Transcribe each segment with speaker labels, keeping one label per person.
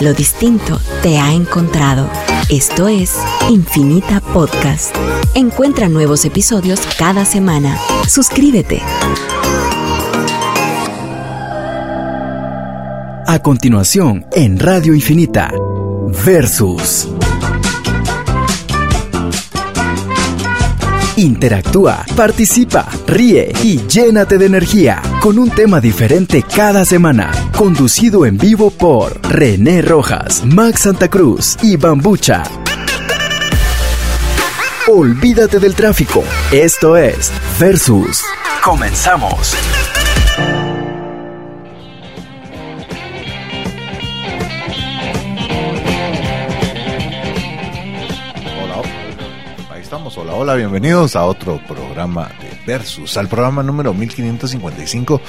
Speaker 1: Lo distinto te ha encontrado. Esto es Infinita Podcast. Encuentra nuevos episodios cada semana. Suscríbete.
Speaker 2: A continuación, en Radio Infinita, Versus. Interactúa, participa, ríe y llénate de energía con un tema diferente cada semana. Conducido en vivo por René Rojas, Max Santa Cruz y Bambucha. Olvídate del tráfico. Esto es Versus. Comenzamos.
Speaker 3: Hola, hola, bienvenidos a otro programa de Versus, al programa número 1555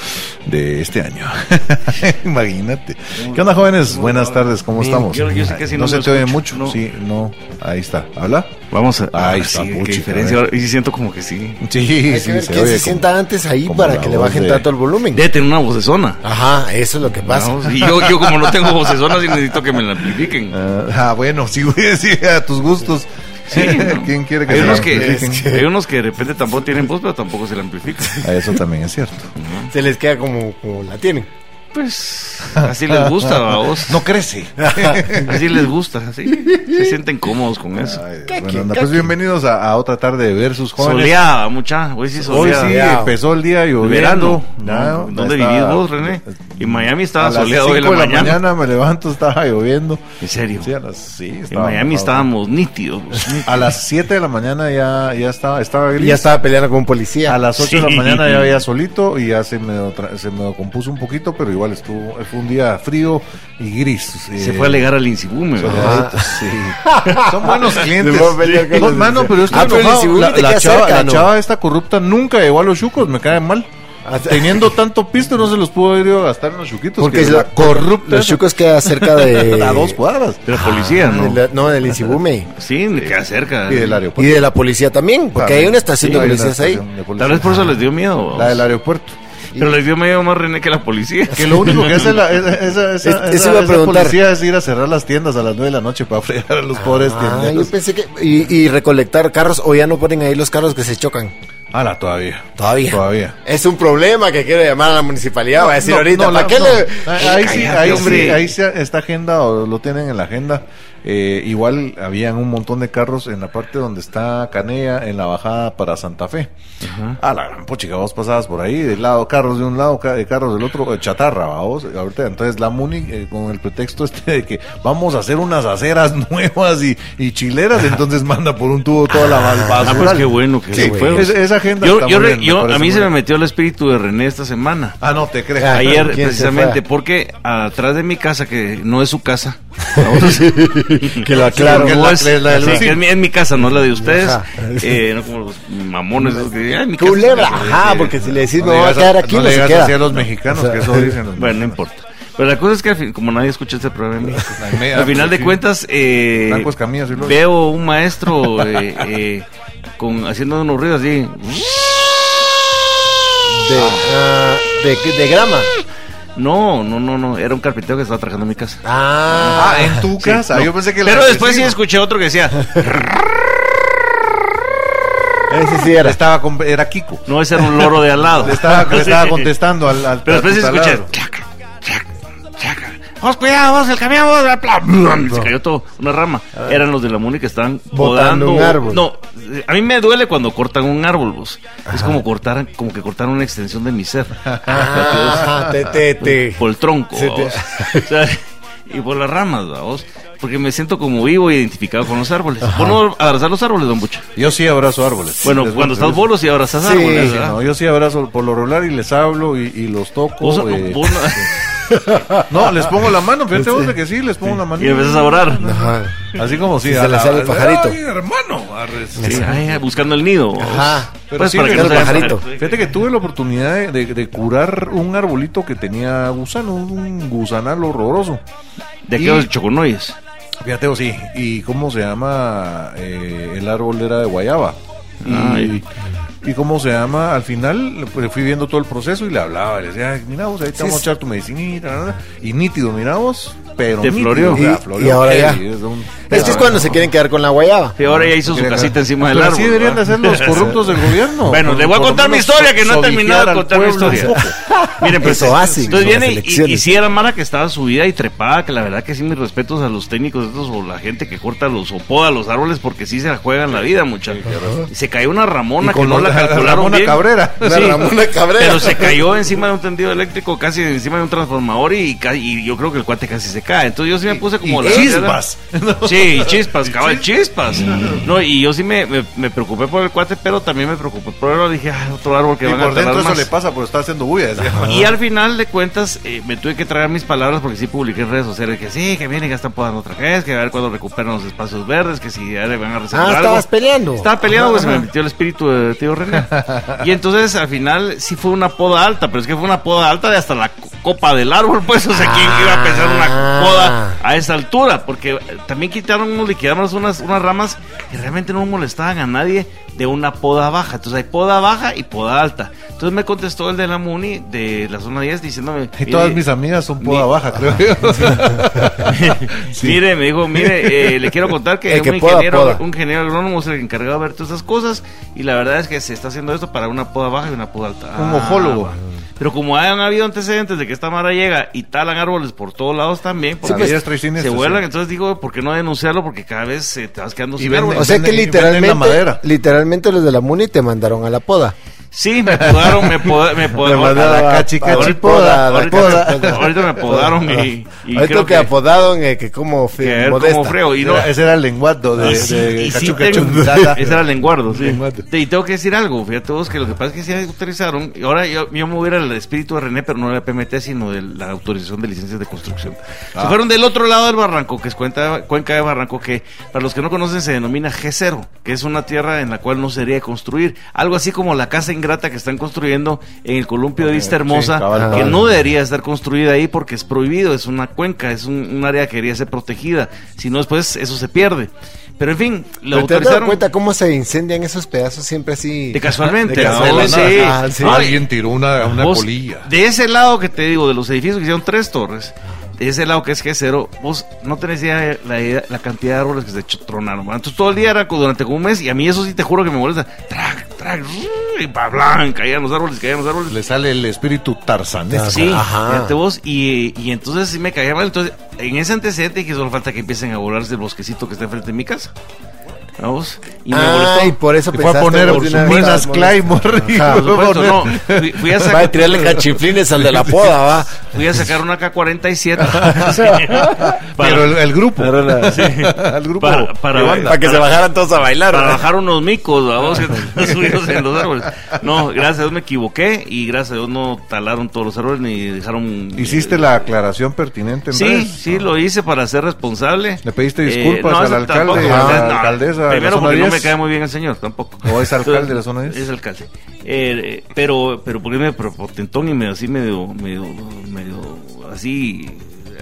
Speaker 3: de este año. Imagínate. ¿Qué onda, jóvenes? Buenas tardes, ¿cómo estamos?
Speaker 4: Yo, yo sé que si
Speaker 3: no,
Speaker 4: no
Speaker 3: se
Speaker 4: lo
Speaker 3: te oye
Speaker 4: escucho,
Speaker 3: mucho.
Speaker 4: no.
Speaker 3: Sí, no. Ahí está. ¿Habla?
Speaker 4: Vamos a.
Speaker 3: Ahí
Speaker 4: Ahí
Speaker 3: está,
Speaker 4: está,
Speaker 3: puchi,
Speaker 4: diferencia.
Speaker 3: a
Speaker 4: ahora- Y sí siento como que sí.
Speaker 3: Sí,
Speaker 5: Hay que ver quién se sienta antes ahí
Speaker 3: como
Speaker 5: para
Speaker 3: la
Speaker 5: que le
Speaker 3: voz
Speaker 5: bajen
Speaker 3: de-
Speaker 5: tanto el volumen.
Speaker 4: Debe tener una vocesona.
Speaker 5: Ajá, eso es lo que pasa.
Speaker 4: ¿no? Y yo, yo como no tengo vocesona, sí necesito que me la amplifiquen.
Speaker 3: ah, bueno, sí, güey, sí, a tus gustos.
Speaker 4: Sí, no.
Speaker 3: ¿Quién quiere que
Speaker 4: Hay
Speaker 3: se
Speaker 4: unos
Speaker 3: la
Speaker 4: que,
Speaker 3: amplifiquen?
Speaker 4: hay unos que de repente tampoco tienen voz, pero tampoco se la amplifican.
Speaker 3: Ah, Eso también es cierto.
Speaker 5: Se les queda como, como la tienen.
Speaker 4: Pues así les gusta a vos.
Speaker 3: No crece.
Speaker 4: Así les gusta, así. Se sienten cómodos con eso.
Speaker 3: Ay, bueno, anda, pues bienvenidos a, a otra tarde de Versus, jóvenes.
Speaker 4: Soleada, mucha. Hoy sí
Speaker 3: Hoy
Speaker 4: soleada.
Speaker 3: sí
Speaker 5: Soleado.
Speaker 3: empezó el día
Speaker 4: El
Speaker 3: lloviendo.
Speaker 4: verano.
Speaker 3: Ya,
Speaker 4: ¿Dónde
Speaker 3: está- eh,
Speaker 4: vivís vos, René? Y Miami estaba
Speaker 3: a las
Speaker 4: soleado
Speaker 3: cinco
Speaker 4: hoy en la
Speaker 3: de la
Speaker 4: mañana.
Speaker 3: mañana me levanto, estaba lloviendo.
Speaker 4: En serio.
Speaker 3: Sí, a las, sí,
Speaker 4: En
Speaker 3: estaba-
Speaker 4: Miami estábamos nítidos.
Speaker 3: A las 7 de la mañana ya, ya estaba, estaba gris.
Speaker 5: Y ya estaba peleando con un
Speaker 3: A
Speaker 5: policía.
Speaker 3: las 8 de la
Speaker 4: Sí.
Speaker 3: mañana ya había solito y ya se me, otra- se me compuso un poquito, pero igual estuvo, fue un día frío y gris.
Speaker 4: Se
Speaker 3: Eh,
Speaker 4: fue a alegar al Insibume, ¿verdad?
Speaker 3: soleaditos, sí. Ah. Son buenos clientes.
Speaker 5: Le voy a pelear con
Speaker 3: No,
Speaker 5: los
Speaker 3: mano, pero yo estoy
Speaker 5: Ah, pero el
Speaker 3: enojado.
Speaker 5: Insibume
Speaker 3: La,
Speaker 5: te
Speaker 3: la
Speaker 5: queda
Speaker 3: chava,
Speaker 5: cerca,
Speaker 3: la
Speaker 5: ¿no?
Speaker 3: chava esta corrupta nunca llegó a los chucos, me cae mal.
Speaker 5: Ah, sí.
Speaker 3: Teniendo tanto pisto no se los pudo haber ido a gastar en los chuquitos.
Speaker 5: Porque
Speaker 3: que
Speaker 5: es la corrupta. Los chucos queda cerca de.
Speaker 3: a dos cuadras.
Speaker 4: De la policía,
Speaker 5: Ah,
Speaker 4: ¿no?
Speaker 5: de la- no, del Insibume.
Speaker 4: Sí, me queda cerca.
Speaker 3: Y del aeropuerto.
Speaker 5: Y de la policía también, porque hay una estación
Speaker 3: Sí,
Speaker 5: de
Speaker 3: hay una
Speaker 5: policías ahí.
Speaker 3: estación de policía. Ah.
Speaker 4: Tal vez por eso les dio miedo. vamos.
Speaker 3: La del aeropuerto.
Speaker 4: Pero les dio miedo más René que la policía.
Speaker 3: Que lo único que hace la, esa, esa, esa,
Speaker 5: Es- eso
Speaker 3: esa-
Speaker 5: iba a
Speaker 3: esa
Speaker 5: preguntar.
Speaker 3: policía es ir a cerrar las tiendas a las 9 de la noche para fregar a los pobres
Speaker 5: Ah, yo
Speaker 3: tienderos.
Speaker 5: pensé que. Y, y recolectar carros, o ya no ponen ahí los carros que se chocan.
Speaker 3: Ala, Ah, todavía.
Speaker 5: Todavía.
Speaker 3: Todavía.
Speaker 5: Es un problema que quiero llamar a la municipalidad. Va a decir
Speaker 3: No,
Speaker 5: ahorita,
Speaker 3: no,
Speaker 5: ¿para
Speaker 3: la-
Speaker 5: qué
Speaker 3: no.
Speaker 5: le.?
Speaker 3: Ahí sí,
Speaker 4: Cállate,
Speaker 3: ahí sí,
Speaker 4: hombre.
Speaker 3: ahí sí está agenda o lo tienen en la agenda. Eh, igual habían un montón de carros en la parte donde está Canea, en la bajada para Santa Fe. A la gran pochica, vos pasabas por ahí, del lado carros de un lado, ca- eh, carros del otro, eh, chatarra, ¿va vos. Ahorita, entonces la Muni, eh, con el pretexto este de que vamos a hacer unas aceras nuevas y, y chileras, entonces manda por un tubo toda la bal-
Speaker 4: Ah,
Speaker 3: basura.
Speaker 4: pues qué bueno que
Speaker 3: Sí,
Speaker 4: se fue.
Speaker 3: es- esa agenda
Speaker 4: Yo,
Speaker 3: está
Speaker 4: yo
Speaker 3: muy
Speaker 4: re-
Speaker 3: bien, me
Speaker 4: yo-
Speaker 3: parece
Speaker 4: a mí
Speaker 3: muy
Speaker 4: se me
Speaker 3: bien.
Speaker 4: metió el espíritu de René esta semana.
Speaker 3: Ah, no, te crees.
Speaker 4: Ayer,
Speaker 5: ¿quién se
Speaker 4: precisamente,
Speaker 5: fue?
Speaker 4: porque atrás de mi casa, que no es su casa,
Speaker 5: que lo aclaro.
Speaker 3: porque
Speaker 4: no
Speaker 3: la-
Speaker 4: es,
Speaker 3: la- la del
Speaker 4: sí,
Speaker 3: vecino.
Speaker 4: que es mi, es mi casa, no es la de ustedes,
Speaker 5: Ajá.
Speaker 4: eh, no como los mamones, esos que, "Ay, mi casa".
Speaker 5: Culebra, ajá, porque si le decís
Speaker 3: No
Speaker 5: me voy a
Speaker 3: digas
Speaker 5: quedar aquí,
Speaker 3: no
Speaker 5: no,
Speaker 3: le
Speaker 5: se
Speaker 3: digas
Speaker 5: queda.
Speaker 3: así a los mexicanos, que eso dicen los
Speaker 4: Bueno, no
Speaker 3: mexicanos.
Speaker 4: importa. Pero la cosa es que al fin- como nadie escucha este programa,
Speaker 3: media,
Speaker 4: al final
Speaker 3: pues,
Speaker 4: de
Speaker 3: sí.
Speaker 4: cuentas eh,
Speaker 3: Blanco Escamilla, sí lo es.
Speaker 4: veo un maestro eh, eh, con haciendo unos ruidos así.
Speaker 5: De, ah, de, de grama.
Speaker 4: No, no, no, no. Era un carpintero que estaba trabajando en mi casa.
Speaker 5: Ah,
Speaker 3: Ah, en tu
Speaker 4: Sí,
Speaker 3: casa.
Speaker 4: no.
Speaker 3: Yo pensé que
Speaker 4: Pero
Speaker 3: la-
Speaker 4: después sí escuché otro que decía,
Speaker 5: Ah, ese sí era.
Speaker 3: Estaba con- era Kiko.
Speaker 4: no ese era un loro de al lado.
Speaker 3: Le estaba, le estaba
Speaker 4: Sí.
Speaker 3: contestando al, al
Speaker 4: Pero
Speaker 3: a tu
Speaker 4: después sí escuché.
Speaker 3: taladro.
Speaker 4: "Chaca, chaca, chaca". Vos cuidado, vos el camión, vos bla, bla, bla". se cayó todo, una rama. Eran los de la MUNI que estaban
Speaker 5: Botando
Speaker 4: podando
Speaker 5: un árbol.
Speaker 4: No, eh, a mí me duele cuando cortan un árbol, vos. Es como cortar, como que cortaron una extensión de mi ser.
Speaker 5: Ah, te, te, te.
Speaker 4: Por el tronco,
Speaker 5: Se te-
Speaker 4: vos. O sea, y por las ramas, vos. Porque me siento como vivo e identificado con los árboles. ¿Vos no abrazar los árboles, don Bucha?
Speaker 3: Yo sí abrazo árboles.
Speaker 4: Bueno,
Speaker 3: Les-
Speaker 4: cuando
Speaker 3: les-
Speaker 4: estás bolos y abrazas
Speaker 5: Sí,
Speaker 4: árboles,
Speaker 3: Sí,
Speaker 4: ¿verdad?
Speaker 3: no, yo sí abrazo por lo regular y les hablo y, y los toco.
Speaker 4: Vos-
Speaker 3: eh.
Speaker 4: vos no-
Speaker 3: No, les pongo la mano. Fíjate vos de que sí, les pongo la mano.
Speaker 4: y empiezas a orar.
Speaker 5: Ajá.
Speaker 3: Así como si.
Speaker 5: Si se
Speaker 3: a
Speaker 5: le sale el pajarito.
Speaker 3: Ay, hermano. arre, sí.
Speaker 4: Sí, ay, buscando el nido. vos.
Speaker 5: Ajá.
Speaker 3: Pero
Speaker 4: Pues
Speaker 3: sí,
Speaker 4: para que
Speaker 3: pero
Speaker 4: no se vea
Speaker 5: pajarito.
Speaker 4: pajar-
Speaker 3: Fíjate que tuve la oportunidad de, de- de curar un arbolito que tenía gusano, un gusanal horroroso.
Speaker 4: De
Speaker 3: Y-
Speaker 4: aquellos choconoyes.
Speaker 3: Fíjate, vos, sí. ¿Y cómo se llama? Eh, el árbol era de guayaba. Y,
Speaker 4: Ay.
Speaker 3: Y cómo se llama, al final pues, fui viendo todo el proceso y le hablaba, le decía, "Ay, mira vos, ahí te vamos a
Speaker 5: es-
Speaker 3: echar tu medicinita, bla, bla, bla". y nítido, mira vos, pero
Speaker 4: Te
Speaker 3: nítido,
Speaker 4: floreó.
Speaker 3: o sea,
Speaker 5: Y-
Speaker 3: floreó
Speaker 5: y ahora ya.
Speaker 3: heavy, es un-
Speaker 5: Este es cuando se quieren quedar con la guayaba. Ah,
Speaker 4: Y ahora ya hizo su
Speaker 3: Mira,
Speaker 4: casita encima del
Speaker 3: Ah, pero
Speaker 4: árbol.
Speaker 3: Así deberían de
Speaker 4: ¿verdad?
Speaker 3: ser los corruptos del gobierno.
Speaker 4: Bueno, le voy
Speaker 3: Por
Speaker 4: a
Speaker 3: lo
Speaker 4: contar mi
Speaker 3: menos
Speaker 4: historia, que no he
Speaker 3: sobijear
Speaker 4: terminado de
Speaker 3: al
Speaker 4: contar mi
Speaker 3: pueblo un
Speaker 4: historia.
Speaker 3: poco.
Speaker 4: Miren, pues,
Speaker 5: Eso hacen
Speaker 4: Entonces
Speaker 5: con las
Speaker 4: viene y, y
Speaker 5: elecciones.
Speaker 4: sí era Mara que estaba subida y trepada, que la verdad que sí mis respetos a los técnicos estos o la gente que corta los o poda los árboles porque sí se la juegan la vida, muchachos. Y se cayó una
Speaker 3: Y
Speaker 4: ramona que
Speaker 3: con
Speaker 4: no la
Speaker 3: la- la
Speaker 4: calcularon
Speaker 3: Ramona
Speaker 4: bien.
Speaker 3: Cabrera.
Speaker 5: La Ramona Cabrera.
Speaker 4: Pero se cayó encima de un tendido eléctrico, casi encima de un transformador y, ca- y yo creo que el cuate casi se cae. Entonces yo sí me puse como
Speaker 3: y
Speaker 4: la
Speaker 3: chispas.
Speaker 4: Sí, y chispas, cabal, chispas. No, y yo sí me, me, me preocupé por el cuate, pero también me preocupé por el dije, "Ay, otro árbol que
Speaker 3: Y
Speaker 4: van a
Speaker 3: por
Speaker 4: talar
Speaker 3: dentro eso
Speaker 4: más".
Speaker 3: le pasa, pero está haciendo bulla. decía.
Speaker 4: Y al final de cuentas eh, me tuve que tragar mis palabras porque sí publiqué en redes sociales que sí, que vienen, que están podando otra vez, que a ver cuándo recuperan los espacios verdes, que si ya le van a recibir
Speaker 5: Ah,
Speaker 4: algo.
Speaker 5: estabas peleando.
Speaker 4: Estaba peleado, pues, se me metió el espíritu de tío René. Y entonces al final sí fue una poda alta, pero es que fue una poda alta de hasta la co- copa del árbol, pues, o sea, ¿quién
Speaker 5: Ah.
Speaker 4: iba a pensar una poda a esa altura? Porque eh, también quitaron, unos- liquidaron unas, unas ramas que realmente no molestaban a nadie de una poda baja. Entonces hay poda baja y poda alta. Entonces me contestó el de la MUNI de la zona 10 diciéndome...
Speaker 3: Y todas
Speaker 4: "Mire,
Speaker 3: mis amigas son poda
Speaker 4: Ni-
Speaker 3: baja, creo yo. Sí.
Speaker 4: Mire, me dijo, mire, eh, le quiero contar que,
Speaker 5: El que
Speaker 4: un,
Speaker 5: pueda,
Speaker 4: ingeniero,
Speaker 5: poda.
Speaker 4: un ingeniero agrónomo es el encargado de ver todas esas cosas y la verdad es que se está haciendo esto para una poda baja y una poda alta.
Speaker 3: Un
Speaker 4: Ah,
Speaker 3: ojólogo.
Speaker 4: va. Pero como hayan habido antecedentes de que esta mara llega y talan árboles por todos lados también, porque
Speaker 3: pues,
Speaker 4: se- se
Speaker 3: siniestra,
Speaker 4: vuelan,
Speaker 3: sí.
Speaker 4: entonces digo, ¿por qué no denunciarlo? Porque cada vez eh, te vas quedando
Speaker 3: Y
Speaker 4: sin
Speaker 3: venden-
Speaker 4: árbol.
Speaker 5: O sea que
Speaker 3: Venden- venden la madera.
Speaker 5: literalmente, literalmente los de la MUNI te mandaron a la poda.
Speaker 4: Sí, me podaron, me podaron, me podaron.
Speaker 5: Le mandaron
Speaker 4: ahorita-
Speaker 5: a cachi, cachi,
Speaker 4: ahorita-
Speaker 5: poda, la
Speaker 4: ahorita,
Speaker 5: poda.
Speaker 4: Me, ahorita me podaron y, y
Speaker 5: Ahorita
Speaker 4: creo
Speaker 5: que, apodado en el que como
Speaker 4: que a
Speaker 5: fe-
Speaker 4: ver
Speaker 5: modesta. Ah,
Speaker 4: cómo freo. Y no,
Speaker 3: Era- ese era el lenguado de,
Speaker 4: Y Ah, sí,
Speaker 3: de
Speaker 4: y sí
Speaker 3: cachu,
Speaker 4: tengo-
Speaker 3: cachu, da, da.
Speaker 4: Ese era el lenguardo, sí.
Speaker 3: Lenguardo.
Speaker 4: Te- Y tengo que decir algo, fíjate todos que lo que pasa es que sí autorizaron. Y ahora yo, yo me voy a ir al espíritu de René, pero no de la PMT, sino de la autorización de licencias de construcción.
Speaker 3: Ah.
Speaker 4: Se fueron del otro lado del barranco, que es cuenta, cuenca de barranco, que para los que no conocen se denomina G0, que es una tierra en la cual no sería de construir. Algo así como la casa ingrata que están construyendo en el columpio de Vista Hermosa,
Speaker 3: sí, cabal,
Speaker 4: que
Speaker 3: cabal.
Speaker 4: no no debería estar construida ahí porque es prohibido, es una cuenca, es un, un área que debería ser protegida. Si no, después eso se pierde. Pero en fin,
Speaker 5: Pero
Speaker 4: lo
Speaker 5: ¿Te has dado
Speaker 4: autorizaron.
Speaker 5: cuenta cómo se incendian esos pedazos siempre así?
Speaker 4: De casualmente,
Speaker 5: De
Speaker 4: ¿no?
Speaker 5: casualmente.
Speaker 4: Sí.
Speaker 5: Ah, sí.
Speaker 4: Ay,
Speaker 3: Alguien tiró una, una
Speaker 4: Vos,
Speaker 3: polilla.
Speaker 4: De ese lado que te digo, de los edificios que hicieron tres torres, de ese lado que es G0, vos no tenés idea la, idea- la cantidad de árboles que se ch- tronaron. man. Entonces todo el día era como durante como un mes y a mí eso sí te juro que me molesta. Trac, trac, rrr, y pa, blan, caían los árboles, caían los árboles.
Speaker 3: Le sale el espíritu Este. tarzanesco.
Speaker 4: Sí,
Speaker 5: Ah, Ajá.
Speaker 4: fíjate vos, y, y entonces sí me caía mal. Entonces, en ese antecedente dije, solo falta que empiecen a volarse el bosquecito que está enfrente de mi casa. Vamos. Y me
Speaker 5: Ah, y
Speaker 4: molestó.
Speaker 5: por eso
Speaker 3: Y fue a
Speaker 5: pensaste
Speaker 3: poner
Speaker 5: por una vez,
Speaker 3: minas
Speaker 5: estabas
Speaker 3: Claymore. y
Speaker 4: Por
Speaker 3: fue a
Speaker 4: supuesto,
Speaker 3: poner-
Speaker 4: no. Fui, fui a
Speaker 5: Va a
Speaker 4: sacar,
Speaker 5: tirarle cachiflines al de la poda, va.
Speaker 4: fui a sacar una K-47. Sí.
Speaker 3: Pero el,
Speaker 4: Para-
Speaker 3: el grupo.
Speaker 4: sí.
Speaker 3: el grupo.
Speaker 4: Para- para
Speaker 3: de
Speaker 4: banda.
Speaker 5: eh, Para que se Ah, bajaran todos a bailar.
Speaker 4: Para
Speaker 5: ¿verdad?
Speaker 4: bajar unos micos, vamos, que están subidos en los árboles. No, gracias a Dios me equivoqué y gracias a Dios no talaron todos los árboles ni dejaron.
Speaker 3: Hiciste
Speaker 4: eh,
Speaker 3: la aclaración pertinente en
Speaker 4: Sí,
Speaker 3: redes?
Speaker 4: sí, lo hice para ser responsable. Eh,
Speaker 3: ¿Le pediste disculpas al
Speaker 4: ese
Speaker 3: alcalde,
Speaker 4: tampoco,
Speaker 3: a la alcaldesa de la
Speaker 4: Primero,
Speaker 3: zona
Speaker 4: porque no
Speaker 3: 10?
Speaker 4: me cae muy bien el señor, tampoco.
Speaker 3: ¿O es alcalde de la zona 10?
Speaker 4: Es alcalde. Eh, eh, pero, pero porque me prepotentón y medio así, medio, medio, medio así.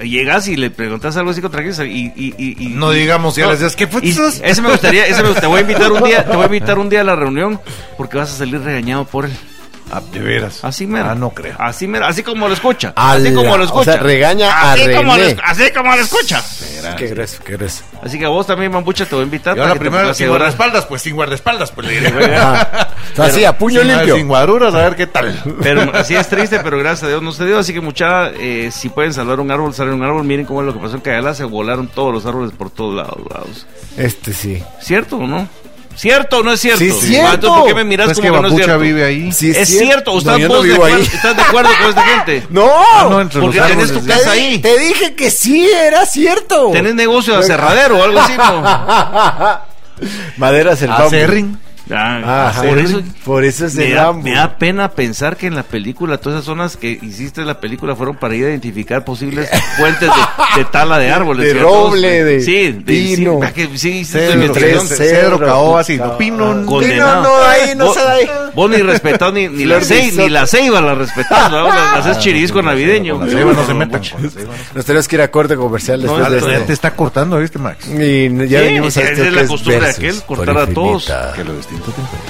Speaker 4: Llegas y le preguntas algo así contra quién y, y, y, y-
Speaker 3: No digamos, ya les decías, ¿qué fue?
Speaker 4: y Ese me gustaría, ese me gustaría. Te voy a invitar un día, te voy a invitar un día a la reunión porque vas a salir regañado por él.
Speaker 3: Ah, de veras.
Speaker 4: Así mero.
Speaker 3: Ah, no creo.
Speaker 4: Así mero, así como lo escucha.
Speaker 5: Ala,
Speaker 4: así como lo
Speaker 5: o
Speaker 4: escucha.
Speaker 5: sea, regaña
Speaker 4: así
Speaker 5: a
Speaker 4: Como lo,
Speaker 5: René.
Speaker 4: es- así como lo escucha.
Speaker 5: Qué grueso, qué grueso.
Speaker 4: Así que a vos también, Mambucha, te voy a invitar.
Speaker 3: Y ahora
Speaker 4: que te
Speaker 3: primero,
Speaker 4: pongas
Speaker 3: sin
Speaker 4: a llorar.
Speaker 3: guardaespaldas, pues sin guardaespaldas, pues le diré.
Speaker 5: Ajá. ah. O sea, así, a puño
Speaker 3: Sin-
Speaker 5: limpio.
Speaker 3: Sin guaruras, a ver qué tal.
Speaker 4: Pero así es triste, pero gracias a Dios no se dio. Así que, mucha, eh, si pueden salvar un árbol, salven un árbol. Miren cómo es lo que pasó en Cayala. Se volaron todos los árboles por todos lados. lados.
Speaker 5: Este sí.
Speaker 4: ¿Cierto o no? ¿Cierto o no es cierto?
Speaker 5: Sí,
Speaker 4: Ah,
Speaker 5: cierto.
Speaker 4: entonces, ¿Por qué me miras
Speaker 3: Pues que
Speaker 4: como que no es
Speaker 3: Mapucha
Speaker 4: cierto?
Speaker 3: vive ahí.
Speaker 5: Sí,
Speaker 4: Mm, Es cierto,
Speaker 5: No,
Speaker 4: ¿estás,
Speaker 5: yo no
Speaker 4: vos de
Speaker 5: vivo
Speaker 4: acuerdo,
Speaker 5: ahí.
Speaker 4: ¿estás de acuerdo con esta gente?
Speaker 5: ¡No!
Speaker 3: Ah, no, entre
Speaker 4: Porque
Speaker 3: los
Speaker 4: tenés
Speaker 3: árboles.
Speaker 4: tu
Speaker 5: te,
Speaker 4: casa
Speaker 5: di-
Speaker 4: ahí.
Speaker 5: te dije que sí, era cierto.
Speaker 4: ¿Tenés negocio de aserradero o algo así? no?
Speaker 5: Madera es el
Speaker 3: A
Speaker 5: bambú.
Speaker 3: Serrin.
Speaker 4: Ah,
Speaker 5: Ajá.
Speaker 4: por eso,
Speaker 5: Por eso es
Speaker 4: me
Speaker 5: el
Speaker 4: da,
Speaker 5: bambú.
Speaker 4: me da pena pensar que en la película, todas esas zonas que hiciste en la película fueron para ir a identificar posibles fuentes de, de tala de árboles.
Speaker 5: De
Speaker 4: ¿cierto?
Speaker 5: roble, de
Speaker 4: Sí, de
Speaker 5: pino.
Speaker 4: Sí, ah, que sí, hiciste tu
Speaker 3: Cedro,
Speaker 4: investigación.
Speaker 5: tres,
Speaker 3: cedro,
Speaker 5: cedro,
Speaker 3: caoba, sí, Ah,
Speaker 5: caoba.
Speaker 3: pino.
Speaker 5: Con-
Speaker 4: Condenado.
Speaker 5: Pino no, ahí no
Speaker 4: Vos-
Speaker 5: se da ahí.
Speaker 4: Vos ni respetás ni, ni,
Speaker 5: Flor
Speaker 4: la
Speaker 5: de
Speaker 4: cei-
Speaker 5: soto.
Speaker 4: ni la ceiba la respetás, ¿verdad? Las- las haces chirisco navideño.
Speaker 3: Con la ceiba no se metan. con la ceiba no se-
Speaker 5: Nos tenemos que ir a corte comercial
Speaker 4: No,
Speaker 5: después de
Speaker 3: Ya
Speaker 4: esto
Speaker 3: te
Speaker 5: esto.
Speaker 3: Pues, este, está cortando, ¿viste, Max?
Speaker 5: Y ya
Speaker 4: Sí,
Speaker 5: venimos a
Speaker 4: esa
Speaker 5: esto
Speaker 4: es
Speaker 5: que
Speaker 4: la costumbre de
Speaker 5: Versus
Speaker 4: aquel,
Speaker 5: por
Speaker 4: cortar a todos.
Speaker 5: Infinita.
Speaker 3: Que lo distinto te impide.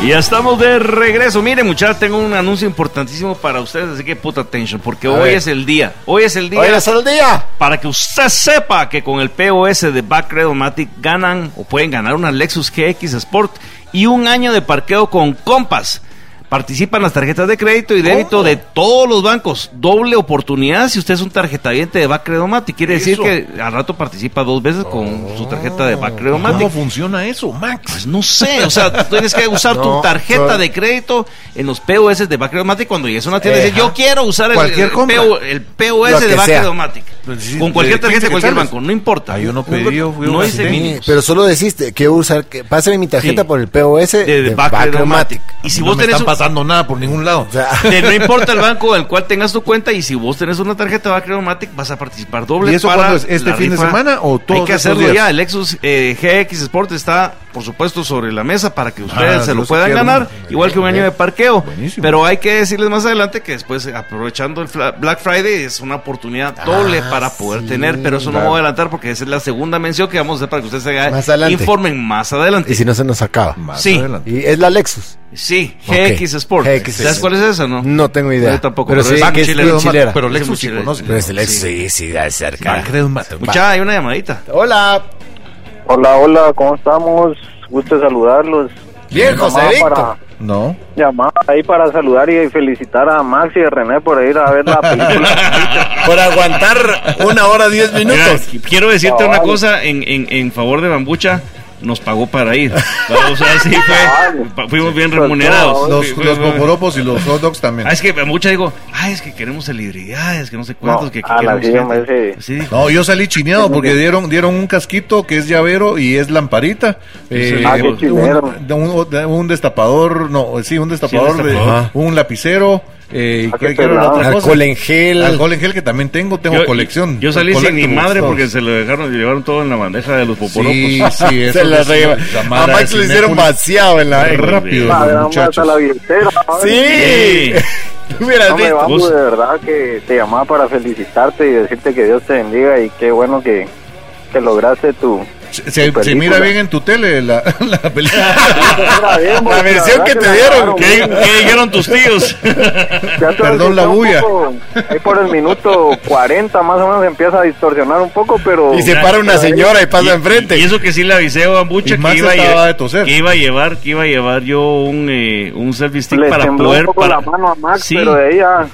Speaker 4: Y ya estamos de regreso. Miren, muchachos, tengo un anuncio importantísimo para ustedes, así que puta atención, porque
Speaker 5: A
Speaker 4: hoy
Speaker 5: ver.
Speaker 4: es el día. Hoy es el día.
Speaker 5: Hoy es el día.
Speaker 4: Para que usted sepa que con el POS de Back Redomatic ganan o pueden ganar una Lexus GX Sport y un año de parqueo con compas. Participan las tarjetas de crédito y débito de todos los bancos. Doble oportunidad si usted es un tarjetaviente de Back Redomatic. Quiere decir
Speaker 3: Eso.
Speaker 4: que al rato participa dos veces con su tarjeta de Back
Speaker 3: Oh.
Speaker 4: Redomatic.
Speaker 3: ¿Cómo funciona eso, Max?
Speaker 4: Pues no sé, o sea, tú tienes que usar tu
Speaker 5: No,
Speaker 4: tarjeta
Speaker 5: no.
Speaker 4: de crédito en los POS de Backredomatic cuando llegues a una tienda y dices,
Speaker 5: Ejá.
Speaker 4: yo quiero usar el,
Speaker 3: Cualquier
Speaker 4: el
Speaker 3: compra.
Speaker 4: PO el POS
Speaker 5: Lo
Speaker 4: de
Speaker 5: que sea.
Speaker 4: Backredomatic.
Speaker 3: Pues sí,
Speaker 4: Con cualquier
Speaker 3: de
Speaker 4: tarjeta
Speaker 3: 15
Speaker 4: de cualquier
Speaker 3: quetzales.
Speaker 4: banco, no importa.
Speaker 3: Hay uno pedido, fue
Speaker 4: no
Speaker 3: uno
Speaker 4: dice
Speaker 3: así.
Speaker 4: mínimos.
Speaker 5: Pero solo deciste que usar, que pásame mi tarjeta
Speaker 4: Sí.
Speaker 5: por el POS de,
Speaker 4: de, de Backredomatic.
Speaker 5: Backredomatic.
Speaker 4: Y si
Speaker 3: no
Speaker 4: vos
Speaker 3: me
Speaker 4: tenés
Speaker 3: están
Speaker 4: un-
Speaker 3: pasando nada por ningún lado.
Speaker 5: O sea,
Speaker 4: de no importa el banco al cual tengas tu cuenta y si vos tenés una tarjeta Backredomatic vas a participar doble
Speaker 3: ¿Y eso
Speaker 4: para
Speaker 3: cuándo es? ¿Este
Speaker 4: la
Speaker 3: fin de
Speaker 4: rifa.
Speaker 3: semana o todos
Speaker 4: Hay que
Speaker 3: estos
Speaker 4: hacerlo
Speaker 3: días?
Speaker 4: ya, el Lexus eh, GX Sport está por supuesto sobre la mesa para que ustedes
Speaker 3: Ah,
Speaker 4: se
Speaker 3: yo
Speaker 4: lo
Speaker 3: sí
Speaker 4: puedan
Speaker 3: quiero
Speaker 4: ganar,
Speaker 3: uno.
Speaker 4: igual que un año de parqueo.
Speaker 3: Buenísimo.
Speaker 4: Pero hay que decirles más adelante que después eh, aprovechando el Fla- Black Friday es una oportunidad doble
Speaker 3: Ah,
Speaker 4: para poder tener, pero eso no
Speaker 5: claro.
Speaker 4: voy a adelantar porque esa es la segunda mención que vamos a hacer para que ustedes se
Speaker 5: Más adelante.
Speaker 4: informen más adelante.
Speaker 5: y si no se nos acaba.
Speaker 3: Más
Speaker 4: Sí.
Speaker 3: adelante.
Speaker 5: Y es la Lexus.
Speaker 4: Pues Sí, GX
Speaker 5: Ok.
Speaker 4: Sport.
Speaker 5: GX
Speaker 4: ¿Sabes cuál es esa, no?
Speaker 5: No tengo idea.
Speaker 4: Yo tampoco,
Speaker 5: Pero,
Speaker 4: pero es
Speaker 5: sí, que es
Speaker 4: mochilera.
Speaker 5: bien chilera.
Speaker 3: Pero
Speaker 4: Es un
Speaker 3: Lexus sí
Speaker 4: chilero.
Speaker 3: conoce.
Speaker 5: Pero es el Lexus, sí, sí, da cerca.
Speaker 3: Ah, Backredomatic.
Speaker 4: Mucha, hay una llamadita.
Speaker 5: Hola.
Speaker 6: Hola, hola, ¿cómo estamos? Gusto saludarlos.
Speaker 5: Bien, José
Speaker 6: Llamaba
Speaker 5: Víctor.
Speaker 6: para-
Speaker 3: No.
Speaker 6: Llamaba ahí para saludar y felicitar a Max y a René por ir a ver la película.
Speaker 5: Por aguantar una hora diez
Speaker 4: Mira,
Speaker 5: minutos.
Speaker 4: quiero decirte
Speaker 6: Cabal.
Speaker 4: una cosa en, en, en favor de Bambucha. Nos pagó para ir. O sea, sí fue- fu- fuimos bien remunerados.
Speaker 3: Los,
Speaker 4: Fui- fui-
Speaker 3: los
Speaker 4: fue-
Speaker 3: boboropos y los hot dogs también.
Speaker 4: Ah, es que Bambucha digo, ay, es que queremos celebridades, que no sé cuántos,
Speaker 6: No,
Speaker 4: que, que
Speaker 6: a la
Speaker 4: queremos
Speaker 6: sí,
Speaker 4: gente".
Speaker 6: hombre,
Speaker 4: Así dijo.
Speaker 3: No, yo salí chineado porque dieron dieron un casquito que es llavero y es lamparita. eh,
Speaker 4: Ah, qué
Speaker 6: chilero.
Speaker 3: un, de un- de un destapador, no, sí, un destapador,
Speaker 4: Sí, un
Speaker 3: de-
Speaker 4: destapador.
Speaker 3: un lapicero. Eh,
Speaker 6: Ah,
Speaker 3: ¿qué-
Speaker 6: qué
Speaker 3: qué era la
Speaker 6: pelado.
Speaker 3: otra cosa?
Speaker 5: Alcohol en gel.
Speaker 3: Alcohol en gel que también tengo, tengo
Speaker 4: Yo-
Speaker 3: colección.
Speaker 4: Yo salí sin mi
Speaker 3: Collectibles,
Speaker 4: madre
Speaker 3: todos.
Speaker 4: porque se lo dejaron, llevaron todo en la bandeja de los poporopos.
Speaker 3: Sí, sí, eso
Speaker 5: Se la
Speaker 3: es
Speaker 5: reba-
Speaker 3: la
Speaker 5: A
Speaker 3: mara
Speaker 5: Max
Speaker 3: de
Speaker 5: lo hicieron
Speaker 3: Cinépolis.
Speaker 5: vaciado en la.
Speaker 4: Ay,
Speaker 3: Rápido,
Speaker 4: Dios.
Speaker 3: los
Speaker 6: La verdad, más a
Speaker 3: muchachos.
Speaker 6: la billetera.
Speaker 5: Sí. Tú hubieras
Speaker 6: No me
Speaker 5: visto.
Speaker 6: vamos,
Speaker 4: vos.
Speaker 6: de verdad que te llamaba para felicitarte y decirte que Dios te bendiga y qué bueno que, que lograste tu...
Speaker 3: Se, se- se
Speaker 6: película.
Speaker 3: mira bien en tu tele la, la película.
Speaker 5: La
Speaker 6: la
Speaker 5: versión que te dieron,
Speaker 4: ¿Qué, qué dijeron tus tíos?
Speaker 6: Ya todo
Speaker 3: Perdón
Speaker 6: el-
Speaker 3: la
Speaker 6: un
Speaker 3: bulla.
Speaker 6: poco, ahí por el minuto 40 más o menos empieza a distorsionar un poco, pero...
Speaker 5: Y se para una señora y pasa
Speaker 4: Y, y
Speaker 5: enfrente.
Speaker 4: eso que sí le avisé a Bambucha
Speaker 3: Y
Speaker 4: que
Speaker 3: Max
Speaker 4: iba a,
Speaker 3: estaba
Speaker 4: lle-
Speaker 3: de toser.
Speaker 4: que iba a llevar, que iba a llevar yo un, eh, un selfie stick
Speaker 6: Le
Speaker 4: para
Speaker 6: tembló
Speaker 4: poder
Speaker 6: un poco
Speaker 4: para-
Speaker 6: la mano a Max,
Speaker 4: Sí.
Speaker 6: pero de ella...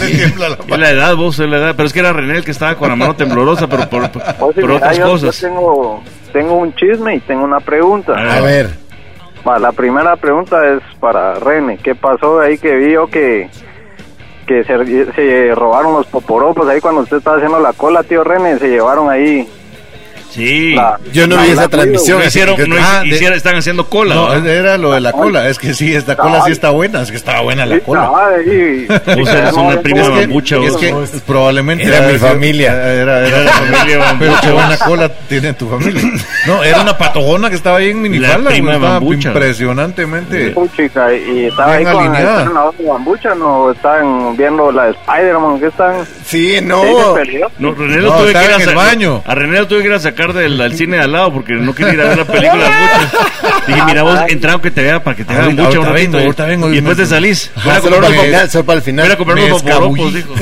Speaker 3: Le tiembla la
Speaker 4: Es la edad, vos, es la edad. Pero es que era René el que estaba con la mano temblorosa, pero por, por-
Speaker 6: Oye,
Speaker 4: por
Speaker 6: Pues mira,
Speaker 4: otras
Speaker 6: yo-
Speaker 4: cosas.
Speaker 6: Yo
Speaker 4: Ah.
Speaker 6: tengo, tengo un chisme y tengo una pregunta.
Speaker 4: A
Speaker 5: A ver.
Speaker 6: Va, la primera pregunta es para René. ¿Qué pasó ahí que vi yo que, que se, se robaron los poporopos ahí cuando usted estaba haciendo la cola, tío René? Se llevaron ahí.
Speaker 4: Sí.
Speaker 6: la-
Speaker 5: Yo no
Speaker 6: la-
Speaker 5: vi
Speaker 6: la-
Speaker 5: esa transmisión.
Speaker 4: No
Speaker 5: así
Speaker 4: hicieron,
Speaker 5: que-
Speaker 4: no
Speaker 5: Ah,
Speaker 4: hici-
Speaker 5: de-
Speaker 4: hicieron- están haciendo cola.
Speaker 3: No,
Speaker 4: ¿verdad?
Speaker 3: era lo de la cola. Es que sí, esta cola sí está buena. Es que estaba buena la
Speaker 6: Sí,
Speaker 3: cola.
Speaker 6: estaba ahí.
Speaker 4: Vos eres una
Speaker 6: No,
Speaker 4: prima
Speaker 6: es que-
Speaker 4: bambucha, este,
Speaker 3: Es
Speaker 4: vos.
Speaker 3: que probablemente
Speaker 5: Era mi familia.
Speaker 3: Era, era la familia bambucha. Pero qué buena cola tiene tu familia. No, era una patogona que estaba ahí en minifalda.
Speaker 4: prima
Speaker 3: güey, Estaba
Speaker 4: bambucha.
Speaker 3: impresionantemente.
Speaker 6: Puchica, y estaba ahí
Speaker 3: Bien
Speaker 6: con
Speaker 3: alineada.
Speaker 6: están en la otra bambucha, no están viendo la de Spider-Man, que están...
Speaker 5: Sí,
Speaker 6: Sí,
Speaker 5: no.
Speaker 6: se peleó.
Speaker 4: No, René lo
Speaker 3: No,
Speaker 4: tuve que
Speaker 3: estaba
Speaker 4: ir a
Speaker 3: en el
Speaker 4: sa-
Speaker 3: baño.
Speaker 4: A René lo tuve que ir a sacar del al cine de al lado porque no quería ir a ver la película mucho. Dije, mira vos, entra aunque te vea para que te vea
Speaker 3: Ahorita-
Speaker 4: mucho un
Speaker 3: ahorita
Speaker 4: ratito.
Speaker 3: vengo, ahorita vengo.
Speaker 4: y después te salís. Voy
Speaker 5: Ah,
Speaker 4: a
Speaker 5: solo
Speaker 4: comprar
Speaker 5: para el
Speaker 4: unos
Speaker 5: final, solo para el
Speaker 4: Voy a ir a
Speaker 5: final.
Speaker 4: comprar
Speaker 3: Me
Speaker 4: unos poporopos,
Speaker 3: escabullí.
Speaker 4: dijo.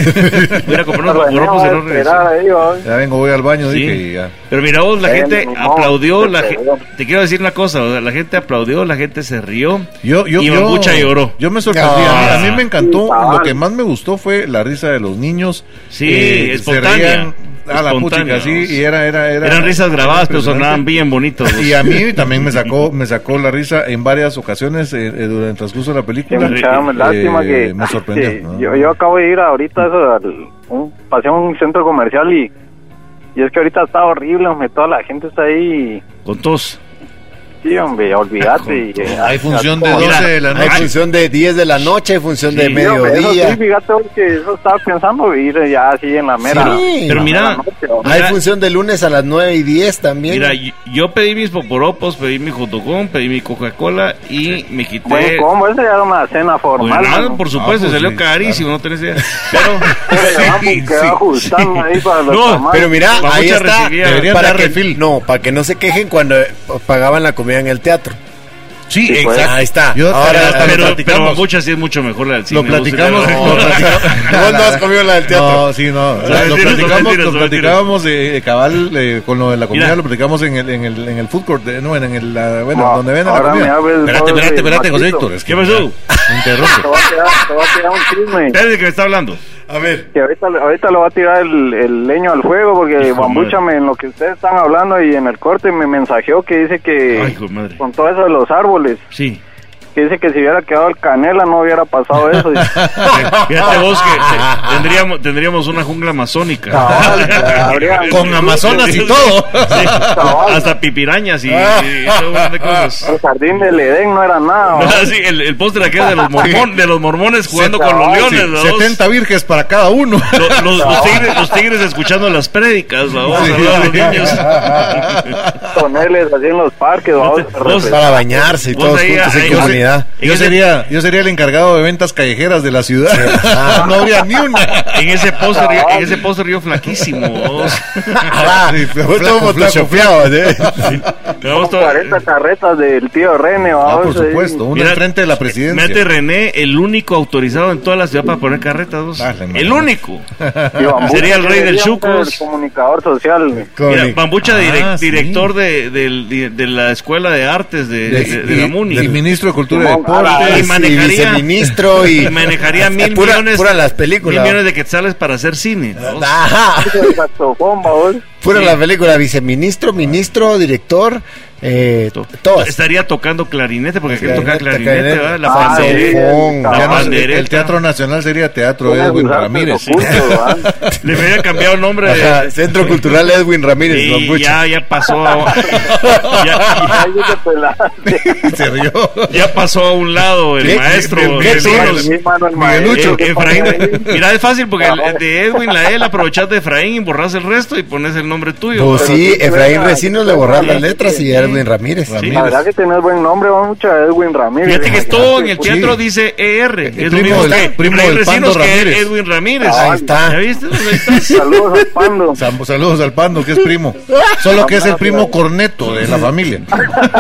Speaker 4: Voy a ir a comprar unos
Speaker 6: René va
Speaker 4: poporopos
Speaker 6: a
Speaker 4: y no regresó.
Speaker 6: esperar ahí, va.
Speaker 3: Ya vengo, voy al baño.
Speaker 4: Sí.
Speaker 3: Dije, y ya.
Speaker 4: Pero mira vos, la
Speaker 6: Eh,
Speaker 4: gente
Speaker 6: no,
Speaker 4: aplaudió,
Speaker 6: se
Speaker 4: la ge-
Speaker 6: pegó.
Speaker 4: te quiero decir una cosa, o sea, la gente aplaudió, la gente se rió
Speaker 3: Yo, yo,
Speaker 4: y
Speaker 3: yo-
Speaker 4: Bambucha lloró.
Speaker 3: Yo me sorprendí.
Speaker 5: Ah.
Speaker 3: A, mí, a mí me encantó.
Speaker 6: Sí, cabal.
Speaker 3: Lo que más me gustó fue la risa de los niños.
Speaker 4: Sí,
Speaker 3: Eh, se
Speaker 4: espontánea,
Speaker 3: reían A la
Speaker 4: espontánea,
Speaker 3: puchica, sí.
Speaker 4: vamos.
Speaker 3: Y era, era, era.
Speaker 4: Eran risas grabadas, pero sonaban
Speaker 3: impresionante.
Speaker 4: bien bonitos. vos.
Speaker 3: Y a mí también me sacó, me sacó la risa en varias ocasiones eh, eh, durante el transcurso de la
Speaker 6: Que
Speaker 3: película.
Speaker 6: me echaban, lástima
Speaker 3: Eh,
Speaker 6: que,
Speaker 3: me sorprendió.
Speaker 6: que
Speaker 3: ¿no?
Speaker 6: yo, yo acabo de ir ahorita eso, al, un, pasé a un centro comercial y, y es que ahorita está horrible, hombre, toda la gente está ahí
Speaker 4: Con tos.
Speaker 6: y, sí, hombre, olvídate. y, eh,
Speaker 3: Hay función de
Speaker 6: como-
Speaker 4: dos.
Speaker 3: 12 de la
Speaker 5: Hay
Speaker 3: noche.
Speaker 5: función de 10 de la noche, hay función
Speaker 4: Sí.
Speaker 5: de
Speaker 6: Sí, hombre, eso
Speaker 5: mediodía.
Speaker 6: sí, fíjate que eso estaba pensando ir ya así en la mera.
Speaker 5: Sí.
Speaker 4: Pero
Speaker 6: en la
Speaker 4: mira,
Speaker 6: mera noche, hombre.
Speaker 5: Hay
Speaker 4: Mira-
Speaker 5: función de lunes a las 9 y 10 también.
Speaker 4: Mira, yo, yo pedí mis poporopos, pedí mi jotocón, pedí mi Coca-Cola y me quité...
Speaker 6: Buen combo, esa ya era una cena
Speaker 4: Pues
Speaker 6: formal.
Speaker 4: nada,
Speaker 6: mano.
Speaker 4: por supuesto,
Speaker 3: Ah, pues
Speaker 4: salió
Speaker 3: sí,
Speaker 4: carísimo, no tenés idea. Pero...
Speaker 6: Pero vamos, que va ajustando ahí para los
Speaker 4: No,
Speaker 6: tamales.
Speaker 5: Pero mira,
Speaker 4: Papucha
Speaker 5: ahí está.
Speaker 4: recibía-
Speaker 3: Deberían
Speaker 5: para
Speaker 3: dar
Speaker 5: que,
Speaker 3: refil.
Speaker 5: No, para que no se quejen cuando eh, pagaban la comida en el teatro.
Speaker 3: Sí,
Speaker 6: Sí, pues.
Speaker 3: exacto.
Speaker 5: Ahí está.
Speaker 3: Yo-
Speaker 5: Ahora
Speaker 3: hasta lo
Speaker 4: pero, pero
Speaker 3: platicamos.
Speaker 4: muchas sí es mucho mejor la del cine.
Speaker 3: Lo platicamos.
Speaker 4: ¿no?
Speaker 3: lo platicamos-
Speaker 5: Vos no has comido la del teatro.
Speaker 3: No, sí, no.
Speaker 4: Son
Speaker 3: O sea, Lo
Speaker 4: mentiras, son
Speaker 3: platicamos,
Speaker 4: mentiras,
Speaker 3: lo
Speaker 4: son
Speaker 3: platicábamos eh, cabal eh, con lo de la comida,
Speaker 4: Mira.
Speaker 3: lo platicamos en el, en el, en el food court, eh, no, en el, ah, bueno,
Speaker 6: Ah,
Speaker 3: donde venden la
Speaker 6: ahora
Speaker 3: comida.
Speaker 6: me abres,
Speaker 3: espérate,
Speaker 6: vos,
Speaker 3: espérate,
Speaker 6: eh,
Speaker 3: espérate, José
Speaker 6: Maxito.
Speaker 3: Héctor, es que
Speaker 4: ¿Qué pasó?
Speaker 3: me interrumpe.
Speaker 6: Te va a quedar, te va a quedar un chisme.
Speaker 4: Espérate que me está hablando.
Speaker 5: A ver.
Speaker 6: Que ahorita, ahorita lo va a tirar el, el leño al fuego porque
Speaker 4: Hijo de
Speaker 6: bambúchame en lo que ustedes están hablando y en el corte me mensajeó que dice que
Speaker 4: Ay, hijo de madre.
Speaker 6: con todo eso de los árboles,
Speaker 4: Sí.
Speaker 6: que dice que si hubiera quedado el canela no hubiera pasado eso.
Speaker 4: Fíjate vos que te- tendríamos, tendríamos una jungla amazónica.
Speaker 6: Cabal,
Speaker 3: Con Amazonas y todo.
Speaker 4: Sí.
Speaker 6: Cabal.
Speaker 4: Hasta pipirañas y, y todo un montón de cosas.
Speaker 6: el jardín del Edén no era nada. ¿no?
Speaker 4: Ah, sí, el, el póster aquel de los, mormon- de los mormones jugando con los
Speaker 3: Sí,
Speaker 4: leones. ¿no?
Speaker 3: 70 virges para cada uno.
Speaker 4: Lo- los, los tigres, los tigres escuchando las prédicas, ¿no?
Speaker 3: Sí,
Speaker 4: Saludos a los
Speaker 3: sí.
Speaker 4: niños.
Speaker 6: Toneles así en los parques. ¿no?
Speaker 4: te- vos-
Speaker 5: Para bañarse y
Speaker 4: Vos
Speaker 5: todos
Speaker 4: ahí,
Speaker 5: juntos
Speaker 4: ahí,
Speaker 5: en
Speaker 4: yo sé-
Speaker 5: comunidad.
Speaker 4: En
Speaker 3: Yo
Speaker 4: ese-
Speaker 3: sería, yo sería el encargado de ventas callejeras de la ciudad. no habría ni una.
Speaker 4: En ese póster, yo- en ese póster yo flaquísimo. vos.
Speaker 5: Ah,
Speaker 3: Sí,
Speaker 5: vos
Speaker 3: flaco,
Speaker 5: todo
Speaker 3: flaco,
Speaker 5: photoshopeado, ¿eh?
Speaker 4: Pero vos
Speaker 6: Con
Speaker 4: todo-
Speaker 6: 40 carretas del tío René. ¿no?
Speaker 3: Ah, por
Speaker 6: Sí.
Speaker 3: supuesto, uno
Speaker 4: Mira,
Speaker 3: enfrente de la presidencia.
Speaker 4: Mete René, el único autorizado en toda la ciudad para poner carretas. vos.
Speaker 3: Ah, la madre.
Speaker 4: el único.
Speaker 6: Y Bambucha
Speaker 4: Ah, Sería el rey del
Speaker 6: debería ser
Speaker 4: chucos.
Speaker 6: el comunicador social.
Speaker 3: Con-
Speaker 4: Mira, Bambucha, direc-
Speaker 3: Ah, sí.
Speaker 4: director de, del- de- de la Escuela de Artes de, de- de- de la MUNI.
Speaker 3: y ministro de Cultura y
Speaker 6: Simón,
Speaker 3: Deportes.
Speaker 6: ala,
Speaker 4: y
Speaker 5: Sí,
Speaker 4: manejaría-
Speaker 5: viceministro y,
Speaker 4: y manejaría mil
Speaker 5: Pura-
Speaker 4: millones
Speaker 5: pura las
Speaker 4: mil
Speaker 5: películas. Ah,
Speaker 4: millones de quetzales para hacer cine ¿no?
Speaker 5: Ajá.
Speaker 6: El saxofón, babos.
Speaker 5: Pura
Speaker 4: Sí.
Speaker 5: la película, viceministro, ministro, director, eh,
Speaker 4: To-
Speaker 5: todas.
Speaker 4: estaría tocando clarinete porque aquel tocaba
Speaker 5: Clarinete,
Speaker 4: clarinete
Speaker 5: clarinete.
Speaker 4: ¿verdad? la
Speaker 6: Ah,
Speaker 4: pandereta.
Speaker 5: saxofón.
Speaker 6: sí,
Speaker 3: Ya
Speaker 4: La
Speaker 3: no sé,
Speaker 4: pandereta.
Speaker 3: el Teatro Nacional sería Teatro
Speaker 6: Son
Speaker 3: Edwin
Speaker 6: esos
Speaker 3: Ramírez.
Speaker 6: actos ocultos, ¿verdad?
Speaker 4: le hubiera cambiado el nombre de-
Speaker 5: Ajá, Centro Cultural Edwin Ramírez,
Speaker 4: Sí,
Speaker 5: Bambucha.
Speaker 4: ya ya pasó a, ya, ya-
Speaker 6: Ay, qué pelada.
Speaker 3: Se rió.
Speaker 4: ya pasó a un lado el
Speaker 5: ¿Qué-
Speaker 4: maestro
Speaker 5: qué- qué
Speaker 4: el-
Speaker 5: turnos?
Speaker 4: el-
Speaker 6: Sí, mano, el
Speaker 3: Miguelucho.
Speaker 6: maestro, ¿qué pasa
Speaker 4: Eh,
Speaker 3: eh,
Speaker 4: Efraín,
Speaker 6: ahí?
Speaker 4: mira, es fácil porque el- de Edwin la L aprovechás de Efraín y borrás el resto y pones el nombre tuyo.
Speaker 5: Pues
Speaker 6: Pero
Speaker 5: sí,
Speaker 6: sí,
Speaker 5: Efraín
Speaker 6: suena-
Speaker 5: Recinos le borraron las
Speaker 6: suena-
Speaker 5: letras y Edwin Ramírez.
Speaker 3: Ramírez.
Speaker 6: La verdad que tenés buen nombre, va mucho a Edwin Ramírez.
Speaker 4: Fíjate que todo en el
Speaker 6: Pucha,
Speaker 4: teatro dice ER. Es lo
Speaker 3: Eh, primo
Speaker 4: mismo
Speaker 3: del-
Speaker 4: que
Speaker 3: primo
Speaker 4: Efraín
Speaker 3: del
Speaker 4: Recinos
Speaker 3: Pando
Speaker 4: que
Speaker 3: Ramírez. Ah,
Speaker 4: Edwin Ramírez.
Speaker 5: Ahí está.
Speaker 4: ¿Ya viste? Pues ahí estás.
Speaker 6: Saludos al Pando.
Speaker 3: Sam- Saludos al Pando, que es primo. Solo que es el primo corneto de la familia.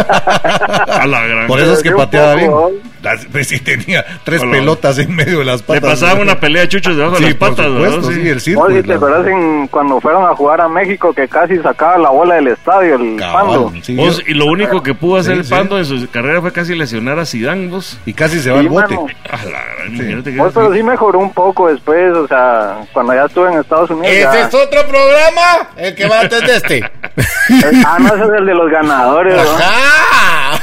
Speaker 4: A la gran.
Speaker 3: Por eso es que pateaba bien.
Speaker 6: Pero
Speaker 3: Las- pues sí, tenía tres
Speaker 4: Hola.
Speaker 3: pelotas en medio de las
Speaker 4: Le
Speaker 3: patas.
Speaker 4: pasaba una pelea de chuchos debajo
Speaker 3: Sí,
Speaker 4: de las
Speaker 3: por
Speaker 4: patas,
Speaker 3: supuesto,
Speaker 4: ¿verdad?
Speaker 3: sí.
Speaker 4: Sí.
Speaker 3: el circo.
Speaker 6: Oye,
Speaker 3: y
Speaker 6: ¿te
Speaker 3: pues, la-
Speaker 6: acuerdas en- cuando fueron a jugar a México que casi sacaba la bola del estadio el
Speaker 3: Cabal,
Speaker 6: Pando?
Speaker 3: sí,
Speaker 4: Vos,
Speaker 3: yo-
Speaker 4: y lo único que pudo hacer
Speaker 3: Sí,
Speaker 4: el
Speaker 3: sí.
Speaker 4: Pando en su carrera fue casi lesionar a Zidane, vos.
Speaker 3: y casi se va
Speaker 6: Sí,
Speaker 3: al bote.
Speaker 6: mano.
Speaker 4: A la gran, imagínate que-
Speaker 6: Vos, Pues, pero sí mejoró un poco después, o sea, cuando ya estuve en Estados Unidos.
Speaker 5: Este
Speaker 6: ya-
Speaker 5: es otro programa, el que va antes de este.
Speaker 6: Ah, no, ese es el de los ganadores, ¿no?
Speaker 5: Ajá.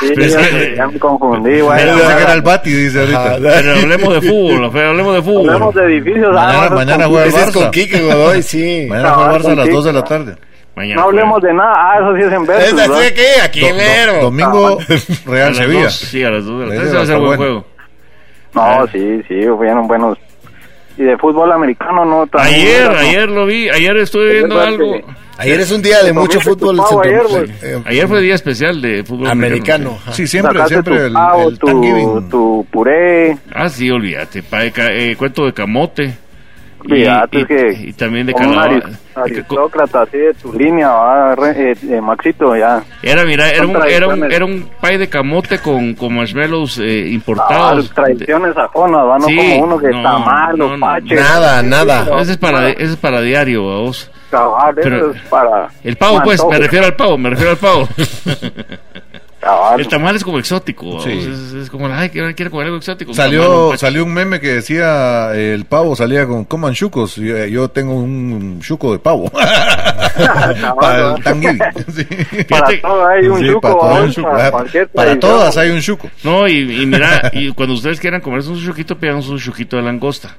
Speaker 6: Sí,
Speaker 4: Pero
Speaker 6: ya,
Speaker 4: es que-
Speaker 6: ya me confundí, güey.
Speaker 3: Pensé que era el bati, dice ahorita.
Speaker 4: Pero hablemos de fútbol, fe, hablemos de fútbol.
Speaker 6: Hablemos de edificios. ah,
Speaker 3: Mañana-
Speaker 6: vamos
Speaker 3: mañana
Speaker 6: con-
Speaker 3: juega el
Speaker 5: Ese es
Speaker 3: Barça.
Speaker 5: con Kike Godoy, sí.
Speaker 3: Mañana juega el Barça a las
Speaker 6: Sí.
Speaker 3: 2 de la tarde.
Speaker 4: Mañana,
Speaker 6: No hablemos de nada. Ah, eso sí es en
Speaker 5: Es
Speaker 6: Versus, ¿no?
Speaker 5: así que aquí
Speaker 3: Do- do-
Speaker 5: mero.
Speaker 3: domingo,
Speaker 6: Ah,
Speaker 4: A
Speaker 3: Real
Speaker 4: las
Speaker 3: Sevilla.
Speaker 4: dos, Sí, a las dos de la
Speaker 3: Ese
Speaker 4: tarde se
Speaker 3: va
Speaker 4: va
Speaker 3: a
Speaker 4: a hacer
Speaker 3: estar
Speaker 4: buen
Speaker 3: bueno.
Speaker 4: juego.
Speaker 6: No, sí, sí, hubieron buenos. Y de fútbol americano, ¿no? También,
Speaker 4: Ayer,
Speaker 6: ¿no?
Speaker 4: ayer lo vi, ayer estuve viendo
Speaker 6: verdad
Speaker 4: algo.
Speaker 5: Ayer es un día de
Speaker 6: Domingo
Speaker 5: mucho
Speaker 6: tu
Speaker 5: fútbol
Speaker 6: pavo
Speaker 5: centro-
Speaker 6: ayer,
Speaker 5: eh, eh,
Speaker 4: Ayer fue día especial de fútbol
Speaker 5: americano. ajá.
Speaker 3: Sí, siempre,
Speaker 6: Sacaste
Speaker 3: siempre
Speaker 6: tu
Speaker 3: el,
Speaker 6: pavo,
Speaker 3: el
Speaker 6: tu,
Speaker 3: Thanksgiving.
Speaker 6: tu puré.
Speaker 4: Ah, sí, olvídate, pa, de ca- eh, cuento de camote. Y-
Speaker 6: Fíjate,
Speaker 4: y,
Speaker 6: es que.
Speaker 4: y también de
Speaker 6: con un
Speaker 4: calabaza.
Speaker 6: aris- Aristócrata, así de tu línea, va, re- eh, eh, Maxito, ya.
Speaker 4: Era, mira, era
Speaker 6: Son
Speaker 4: un, era un,
Speaker 6: tradiciones.
Speaker 4: era un pie de camote con, con marshmallows eh,
Speaker 6: Ah,
Speaker 4: importados.
Speaker 6: tradiciones sajonas, ¿va? No
Speaker 4: Sí,
Speaker 6: como uno que
Speaker 4: no,
Speaker 6: está mal,
Speaker 4: no,
Speaker 6: los
Speaker 4: no,
Speaker 6: paches.
Speaker 5: Nada, nada.
Speaker 4: Ese es para, ese es para diario, vos.
Speaker 6: Cabal,
Speaker 4: Pero-
Speaker 6: eso es para.
Speaker 4: El pavo, pues,
Speaker 6: antojo,
Speaker 4: me refiero al pavo, me refiero al pavo.
Speaker 6: cabal.
Speaker 4: El tamal es como exótico, vamos,
Speaker 3: Sí.
Speaker 4: es, es como, ay, que ahora quiero comer algo exótico. un tamal, un
Speaker 3: Salió,
Speaker 6: pues.
Speaker 4: pacho.
Speaker 3: salió un meme que decía eh, el pavo salía con coman chucos. Yo, eh, yo tengo un chuco de pavo. para el Thanksgiving. Sí.
Speaker 6: Para
Speaker 4: Fíjate-
Speaker 6: todo hay un
Speaker 3: Sí,
Speaker 6: truco,
Speaker 3: para, todo hay
Speaker 6: ¿va?
Speaker 3: un chuco.
Speaker 6: Para
Speaker 3: Ah,
Speaker 6: cualquier
Speaker 3: para
Speaker 6: tradición.
Speaker 3: todas hay un chuco.
Speaker 4: No, y, y mira, y cuando ustedes quieran comerse un chuquito, pidan un chuquito de langosta.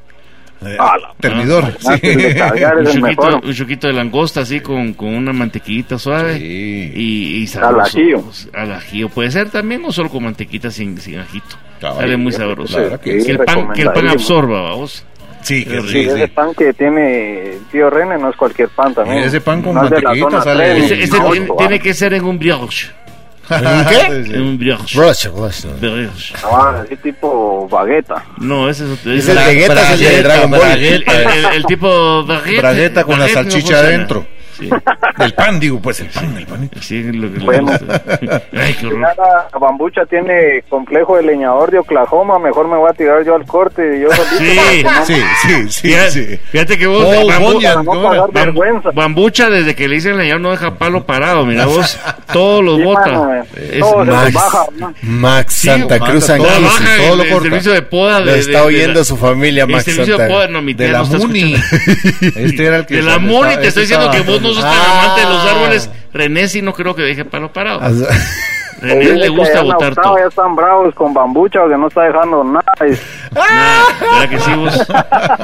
Speaker 3: Eh,
Speaker 6: Ah, la-
Speaker 3: Termidor.
Speaker 6: Ah, que le cargar
Speaker 4: Un
Speaker 6: es el
Speaker 4: chuquito,
Speaker 6: mejor.
Speaker 4: un chuquito de langosta así con, con una mantequillita suave.
Speaker 3: Sí.
Speaker 4: Y, y
Speaker 6: Al
Speaker 4: sabroso.
Speaker 6: ajillo.
Speaker 4: Al ajillo. Puede ser también o solo con mantequita sin, sin ajito.
Speaker 3: Cabal.
Speaker 4: Sale muy
Speaker 3: La
Speaker 4: sabroso.
Speaker 3: verdad que
Speaker 4: Que el, pan, que el pan
Speaker 6: recomendadísimo.
Speaker 4: absorba, vamos.
Speaker 3: Sí, que
Speaker 6: Sí,
Speaker 3: sí,
Speaker 6: ese
Speaker 3: sí.
Speaker 6: pan que tiene el tío René no es cualquier pan también.
Speaker 3: Ese pan con
Speaker 6: No es de la
Speaker 3: mantequillita
Speaker 6: zona
Speaker 3: sale-
Speaker 6: tres,
Speaker 3: Sí,
Speaker 4: Este,
Speaker 6: ni
Speaker 4: este
Speaker 6: nada,
Speaker 4: tiene,
Speaker 6: ¿va?
Speaker 4: tiene que ser en un brioche.
Speaker 5: ¿En
Speaker 4: En un brioche.
Speaker 5: Rush, Rush, no.
Speaker 4: Brioche.
Speaker 6: Ah, Así tipo bagueta.
Speaker 4: No, ese es otro.
Speaker 5: Es
Speaker 4: ese
Speaker 5: el
Speaker 4: es-
Speaker 5: de Guetta, es el de
Speaker 3: bragueta,
Speaker 5: Dragon Ball.
Speaker 4: el, el- el tipo bragueta.
Speaker 3: Bragueta con la
Speaker 4: Bragueta no
Speaker 3: salchicha
Speaker 4: funciona.
Speaker 3: adentro.
Speaker 4: Sí,
Speaker 3: El pan, digo, pues el pan, el pan.
Speaker 4: sí, lo que-
Speaker 6: Bueno.
Speaker 4: Ay, qué horror.
Speaker 6: Nada, Bambucha tiene complejo de leñador de Oklahoma, mejor me voy a tirar yo al corte. Yo solito
Speaker 4: Sí,
Speaker 6: para que no-
Speaker 3: Sí, sí, sí,
Speaker 4: Fíjate,
Speaker 3: sí.
Speaker 4: fíjate que vos,
Speaker 3: Oh,
Speaker 4: bambu-
Speaker 3: Bonian,
Speaker 6: para no
Speaker 3: ¿cómo era?
Speaker 6: pagar vergüenza.
Speaker 4: Bambucha, desde que le hice el leñador, no deja palo parado. Mira vos, todos los
Speaker 6: Sí, mano,
Speaker 4: bota.
Speaker 6: eh,
Speaker 4: Es
Speaker 6: todos los
Speaker 4: más.
Speaker 5: Max,
Speaker 6: baja, ¿no?
Speaker 5: Max
Speaker 4: Sí,
Speaker 5: Santa
Speaker 3: Max,
Speaker 5: Cruz San
Speaker 4: Toda
Speaker 5: Jesús.
Speaker 4: baja
Speaker 3: todo
Speaker 4: el,
Speaker 3: lo
Speaker 4: el
Speaker 3: corta.
Speaker 4: servicio de poda.
Speaker 5: Lo
Speaker 4: de- de-
Speaker 5: está
Speaker 4: de
Speaker 5: oyendo
Speaker 4: la-
Speaker 5: su familia,
Speaker 4: El
Speaker 5: Max
Speaker 4: servicio de
Speaker 5: Santa.
Speaker 4: poda, no, mi tía
Speaker 3: De
Speaker 4: no
Speaker 3: la
Speaker 4: está
Speaker 3: Muni.
Speaker 4: escuchando.
Speaker 3: Este era el que.
Speaker 4: De la
Speaker 3: estaba-
Speaker 4: Muni, te
Speaker 3: este
Speaker 4: estoy diciendo que
Speaker 3: estaba- Ah,
Speaker 4: vos no sos tan amante de los árboles. René sí no creo que deje palo parado. René
Speaker 6: Oye,
Speaker 4: le
Speaker 6: que
Speaker 4: gusta
Speaker 6: allá en la
Speaker 4: botar
Speaker 6: octava
Speaker 4: todo.
Speaker 6: Ya están bravos con Bambucha que no está dejando nada. Y-
Speaker 4: Nah, ¿verdad que sí, vos?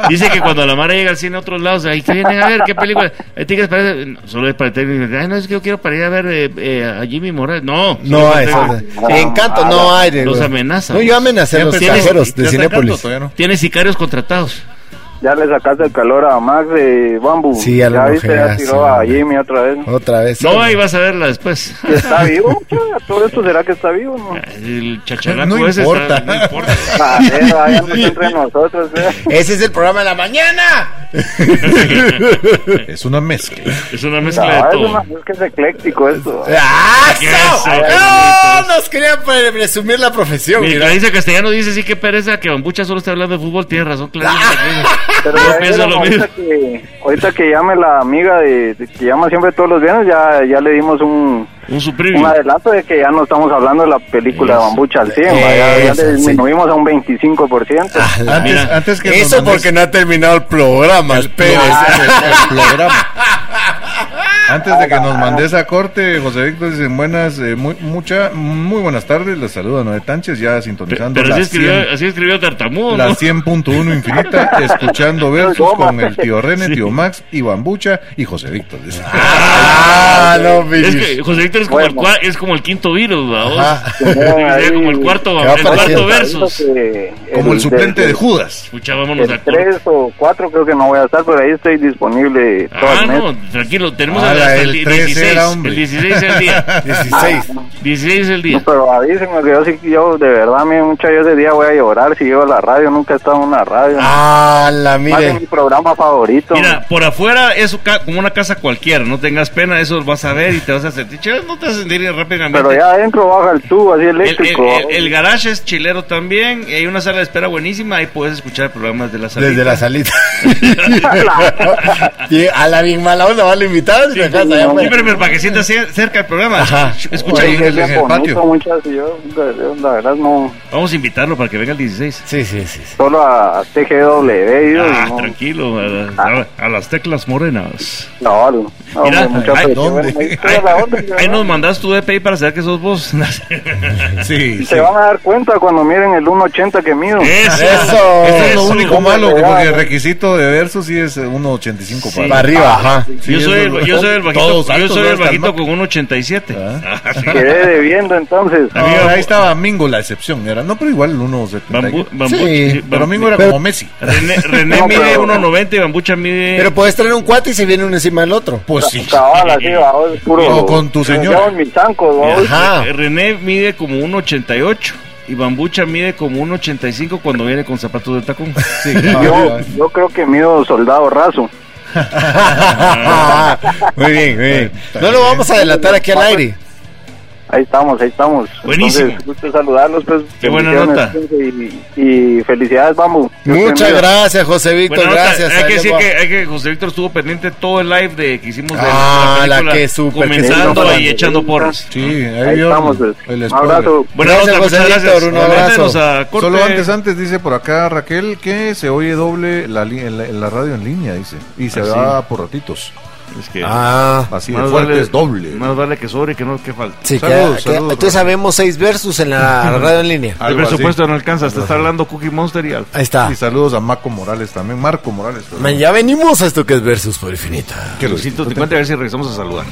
Speaker 4: Dice que cuando la Mara llega al cine a otros lados, ahí que vienen a ver qué película. Hay tickets para eso. No, solo es para el técnico. Ay, no, es que yo quiero para ir a ver eh, eh, a Jimmy Morales. No, solo
Speaker 5: No hay.
Speaker 4: para-
Speaker 5: En Encanto no hay. de-
Speaker 4: Los amenaza.
Speaker 5: No, yo amenacé a los
Speaker 4: Siempre tienes-
Speaker 5: cajeros de
Speaker 3: Ya está en canto,
Speaker 5: Cinépolis.
Speaker 3: todavía no.
Speaker 4: Tiene sicarios contratados.
Speaker 6: Ya le sacaste el calor a Max de Bambu.
Speaker 5: Sí, ya lo
Speaker 6: ya viste, ya
Speaker 5: enojé,
Speaker 6: tiró
Speaker 5: sí,
Speaker 6: a
Speaker 5: hombre.
Speaker 6: Jimmy otra vez. ¿no?
Speaker 5: Otra vez.
Speaker 4: No, ahí vas a verla después.
Speaker 6: ¿Está vivo? muchacho? ¿Todo esto será que está vivo? No,
Speaker 4: El chachalaco
Speaker 3: No
Speaker 4: ese
Speaker 3: importa.
Speaker 4: está- no importa.
Speaker 6: Ah, eh, ya no está entre nosotros. eh.
Speaker 5: Ese es el programa de la mañana.
Speaker 3: Es una mezcla.
Speaker 4: Es una
Speaker 6: No,
Speaker 4: mezcla de
Speaker 6: es, una-
Speaker 4: todo.
Speaker 6: es que es ecléctico esto.
Speaker 5: ¡Ah,
Speaker 4: Qué
Speaker 5: eso!
Speaker 4: eso,
Speaker 5: ¡No! Nos querían pre- presumir la profesión.
Speaker 4: Mira,
Speaker 5: mira.
Speaker 4: Clarisa Castellano dice sí que pereza que Bambucha solo está hablando de fútbol, tiene razón Clarisa.
Speaker 6: Pero
Speaker 4: Yo
Speaker 6: ya
Speaker 4: pienso
Speaker 6: vieron,
Speaker 4: lo
Speaker 6: ahorita,
Speaker 4: mismo.
Speaker 6: que, ahorita que llame la amiga de, de- que llama siempre todos los viernes, ya, ya le dimos un,
Speaker 4: Un
Speaker 6: un
Speaker 4: supremo.
Speaker 6: adelanto de que ya no estamos hablando de la película de Bambucha al 100.
Speaker 5: Eso,
Speaker 6: va, ya, ya
Speaker 5: sí.
Speaker 6: le disminuimos a un 25%.
Speaker 4: Ah,
Speaker 3: Antes,
Speaker 4: Mira,
Speaker 3: antes que nos
Speaker 5: Eso
Speaker 3: mandes-
Speaker 5: porque no ha terminado el programa, el
Speaker 3: Pero
Speaker 5: Pérez.
Speaker 3: ese es el programa. Antes de que nos mandes a corte, José Víctor dice buenas, eh, muy, mucha, muy buenas tardes, les saluda Noé Tánchez, ya
Speaker 4: Pe-
Speaker 3: sintonizando
Speaker 4: Pero así
Speaker 3: la
Speaker 4: escribió,
Speaker 3: 100,
Speaker 4: así escribió Tartamudo,
Speaker 3: la
Speaker 4: ¿no?
Speaker 3: 100.1 infinita, escuchando versos con el tío René, tío Max, y Bambucha y José Víctor. dice.
Speaker 5: Ah, no,
Speaker 4: Es
Speaker 5: Viris.
Speaker 4: que José Víctor es como,
Speaker 6: Bueno.
Speaker 4: el, cua- es como el quinto virus, ¿va?
Speaker 5: Ajá.
Speaker 4: Sería como el cuarto,
Speaker 5: Que va
Speaker 4: el cuarto
Speaker 5: apareciendo.
Speaker 4: versus.
Speaker 3: Como el suplente de Judas.
Speaker 4: Escucha, vámonos a
Speaker 6: El 3 o 4 creo que no voy a estar, pero ahí estoy disponible todo
Speaker 4: Ah,
Speaker 6: el mes.
Speaker 4: no, tranquilo, tenemos
Speaker 3: Ah,
Speaker 4: hasta el
Speaker 3: el
Speaker 4: di-
Speaker 3: 13
Speaker 4: 16.
Speaker 3: era, hombre.
Speaker 4: El 16 es el día.
Speaker 5: 16.
Speaker 4: 16 es el
Speaker 6: No,
Speaker 4: día.
Speaker 6: pero avísenme que yo sí, yo de verdad, mi mucha, yo ese día voy a llorar si llego a la radio, nunca he estado en una radio.
Speaker 5: Ah, la
Speaker 6: Más es mi
Speaker 5: mire.
Speaker 6: programa favorito.
Speaker 4: Mira, por afuera es ca- como una casa cualquiera, no tengas pena, eso vas a ver y te vas a sentir chévere, no te vas a sentir rápidamente.
Speaker 6: Pero ya adentro baja el tubo, así
Speaker 4: El, el-
Speaker 6: eléctrico.
Speaker 4: el- el garage es chilero también, y hay una sala de espera buenísima, ahí puedes escuchar programas de la salida.
Speaker 5: Desde la salita. Y a la bien mala onda, va a invitar desde acá hasta allá
Speaker 4: Sí,
Speaker 5: afuera.
Speaker 4: pero, pero para que sientas ce- cerca el programa,
Speaker 5: Ajá.
Speaker 4: escucha.
Speaker 6: Oye,
Speaker 3: en
Speaker 6: que es
Speaker 3: el- en el
Speaker 6: bien
Speaker 3: patio.
Speaker 6: bonito, muchas, y yo, de- de- la verdad, no.
Speaker 4: Vamos a invitarlo para que venga el 16.
Speaker 5: Sí, sí, sí. sí.
Speaker 6: Solo a TGW, yo,
Speaker 4: Ah,
Speaker 6: no,
Speaker 4: tranquilo, a, la-
Speaker 5: Ah.
Speaker 4: a- a las teclas morenas.
Speaker 6: no, no, no,
Speaker 4: Mira,
Speaker 6: hombre, muchas
Speaker 4: ay,
Speaker 6: veces,
Speaker 3: ¿dónde?
Speaker 6: bueno, ahí
Speaker 4: Ahí,
Speaker 6: toda la orden,
Speaker 4: ahí
Speaker 6: ¿no?
Speaker 4: nos mandas tu DPI para saber que sos vos.
Speaker 3: Sí, sí.
Speaker 6: Se van a dar cuenta cuando miren el 1.80 que mido.
Speaker 4: Eso.
Speaker 5: Eso.
Speaker 3: Eso es lo único malo,
Speaker 6: hombre,
Speaker 3: porque
Speaker 6: ya,
Speaker 3: el requisito de versos sí es eh, 1.85
Speaker 4: Sí.
Speaker 5: Para
Speaker 3: para
Speaker 5: arriba, ajá.
Speaker 4: yo, soy el, yo soy el
Speaker 3: Todos
Speaker 4: bajito, yo
Speaker 3: altos,
Speaker 4: soy
Speaker 3: ¿no?
Speaker 4: el bajito
Speaker 3: Calma.
Speaker 4: con un 87.
Speaker 6: Quedé debiendo entonces.
Speaker 3: No, ahí estaba Mingo la excepción, era. No, pero igual el 1.70.
Speaker 4: Bambu- bambu-
Speaker 5: Sí,
Speaker 4: sí,
Speaker 3: Pero
Speaker 4: bam-
Speaker 3: Mingo era
Speaker 5: Pero-
Speaker 3: como Messi.
Speaker 4: René, René
Speaker 6: No,
Speaker 4: mide
Speaker 6: pero-
Speaker 4: 1.90 y Bambucha mide...
Speaker 5: Pero puedes traer un cuate y se viene uno encima del otro.
Speaker 3: Pues sí.
Speaker 6: Cabal, así, bajo, es puro.
Speaker 3: O con tu
Speaker 6: me
Speaker 3: señora.
Speaker 6: llevo en mis zancos, bajo.
Speaker 5: Ajá.
Speaker 4: Eh, René mide como 1.88 y Bambucha mide como 1.85 cuando viene con zapatos de tacón.
Speaker 6: Yo, yo creo que mido soldado raso.
Speaker 5: muy bien, muy bien. No lo vamos a delatar aquí al aire.
Speaker 6: Ahí estamos, ahí estamos.
Speaker 4: Buenísimo.
Speaker 6: Entonces, gusto saludarlos, pues.
Speaker 4: Qué buena
Speaker 6: bendiciones, Y, y felicidades, Bambu. Dios te
Speaker 5: Muchas
Speaker 6: bendiga.
Speaker 5: gracias, José Víctor.
Speaker 4: Bueno,
Speaker 5: Gracias.
Speaker 4: Hay
Speaker 5: Ahí
Speaker 4: que
Speaker 5: les
Speaker 4: decir
Speaker 5: voy a-
Speaker 4: que, hay que José Víctor estuvo pendiente todo el live de que hicimos de
Speaker 5: Ah, la
Speaker 4: película,
Speaker 5: que súper, que
Speaker 4: comenzando
Speaker 5: súper.
Speaker 4: y echando porras.
Speaker 3: Sí, ahí,
Speaker 6: Ahí
Speaker 3: vio
Speaker 6: estamos,
Speaker 3: el-
Speaker 6: pues.
Speaker 3: el
Speaker 6: Un
Speaker 3: spoiler.
Speaker 6: abrazo.
Speaker 4: Buenas
Speaker 5: Gracias,
Speaker 4: noches,
Speaker 5: José
Speaker 4: muchas gracias.
Speaker 5: Víctor, un abrazo.
Speaker 4: Vámonos a corte.
Speaker 3: Solo antes, ¿ah? antes, dice por acá Raquel que se oye doble la, li- en la, en la radio en línea, dice. Y se
Speaker 4: Ah,
Speaker 3: va por ratitos.
Speaker 4: Es que
Speaker 5: Ah.
Speaker 3: Así de
Speaker 4: más
Speaker 3: fuerte
Speaker 4: vale-
Speaker 3: es doble.
Speaker 4: Más vale que sobre que no que falte.
Speaker 5: Sí,
Speaker 3: Saludos,
Speaker 5: que- que-
Speaker 3: saludos,
Speaker 5: entonces
Speaker 3: Rafa.
Speaker 5: sabemos seis versus en la radio en línea.
Speaker 4: El
Speaker 3: Algo
Speaker 4: presupuesto no alcanza, hasta está hablando Cookie Monster y Alfa.
Speaker 5: Ahí está.
Speaker 3: así. Y saludos a Marco Morales también. Marco Morales. perdón.
Speaker 5: Man, ya venimos a esto que es versus por infinita.
Speaker 3: Que lo disfruten.
Speaker 4: 150 a ver si regresamos a saludar.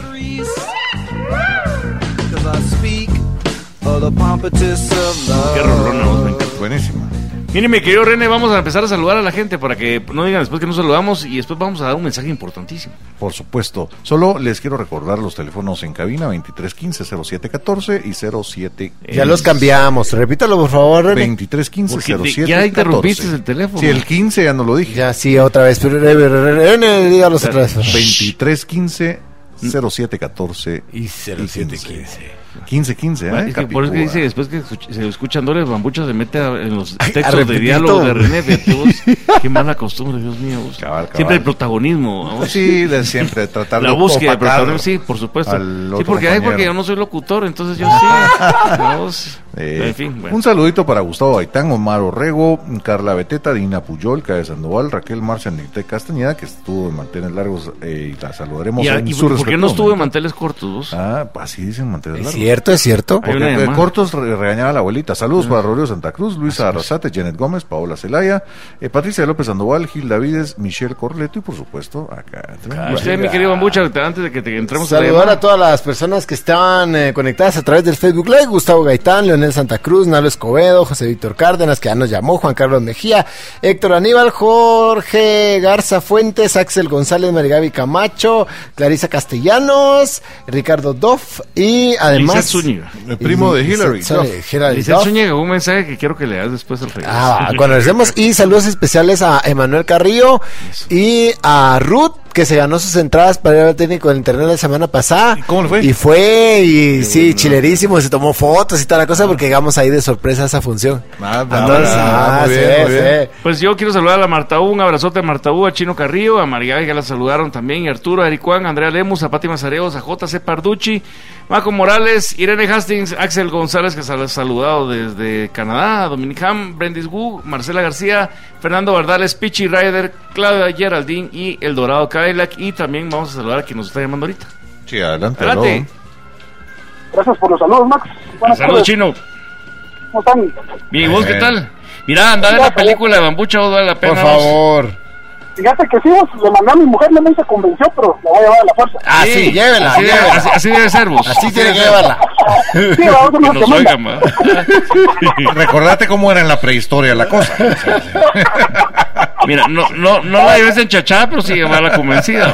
Speaker 4: Qué rolona, vos, me encanta.
Speaker 3: Buenísima.
Speaker 4: Mire, mi querido René, vamos a empezar a saludar a la gente para que no digan después que no saludamos y después vamos a dar un mensaje importantísimo.
Speaker 3: Por supuesto. Solo les quiero recordar los teléfonos en cabina 2315-0714 y 07.
Speaker 5: Ya los cambiamos. Repítalo, por favor, René.
Speaker 3: 2315-0714.
Speaker 4: ya interrumpiste el teléfono.
Speaker 3: Sí, el 15 ya no lo dije.
Speaker 5: Ya sí, otra vez. Pero, re- re- re- René, dígalos otra vez.
Speaker 3: 2315 0714
Speaker 7: Y 0715.
Speaker 3: 1515. ¿eh?
Speaker 4: Es que por eso que
Speaker 3: Capicúa.
Speaker 4: dice, después que escuch- se lo escuchan dólares, Bambucha se mete a- en los
Speaker 5: Ay, a
Speaker 4: textos de
Speaker 5: repetir
Speaker 4: diálogo
Speaker 5: todo.
Speaker 4: de René. fíjate vos. Qué mala costumbre, Dios mío. vos.
Speaker 3: Cabal, cabal.
Speaker 4: Siempre el protagonismo. vamos.
Speaker 3: Sí, de siempre, tratar
Speaker 4: La
Speaker 3: de
Speaker 4: búsqueda del
Speaker 3: opacar
Speaker 4: protagonismo, sí, por supuesto.
Speaker 3: al
Speaker 4: Sí,
Speaker 3: otro
Speaker 4: porque, ay, porque
Speaker 3: compañero.
Speaker 4: yo no soy locutor, entonces yo sí. vos.
Speaker 3: Eh,
Speaker 4: en fin, bueno.
Speaker 3: Un saludito para Gustavo Aitán, Omar Orrego, Carla Beteta, Dina Puyol, Cabe Sandoval, Raquel Marcianita Castañeda, que estuvo en manteles largos eh, y la saludaremos
Speaker 4: Y, a-
Speaker 3: en
Speaker 4: y
Speaker 3: su
Speaker 4: por qué
Speaker 3: respectivo
Speaker 4: no estuve en
Speaker 3: momento.
Speaker 4: manteles cortos? vos?
Speaker 3: Ah, así dicen manteles
Speaker 5: Es
Speaker 3: largos.
Speaker 5: cierto, es cierto.
Speaker 4: Hay
Speaker 3: Porque
Speaker 4: una
Speaker 3: de
Speaker 4: llamada. Ah.
Speaker 3: cortos re- regañaba a la abuelita. Saludos para Rodrigo Santa Cruz, Luisa Arrasate, Janet Gómez, Paola Celaya, eh, Patricia López Sandoval, Gil Davides, Michelle Corleto y por supuesto acá.
Speaker 4: Y usted, mi querido Bambucha, antes de que te entremos a la
Speaker 5: Saludar
Speaker 4: llamada,
Speaker 5: a todas las personas que estaban eh, conectadas a través del Facebook Live, Gustavo Gaitán, Leonel Santa Cruz, Nalo Escobedo, José Víctor Cárdenas, que ya nos llamó, Juan Carlos Mejía, Héctor Aníbal, Jorge Garza Fuentes, Axel González, Marigaby Camacho, Clarisa Castellanos, Ricardo Doff y
Speaker 4: Lizeth
Speaker 5: además...
Speaker 4: Zúñiga.
Speaker 3: El primo de Hillary.
Speaker 5: Sorry,
Speaker 3: Duff.
Speaker 5: Hillary
Speaker 4: Lizeth
Speaker 5: Duff.
Speaker 4: Zúñiga, un mensaje que quiero que le das después al regreso.
Speaker 5: Ah, va, cuando regresemos. Y saludos especiales a Emanuel Carrillo y a Ruth, que se ganó sus entradas para ir al técnico del internet la semana pasada.
Speaker 3: ¿Y cómo le fue?
Speaker 5: Y fue, y sí, chilerísimo, se tomó fotos y toda la cosa, porque llegamos ahí de sorpresa a esa función.
Speaker 3: Ah,
Speaker 5: Entonces,
Speaker 3: ah,
Speaker 5: ah,
Speaker 3: muy
Speaker 5: sí,
Speaker 3: bien, muy
Speaker 5: sí.
Speaker 3: bien.
Speaker 4: Pues yo quiero saludar a la Marta U, un abrazote a Marta U, a Chino Carrillo, a Marigabe que la saludaron también, y a Arturo, a Eric Juan, a Andrea Lemus, a Pati Mazarejos, a JC Parducci, Marco Morales, Irene Hastings, Axel González que se los ha saludado desde Canadá, a Dominic Ham, Brendis Wu, Marcela García, Fernando Bardales, Pichi Ryder, Claudia Geraldine y El Dorado Cadillac, y también vamos a saludar a quien nos está llamando ahorita.
Speaker 3: Sí, adelante.
Speaker 4: Adelante.
Speaker 3: aló.
Speaker 8: Gracias por los saludos, Max. Buenas
Speaker 4: Saludos,
Speaker 8: tardes.
Speaker 4: Chino.
Speaker 8: ¿Cómo están?
Speaker 4: Bien, ¿y vos qué
Speaker 3: Bien.
Speaker 4: tal? Mirá, anda a ver la película de Bambucha, vos vale la pena.
Speaker 5: Eh. Por
Speaker 4: vos.
Speaker 5: favor.
Speaker 8: Fíjate que sí, vos, le mandé a mi mujer, no me se convenció, pero la voy a llevar a la fuerza.
Speaker 5: Ah, sí, llévela,
Speaker 4: Así, debe-
Speaker 5: llévela.
Speaker 4: así- así debe ser vos.
Speaker 5: Así tiene que llevarla.
Speaker 8: Sí, vamos a
Speaker 4: Que
Speaker 8: una
Speaker 4: nos
Speaker 8: semana.
Speaker 4: oigan, ma.
Speaker 9: Recordate cómo era en la prehistoria la cosa.
Speaker 4: Mira, no, no, no la lleves en chachá, pero sí lleva la convencida.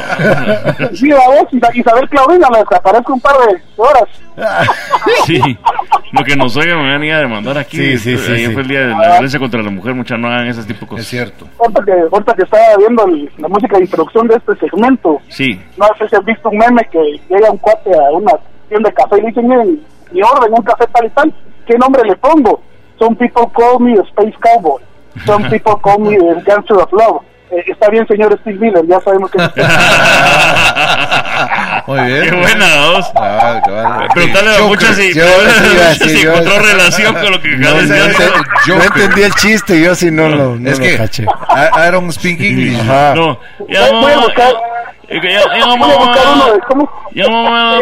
Speaker 4: ma.
Speaker 8: Sí, vamos, Isa- Isabel Claudina, la desaparezco un par de horas.
Speaker 4: Sí. Lo que nos oigan me van a ir a demandar aquí.
Speaker 5: Sí, sí, sí,
Speaker 4: Ayer
Speaker 5: sí.
Speaker 4: fue el día de la violencia contra la mujer, muchas no hagan ese tipo de
Speaker 9: Es
Speaker 4: cosas.
Speaker 9: cierto.
Speaker 8: Ahorita que, ahorita que estaba viendo el- la música de introducción de este segmento,
Speaker 4: Sí.
Speaker 8: no sé si has visto un meme que llega un cuate a una tienda de café y le dicen, miren, mi orden, un café tal y tal, ¿qué nombre le pongo? Some people call me the Space Cowboy. Some people call me the Gangster of Love. Eh, está bien, señor Steve Miller, ya sabemos que es usted.
Speaker 9: Muy bien.
Speaker 4: Qué buena, vos.
Speaker 9: Ah, cabal.
Speaker 4: Preguntale a
Speaker 9: Joker.
Speaker 4: muchas si,
Speaker 5: yo- sí, iba a decir,
Speaker 4: si
Speaker 5: yo-
Speaker 4: encontró relación con lo que acabas
Speaker 9: ese-
Speaker 4: de decir.
Speaker 9: ese-
Speaker 5: No
Speaker 9: Este, Joker. Ah,
Speaker 5: entendí el chiste, yo sí no, lo, no
Speaker 9: Es
Speaker 5: lo
Speaker 9: que
Speaker 5: caché.
Speaker 9: I, I don't speak English.
Speaker 5: Ajá.
Speaker 4: No. Ya
Speaker 8: Voy- voy a
Speaker 4: vamos-
Speaker 8: buscar-
Speaker 4: ya- ya- ya
Speaker 8: Voy a buscar uno de
Speaker 4: vamos-
Speaker 8: cómo... Eh,
Speaker 4: Ya Sí,
Speaker 9: Va,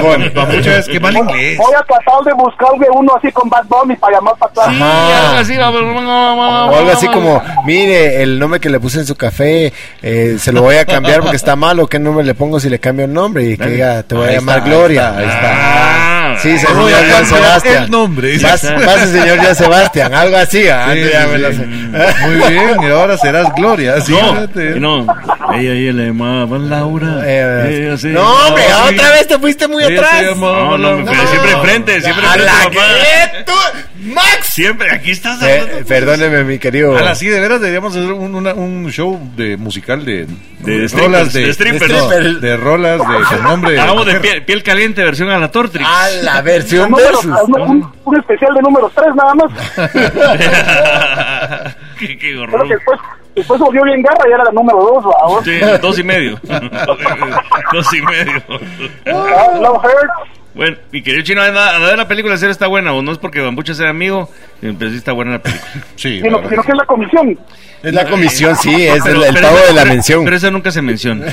Speaker 9: bueno, va, muchas veces que mal inglés.
Speaker 8: Voy a tratar de buscarle uno así con Bad Bunny para llamar para atrás.
Speaker 4: algo así,
Speaker 5: O
Speaker 4: o
Speaker 5: algo así como, mire, el nombre que le puse en su café, eh, se lo voy a cambiar porque está malo. ¿Qué nombre le pongo si le cambio el nombre? Y que diga, te voy a
Speaker 9: Ahí
Speaker 5: llamar
Speaker 9: está,
Speaker 5: Gloria. Ah.
Speaker 9: ahí
Speaker 5: Ahí
Speaker 9: está.
Speaker 4: Ah.
Speaker 5: está. Sí,
Speaker 9: Te voy
Speaker 5: señor
Speaker 9: a
Speaker 5: Juan
Speaker 9: cambiar
Speaker 5: Sebastián.
Speaker 9: el nombre.
Speaker 5: Pase, pase, señor Juan Sebastián. Algo así. ah,
Speaker 9: Sí,
Speaker 5: ya
Speaker 9: sí,
Speaker 5: me la
Speaker 9: sí.
Speaker 5: sé.
Speaker 9: Muy bien, y ahora serás Gloria. sí, fíjate.
Speaker 4: No, no. Ella, ella le llamaba Laura.
Speaker 5: Eh,
Speaker 4: Ella se
Speaker 5: no, hombre,
Speaker 4: llamaba-
Speaker 5: otra vez te fuiste muy
Speaker 9: Ella se
Speaker 5: atrás.
Speaker 9: llama-
Speaker 4: No, no, me- pero siempre enfrente, siempre
Speaker 5: A
Speaker 4: enfrente,
Speaker 5: la
Speaker 4: papá.
Speaker 5: que tú- ¡Max!
Speaker 4: Siempre, aquí estás. hablando,
Speaker 5: Eh, perdóneme, mi querido.
Speaker 9: Ala, sí, de veras deberíamos hacer un, una- un show de musical de,
Speaker 4: De
Speaker 9: rolas
Speaker 4: strippers,
Speaker 9: de,
Speaker 4: de strippers. Ah,
Speaker 9: no, de rolas de con nombre. de
Speaker 4: Hagamos de
Speaker 9: mujer.
Speaker 4: piel, piel caliente versión a la Tortrix.
Speaker 5: A la versión
Speaker 8: Número-
Speaker 5: versus.
Speaker 8: un, un- un especial de números 3 nada más.
Speaker 4: qué, qué
Speaker 8: Pero que
Speaker 4: horror.
Speaker 8: después, después volvió bien garra y era la número 2. ¿va?
Speaker 4: Sí, dos y medio. dos y medio.
Speaker 8: Ah, Love Hurts.
Speaker 4: Bueno, mi querido chino, la, la película serie está buena, o no es porque Bambucha sea amigo, pero sí está buena la película.
Speaker 8: sino,
Speaker 9: Sí, claro.
Speaker 8: sino pues, que es la comisión.
Speaker 5: Es la comisión, sí, es el,
Speaker 4: Pero-
Speaker 5: el
Speaker 4: pero
Speaker 5: pago
Speaker 4: esa-
Speaker 5: de la
Speaker 4: pero-
Speaker 5: mención.
Speaker 4: Pero eso nunca se menciona.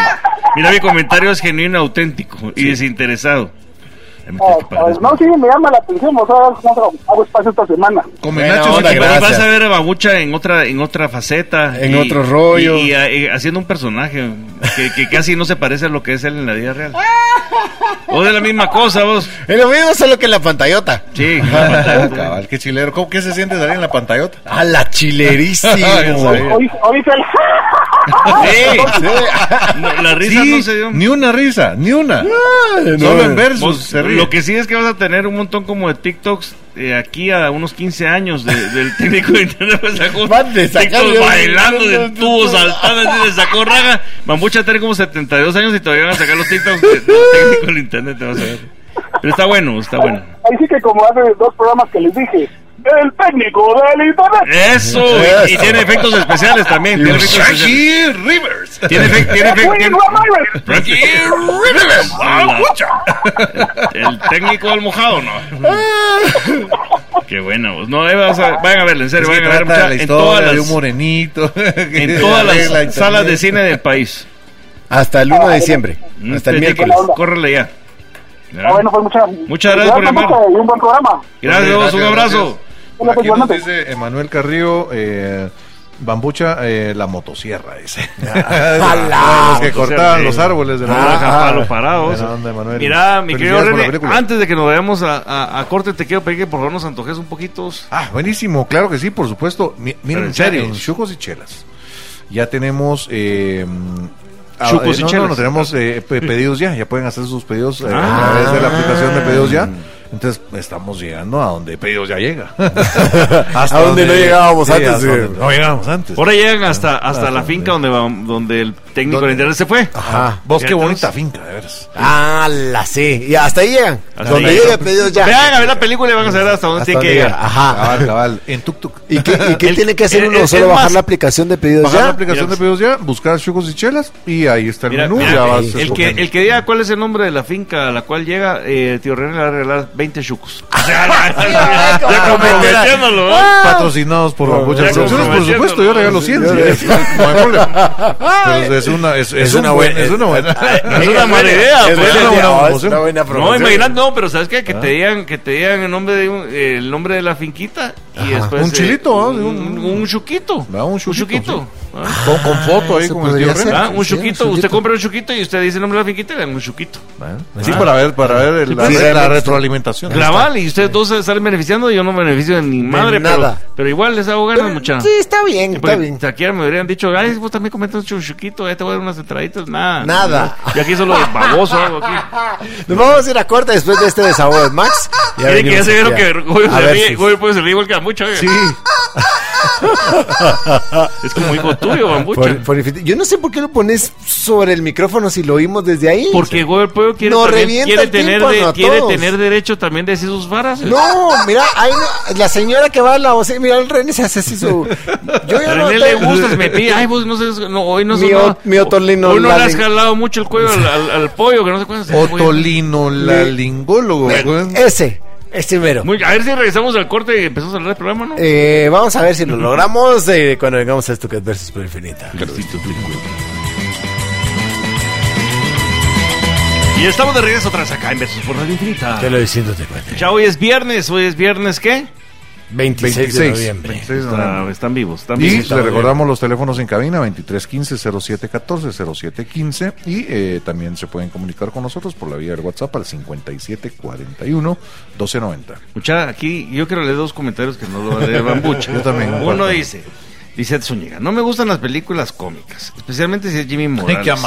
Speaker 4: Mira, mi comentario es genuino, auténtico y desinteresado. Ay, me
Speaker 8: Ah,
Speaker 4: tengo que parar
Speaker 8: ah,
Speaker 4: después.
Speaker 8: no, sí, me llama la atención. O sea, hago- hago espacio esta semana.
Speaker 9: Come
Speaker 5: Buena
Speaker 9: nachos y
Speaker 5: onda,
Speaker 9: come-
Speaker 4: Pero
Speaker 5: gracias.
Speaker 4: vas a ver a Babucha en otra, en otra faceta.
Speaker 5: En otro rollo.
Speaker 4: Y, y, ah, eh, haciendo un personaje que, que casi no se parece a lo que es él en la vida real. O de la misma cosa, vos.
Speaker 5: Es lo mismo, solo que la pantallota.
Speaker 4: Sí.
Speaker 9: Ah, cabal, qué chilero. ¿Cómo, ¿Qué se siente salir en la pantallota?
Speaker 5: A la chilerísimo.
Speaker 9: Ya sabía.
Speaker 8: Hoy, hoy se-
Speaker 4: Sí. No, la risa
Speaker 9: Sí,
Speaker 4: no se dio.
Speaker 9: Ni una risa, ni una.
Speaker 5: no,
Speaker 9: Solo
Speaker 5: eh.
Speaker 9: en versus
Speaker 4: Vos,
Speaker 9: se ríe.
Speaker 4: lo que sí es que vas a tener un montón como de TikToks eh, aquí a unos 15 años de- del técnico de internet. Pues, sacó
Speaker 5: Van de
Speaker 4: TikToks
Speaker 5: sacar, yo-
Speaker 4: bailando del tubo, saltando, así le sacó raga. Mambucha tiene como 72 años y todavía van a sacar los TikToks de- del técnico del internet. te vas a ver. Pero está bueno, está bueno.
Speaker 8: Ahí sí que como hace dos programas que les dije, el técnico del internet.
Speaker 4: Eso, y, y tiene efectos especiales también. Tiene efectos especiales.
Speaker 9: Jackie Rivers.
Speaker 4: Tiene efect- tiene efect-
Speaker 8: Willy
Speaker 4: tiene-
Speaker 8: Ramírez.
Speaker 4: Frankie
Speaker 9: Rivers.
Speaker 4: El técnico del mojado, ¿no? Qué buena voz. No, ahí vas a- vayan a verla, en serio,
Speaker 9: Es que
Speaker 4: vayan a ver
Speaker 9: trata
Speaker 4: mucha-
Speaker 9: la
Speaker 4: en
Speaker 9: historia
Speaker 4: todas
Speaker 9: de un
Speaker 4: las,
Speaker 9: morenito. que
Speaker 4: en todas las
Speaker 9: arregla internet.
Speaker 4: salas de cine del país.
Speaker 5: Hasta el 1 de diciembre. Hasta el
Speaker 4: Este,
Speaker 5: miércoles.
Speaker 4: chicos, Córrele ya.
Speaker 8: Ah, bueno, pues muchas,
Speaker 4: Muchas gracias por llamar.
Speaker 8: Mambucha, Y un buen programa.
Speaker 4: Gracias,
Speaker 9: Gracias,
Speaker 4: un abrazo.
Speaker 8: Hola, pues,
Speaker 3: Aquí nos
Speaker 8: buenas noches.
Speaker 3: dice Emanuel Carrillo, eh, Bambucha, eh, la motosierra, dice.
Speaker 8: Ah,
Speaker 5: ¡Hala!
Speaker 3: los que cortaban los árboles de la
Speaker 4: Ah,
Speaker 3: granja.
Speaker 4: palo parado.
Speaker 3: Buena onda, Emanuel.
Speaker 4: Mira, mi
Speaker 3: Felicidades
Speaker 4: querido
Speaker 3: por la
Speaker 4: René,
Speaker 3: película.
Speaker 4: antes de que nos vayamos a, a- a corte, te quiero pedir que por favor nos antojes un poquito.
Speaker 3: Ah, buenísimo, claro que sí, por supuesto. Mi-
Speaker 4: Pero
Speaker 3: Miren,
Speaker 4: en
Speaker 3: en serio,
Speaker 4: serio.
Speaker 3: chucos y chelas. Ya tenemos. Eh, ah,
Speaker 4: Chucos
Speaker 3: eh,
Speaker 4: y
Speaker 3: no,
Speaker 4: chelas.
Speaker 3: No, no, tenemos eh, pe- pedidos ya. Ya pueden hacer sus pedidos eh,
Speaker 4: Ah. Mm.
Speaker 3: a través de la aplicación de pedidos ya. Entonces, estamos llegando a donde pedidos ya llega. Hasta
Speaker 5: A donde no llegábamos antes,
Speaker 3: hasta
Speaker 5: eh.
Speaker 3: donde no llegábamos antes.
Speaker 4: Ahora llegan hasta, hasta la finca donde, va- donde el técnico
Speaker 3: ¿Dónde?
Speaker 4: del internet se fue.
Speaker 5: Ajá.
Speaker 3: Vos, qué
Speaker 4: Ya tenemos-
Speaker 3: bonita finca, de veras.
Speaker 5: Ah, la sí. Y hasta ahí llegan.
Speaker 4: Hasta
Speaker 5: Donde
Speaker 4: ahí.
Speaker 5: llegue pedido ya.
Speaker 4: Vean a ver la película y van a saber hasta Ah, dónde
Speaker 5: Hasta
Speaker 4: tiene que
Speaker 5: donde llega.
Speaker 4: llegar.
Speaker 5: Ajá.
Speaker 3: Cabal, cabal. En tuk-tuk.
Speaker 5: ¿Y qué, y qué
Speaker 4: El-
Speaker 5: tiene que hacer
Speaker 4: el-
Speaker 5: uno?
Speaker 4: el-
Speaker 5: ¿Solo
Speaker 4: el
Speaker 5: bajar
Speaker 4: más-
Speaker 5: la aplicación de pedidos
Speaker 3: Bajar la
Speaker 5: ya?
Speaker 3: aplicación
Speaker 4: Mira,
Speaker 3: de pedidos ya, buscar chucos y chelas y ahí está el
Speaker 4: Mira,
Speaker 3: menú.
Speaker 4: mira,
Speaker 3: ya vas
Speaker 4: el, que, el que diga cuál es el nombre de la finca a la cual llega, eh, tío René le va a regalar 20 chucos. ya comprometiéndolo, Ah, ¿eh?
Speaker 3: Ah. patrocinados por Bambucha
Speaker 4: ya
Speaker 3: Producciones, por
Speaker 4: comprometiendo,
Speaker 3: supuesto, yo regalo 100. No hay problema. Pero es una, es, es
Speaker 5: Es
Speaker 3: un
Speaker 5: una
Speaker 3: buen-
Speaker 5: buena-
Speaker 3: es una buena.
Speaker 4: es una mala idea,
Speaker 5: Es
Speaker 4: pues.
Speaker 5: buena
Speaker 3: Es una
Speaker 5: idea,
Speaker 3: buena
Speaker 5: es una buena
Speaker 4: No,
Speaker 5: promoción.
Speaker 4: imagínate, no, pero ¿sabes qué? Que te digan, que te digan el nombre de un- eh, el nombre de la finquita y después
Speaker 3: Un chilito,
Speaker 4: eh,
Speaker 3: ¿no?
Speaker 4: un, un chuquito.
Speaker 3: Va, un chuquito,
Speaker 4: ¿ah?
Speaker 3: Con, con foto ahí
Speaker 5: eso
Speaker 3: con el
Speaker 5: podría
Speaker 3: tío
Speaker 5: ser.
Speaker 3: René.
Speaker 4: ¿Ah? Un
Speaker 5: Sí, un
Speaker 4: chuquito, usted
Speaker 5: chuquito.
Speaker 4: compra un chuquito y usted dice el nombre de la finquita y le dan un chuquito.
Speaker 3: Sí, para ver, para ver el- la,
Speaker 5: pues.
Speaker 3: la- la retroalimentación.
Speaker 4: Claval y ustedes dos se salen beneficiando y yo no me beneficio de ni madre, pero,
Speaker 5: nada.
Speaker 4: pero igual les hago ganas, muchachos.
Speaker 5: Mm, Sí, está bien, está
Speaker 4: Porque
Speaker 5: bien.
Speaker 4: hasta Pues, aquí me habrían dicho, ay, vos también comentas un chuchuquito, eh, te voy a dar unas entraditas, nada.
Speaker 5: Nada.
Speaker 4: Y aquí solo el baboso hago aquí.
Speaker 5: Nos vamos a ir a corte después de este desahogo de Max. Ya
Speaker 4: Miren que ya
Speaker 5: venimos
Speaker 4: se vieron
Speaker 5: ya.
Speaker 4: que Goyo
Speaker 5: A
Speaker 4: se
Speaker 5: ver
Speaker 4: ríe,
Speaker 5: si-
Speaker 4: Goyo puede se ríe igual que a mucho, oiga.
Speaker 5: Sí.
Speaker 4: Es como hijo tuyo, Bambucha.
Speaker 5: Por- por infinito. yo no sé por qué lo pones sobre el micrófono si lo oímos desde ahí.
Speaker 4: Porque Goyo Pollo quiere,
Speaker 5: Nos
Speaker 4: también-
Speaker 5: revienta
Speaker 4: quiere
Speaker 5: el
Speaker 4: tener,
Speaker 5: tímpano
Speaker 4: de-
Speaker 5: a
Speaker 4: quiere
Speaker 5: todos.
Speaker 4: tener derecho también de decir sus varas.
Speaker 5: No, mira, ahí no- la señora que va a la voz, eh, mira, el René se hace así su. Yo
Speaker 4: A
Speaker 5: ya no
Speaker 4: René le
Speaker 5: tengo-
Speaker 4: gusta, se me pide, ay, vos no sé, no, hoy no
Speaker 5: Mi
Speaker 4: sonó-
Speaker 5: ot- mi otorrino
Speaker 4: Hoy no le has
Speaker 5: laring-
Speaker 4: jalado mucho el cuello al, al- al pollo, que no sé cuánto.
Speaker 3: Otolinolaringólogo. güey.
Speaker 5: Ese, ese mero.
Speaker 4: Muy- a ver si regresamos al corte y empezamos a hablar del programa, ¿no?
Speaker 5: Eh, vamos a ver si lo logramos eh, cuando vengamos a esto que es versus por infinita.
Speaker 4: Y estamos de regreso atrás acá en Versus por Radio Infinita.
Speaker 5: Te lo diciendo te cuento.
Speaker 4: Ya hoy es viernes, hoy es viernes, ¿qué?
Speaker 5: 26, de
Speaker 3: 26.
Speaker 5: noviembre.
Speaker 3: 26 de noviembre.
Speaker 4: Está- están vivos, están
Speaker 3: Y
Speaker 4: vivos.
Speaker 3: le recordamos los teléfonos en cabina 2315-0714-0715 y eh, también se pueden comunicar con nosotros por la vía del WhatsApp al 5741-1290.
Speaker 5: Eh,
Speaker 4: Mucha, aquí yo quiero leer dos comentarios que no lo va a leer Bambucha.
Speaker 3: Yo también,
Speaker 4: Uno
Speaker 3: comparto.
Speaker 4: dice, dice Ed Zúñiga, no me gustan las películas cómicas, especialmente si es Jimmy Morales.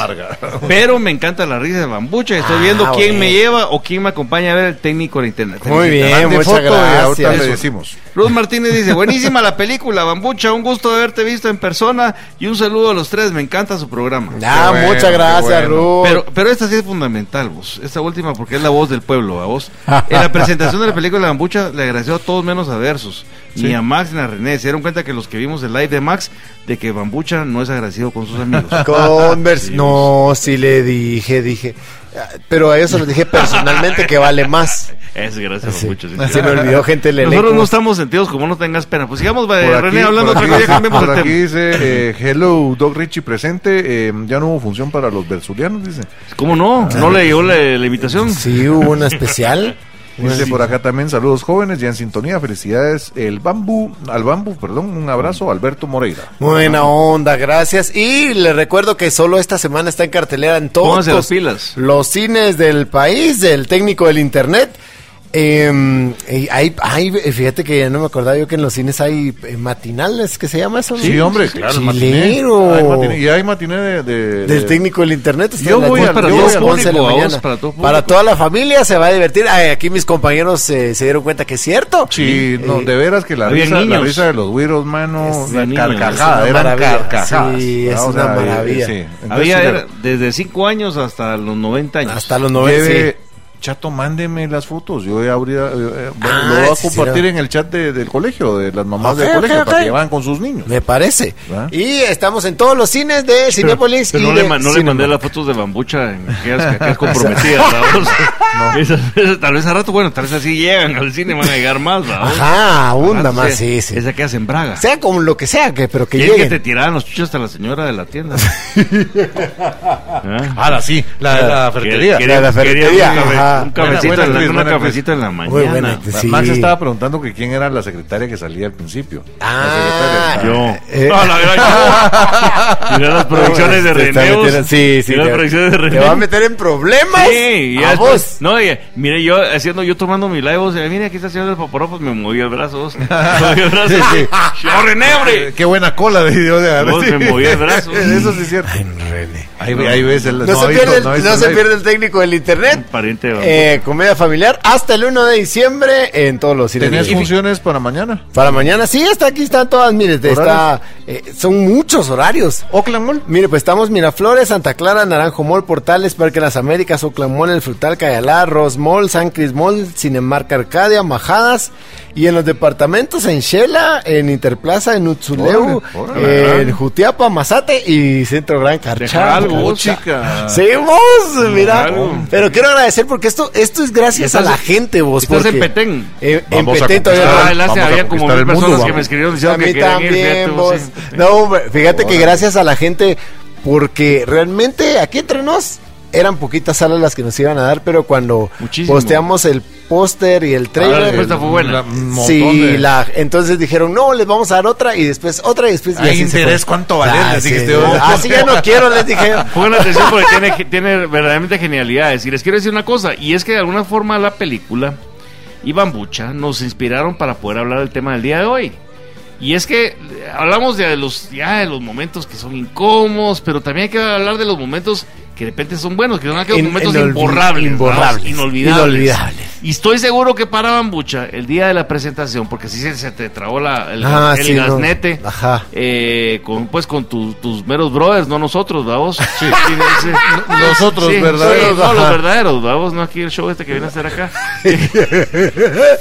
Speaker 4: Pero me encanta la risa de Bambucha y estoy
Speaker 5: Ah,
Speaker 4: viendo quién
Speaker 5: bueno.
Speaker 4: me lleva o quién me acompaña a ver el técnico de internet.
Speaker 5: Muy bien,
Speaker 3: Mande
Speaker 5: muchas
Speaker 3: foto y ahorita le
Speaker 5: gracias.
Speaker 3: decimos.
Speaker 4: Luz Martínez dice, buenísima la película, Bambucha, un gusto haberte visto en persona y un saludo a los tres, me encanta su programa.
Speaker 5: Ah,
Speaker 3: Qué bueno,
Speaker 5: muchas
Speaker 3: qué
Speaker 5: gracias,
Speaker 3: bueno.
Speaker 5: Ruth.
Speaker 4: Pero, pero esta sí es fundamental, vos. Esta última porque es la voz del pueblo, a vos. En la presentación de la película de Bambucha le agradeció a todos menos a Versus, ni a Max ni a René. Se dieron cuenta que los que vimos el live de Max, de que Bambucha no es agradecido con sus amigos.
Speaker 5: Converse. No, sí le dije, dije. ah, Pero a ellos se los dije personalmente que vale más.
Speaker 4: Es gracias
Speaker 5: Sí.
Speaker 4: Bambucha. sí.
Speaker 5: Se me olvidó gente le
Speaker 4: Nosotros no estamos sentidos como no tengas pena. Pues sigamos, va,
Speaker 3: Por
Speaker 4: René,
Speaker 3: aquí-
Speaker 4: hablando
Speaker 3: por
Speaker 4: otra cosa,
Speaker 3: aquí-
Speaker 4: ya cambiemos
Speaker 3: por
Speaker 4: el
Speaker 3: aquí
Speaker 4: tema.
Speaker 3: dice, eh, hello, Doc Richie presente. eh, ya no hubo función para los versurianos, dice.
Speaker 4: ¿Cómo no? ¿No le llegó la, la invitación?
Speaker 5: Sí, hubo una especial. Pues
Speaker 3: Dice por acá también, saludos jóvenes, ya en sintonía, felicidades. El bambú, al bambú, perdón, un abrazo, Alberto Moreira.
Speaker 5: Buena onda, gracias. Y le recuerdo que solo esta semana está en cartelera en todos
Speaker 4: Pónganse las
Speaker 5: los,
Speaker 4: pilas.
Speaker 5: los cines del país, del técnico del internet. Em, eh, hay, hay- fíjate que no me acordaba yo que en los cines hay eh, matinales, ¿qué se llama eso?
Speaker 3: Sí, hombre, claro. el matiné.
Speaker 5: Chilero.
Speaker 3: Hay matiné, y hay matiné de, de-
Speaker 5: del
Speaker 3: de-
Speaker 5: técnico del internet. está
Speaker 3: Eh, Yo
Speaker 5: a las
Speaker 3: voy
Speaker 5: diez
Speaker 3: al-
Speaker 5: para
Speaker 3: yo
Speaker 5: diez,
Speaker 3: voy al
Speaker 5: once de la
Speaker 4: público, a vos,
Speaker 5: mañana.
Speaker 4: para todo público.
Speaker 5: Para toda la familia se va a divertir. Ay, aquí mis compañeros eh, se dieron cuenta que es cierto.
Speaker 3: Sí, no, de veras que la
Speaker 4: había
Speaker 3: risa, la
Speaker 4: niños.
Speaker 3: risa de los güiros, mano,
Speaker 5: eh, Es
Speaker 3: la
Speaker 4: niños,
Speaker 3: carcajada,
Speaker 5: es Ah, una
Speaker 3: eran
Speaker 5: maravilla.
Speaker 3: carcajadas.
Speaker 5: Sí, es
Speaker 3: Ah, o
Speaker 5: una
Speaker 3: sea, eh,
Speaker 5: maravilla.
Speaker 3: sí. Entonces,
Speaker 4: Había
Speaker 3: mira,
Speaker 4: era desde 5 años hasta los 90 años.
Speaker 5: Hasta los 90.
Speaker 3: lleve- Chato, mándeme las fotos. Yo ya habría. eh, eh, bueno,
Speaker 5: Ah,
Speaker 3: lo voy a
Speaker 5: sí, sí,
Speaker 3: compartir
Speaker 5: no.
Speaker 3: en el chat de- del colegio, de las mamás
Speaker 5: Ok,
Speaker 3: del
Speaker 5: ok,
Speaker 3: colegio, para
Speaker 5: ok.
Speaker 3: que van con sus niños.
Speaker 5: Me parece.
Speaker 3: ¿Verdad?
Speaker 5: Y estamos en todos los cines de Cinepolis.
Speaker 4: Pero
Speaker 5: y
Speaker 4: no le,
Speaker 5: de
Speaker 4: ma- no le
Speaker 5: Cinema.
Speaker 4: mandé las fotos de bambucha en aquellas, aquellas comprometidas, ¿verdad? Esas- esas- tal vez a rato, bueno, tal vez así llegan al cine, van a llegar más, ¿verdad?
Speaker 5: Ajá, abunda
Speaker 4: Ah,
Speaker 5: más, sí,
Speaker 4: sí,
Speaker 5: sí.
Speaker 4: Esa que hacen Braga.
Speaker 5: Sea como lo que sea, que, pero que
Speaker 4: Y es que
Speaker 5: lleguen.
Speaker 4: te tiraban los chuchos hasta la señora de la tienda. ¿Eh? ¿Ah?
Speaker 3: Ahora sí, la de la ferretería.
Speaker 4: Quería,
Speaker 5: la
Speaker 4: quería
Speaker 5: ferretería,
Speaker 4: un, cafe-
Speaker 5: ajá.
Speaker 4: un
Speaker 3: Buena,
Speaker 4: cafecito,
Speaker 3: buena
Speaker 4: en la-
Speaker 3: actriz,
Speaker 4: una
Speaker 3: buena
Speaker 4: cafecito en la
Speaker 5: Muy buena
Speaker 4: mañana.
Speaker 5: actriz. Sí.
Speaker 3: Max estaba preguntando que quién era la secretaria que salía al principio.
Speaker 5: Ah,
Speaker 3: La secretaria.
Speaker 4: Yo.
Speaker 5: Eh.
Speaker 4: No, la verdad, yo. Mirá las producciones de
Speaker 5: Te está
Speaker 4: Reneus.
Speaker 5: metiendo- Sí, sí.
Speaker 4: Mirá
Speaker 5: te-
Speaker 4: las producciones de
Speaker 5: Te va a
Speaker 4: Reneus.
Speaker 5: meter en problemas.
Speaker 4: Sí, y ya
Speaker 5: Pues, a
Speaker 4: después-
Speaker 5: vos.
Speaker 4: No, y- mire, yo haciendo, yo tomando mi live, o sea, mire, aquí está haciendo el paparopo, pues me moví el brazo. vos. Me moví el brazo. ¡Yo, René,
Speaker 5: Eh,
Speaker 4: hombre!
Speaker 3: Qué buena cola de Dios de agarrar.
Speaker 4: Vos me moví el brazo.
Speaker 3: Eso sí es cierto. Ahí, ahí ves el.
Speaker 5: No,
Speaker 3: ha
Speaker 5: se,
Speaker 3: visto-
Speaker 5: pierde, el-
Speaker 3: ha
Speaker 5: no
Speaker 3: visto
Speaker 5: se
Speaker 3: el-
Speaker 5: pierde el técnico del internet.
Speaker 4: Pariente de bambú.
Speaker 5: Eh, comedia familiar hasta el 1 de diciembre en todos los cines.
Speaker 3: ¿Tenés
Speaker 5: de-
Speaker 3: funciones para mañana?
Speaker 5: Para mañana, sí, está aquí, están todas, mire, te- está,
Speaker 3: ¿Horarios?
Speaker 5: eh, son muchos horarios.
Speaker 3: Oakland Mall.
Speaker 5: Mire, pues estamos Miraflores, Santa Clara, Naranjo Mall, Portales, Parque Las Américas, Oakland Mall, El Frutal, Cayalá, Ross Mall, San Cris Mall, Cinemarca Arcadia, Majadas. Y en los departamentos, en Shela, en Interplaza, en Utsuleu,
Speaker 3: Órale, órale.
Speaker 5: en Jutiapa, Mazate y Centro Gran Carchal.
Speaker 4: Deja algo,
Speaker 5: Puta.
Speaker 4: vos, chica.
Speaker 5: Seguimos, mira.
Speaker 4: algo.
Speaker 5: Pero quiero agradecer porque esto, esto es gracias a
Speaker 4: Estás-
Speaker 5: la gente, vos.
Speaker 4: estás en
Speaker 5: porque-
Speaker 4: Petén.
Speaker 5: Eh, en
Speaker 3: Vamos a
Speaker 5: Petén todavía
Speaker 3: conquistar
Speaker 5: no.
Speaker 4: Ah, el hace,
Speaker 3: vamos a
Speaker 4: había como
Speaker 3: conquistar
Speaker 4: mil
Speaker 3: el mundo,
Speaker 4: personas que
Speaker 3: vamos.
Speaker 4: me escribieron diciendo
Speaker 5: a mí
Speaker 4: que querían ir. fíjate
Speaker 5: también,
Speaker 4: vos,
Speaker 5: vos.
Speaker 4: sí.
Speaker 5: No, hombre, fíjate que gracias a la gente, porque realmente aquí entre nos eran poquitas salas las que nos iban a dar, pero cuando
Speaker 4: Muchísimo.
Speaker 5: posteamos el póster y el
Speaker 4: la
Speaker 5: trailer.
Speaker 4: respuesta fue buena.
Speaker 3: la- pues, un montón
Speaker 5: Sí,
Speaker 3: de-
Speaker 5: la, entonces dijeron, no, les vamos a dar otra y después otra y después... y
Speaker 3: Hay
Speaker 5: así se fue.
Speaker 3: interés, ¿cuánto valer?
Speaker 5: Ah,
Speaker 3: Les
Speaker 5: sí,
Speaker 3: dijiste, "Oh,
Speaker 5: no,
Speaker 3: vos.
Speaker 5: Así ya no quiero, les dije.
Speaker 4: Pongan atención porque tiene, tiene verdaderamente genialidades. Y les quiero decir una cosa, y es que de alguna forma la película y Bambucha nos inspiraron para poder hablar del tema del día de hoy. Y es que eh, hablamos de los, ya de los momentos que son incómodos, pero también hay que hablar de los momentos que de repente son buenos, que son aquellos
Speaker 5: In-
Speaker 4: momentos
Speaker 5: inolvi-
Speaker 4: imborrables,
Speaker 5: imborrables,
Speaker 4: ¿verdad? inolvidables.
Speaker 5: inolvidables.
Speaker 4: Y estoy seguro que para Bambucha, el día de la presentación, porque si se, se te trabó la, el,
Speaker 5: Ah,
Speaker 4: el
Speaker 5: sí, no.
Speaker 4: gaznete,
Speaker 5: Ajá.
Speaker 4: eh, con, pues con tu- tus meros brothers, no nosotros, vamos.
Speaker 3: Nosotros, verdaderos,
Speaker 4: no, los
Speaker 5: ajá.
Speaker 4: verdaderos, vamos, no aquí el show este que viene a hacer acá.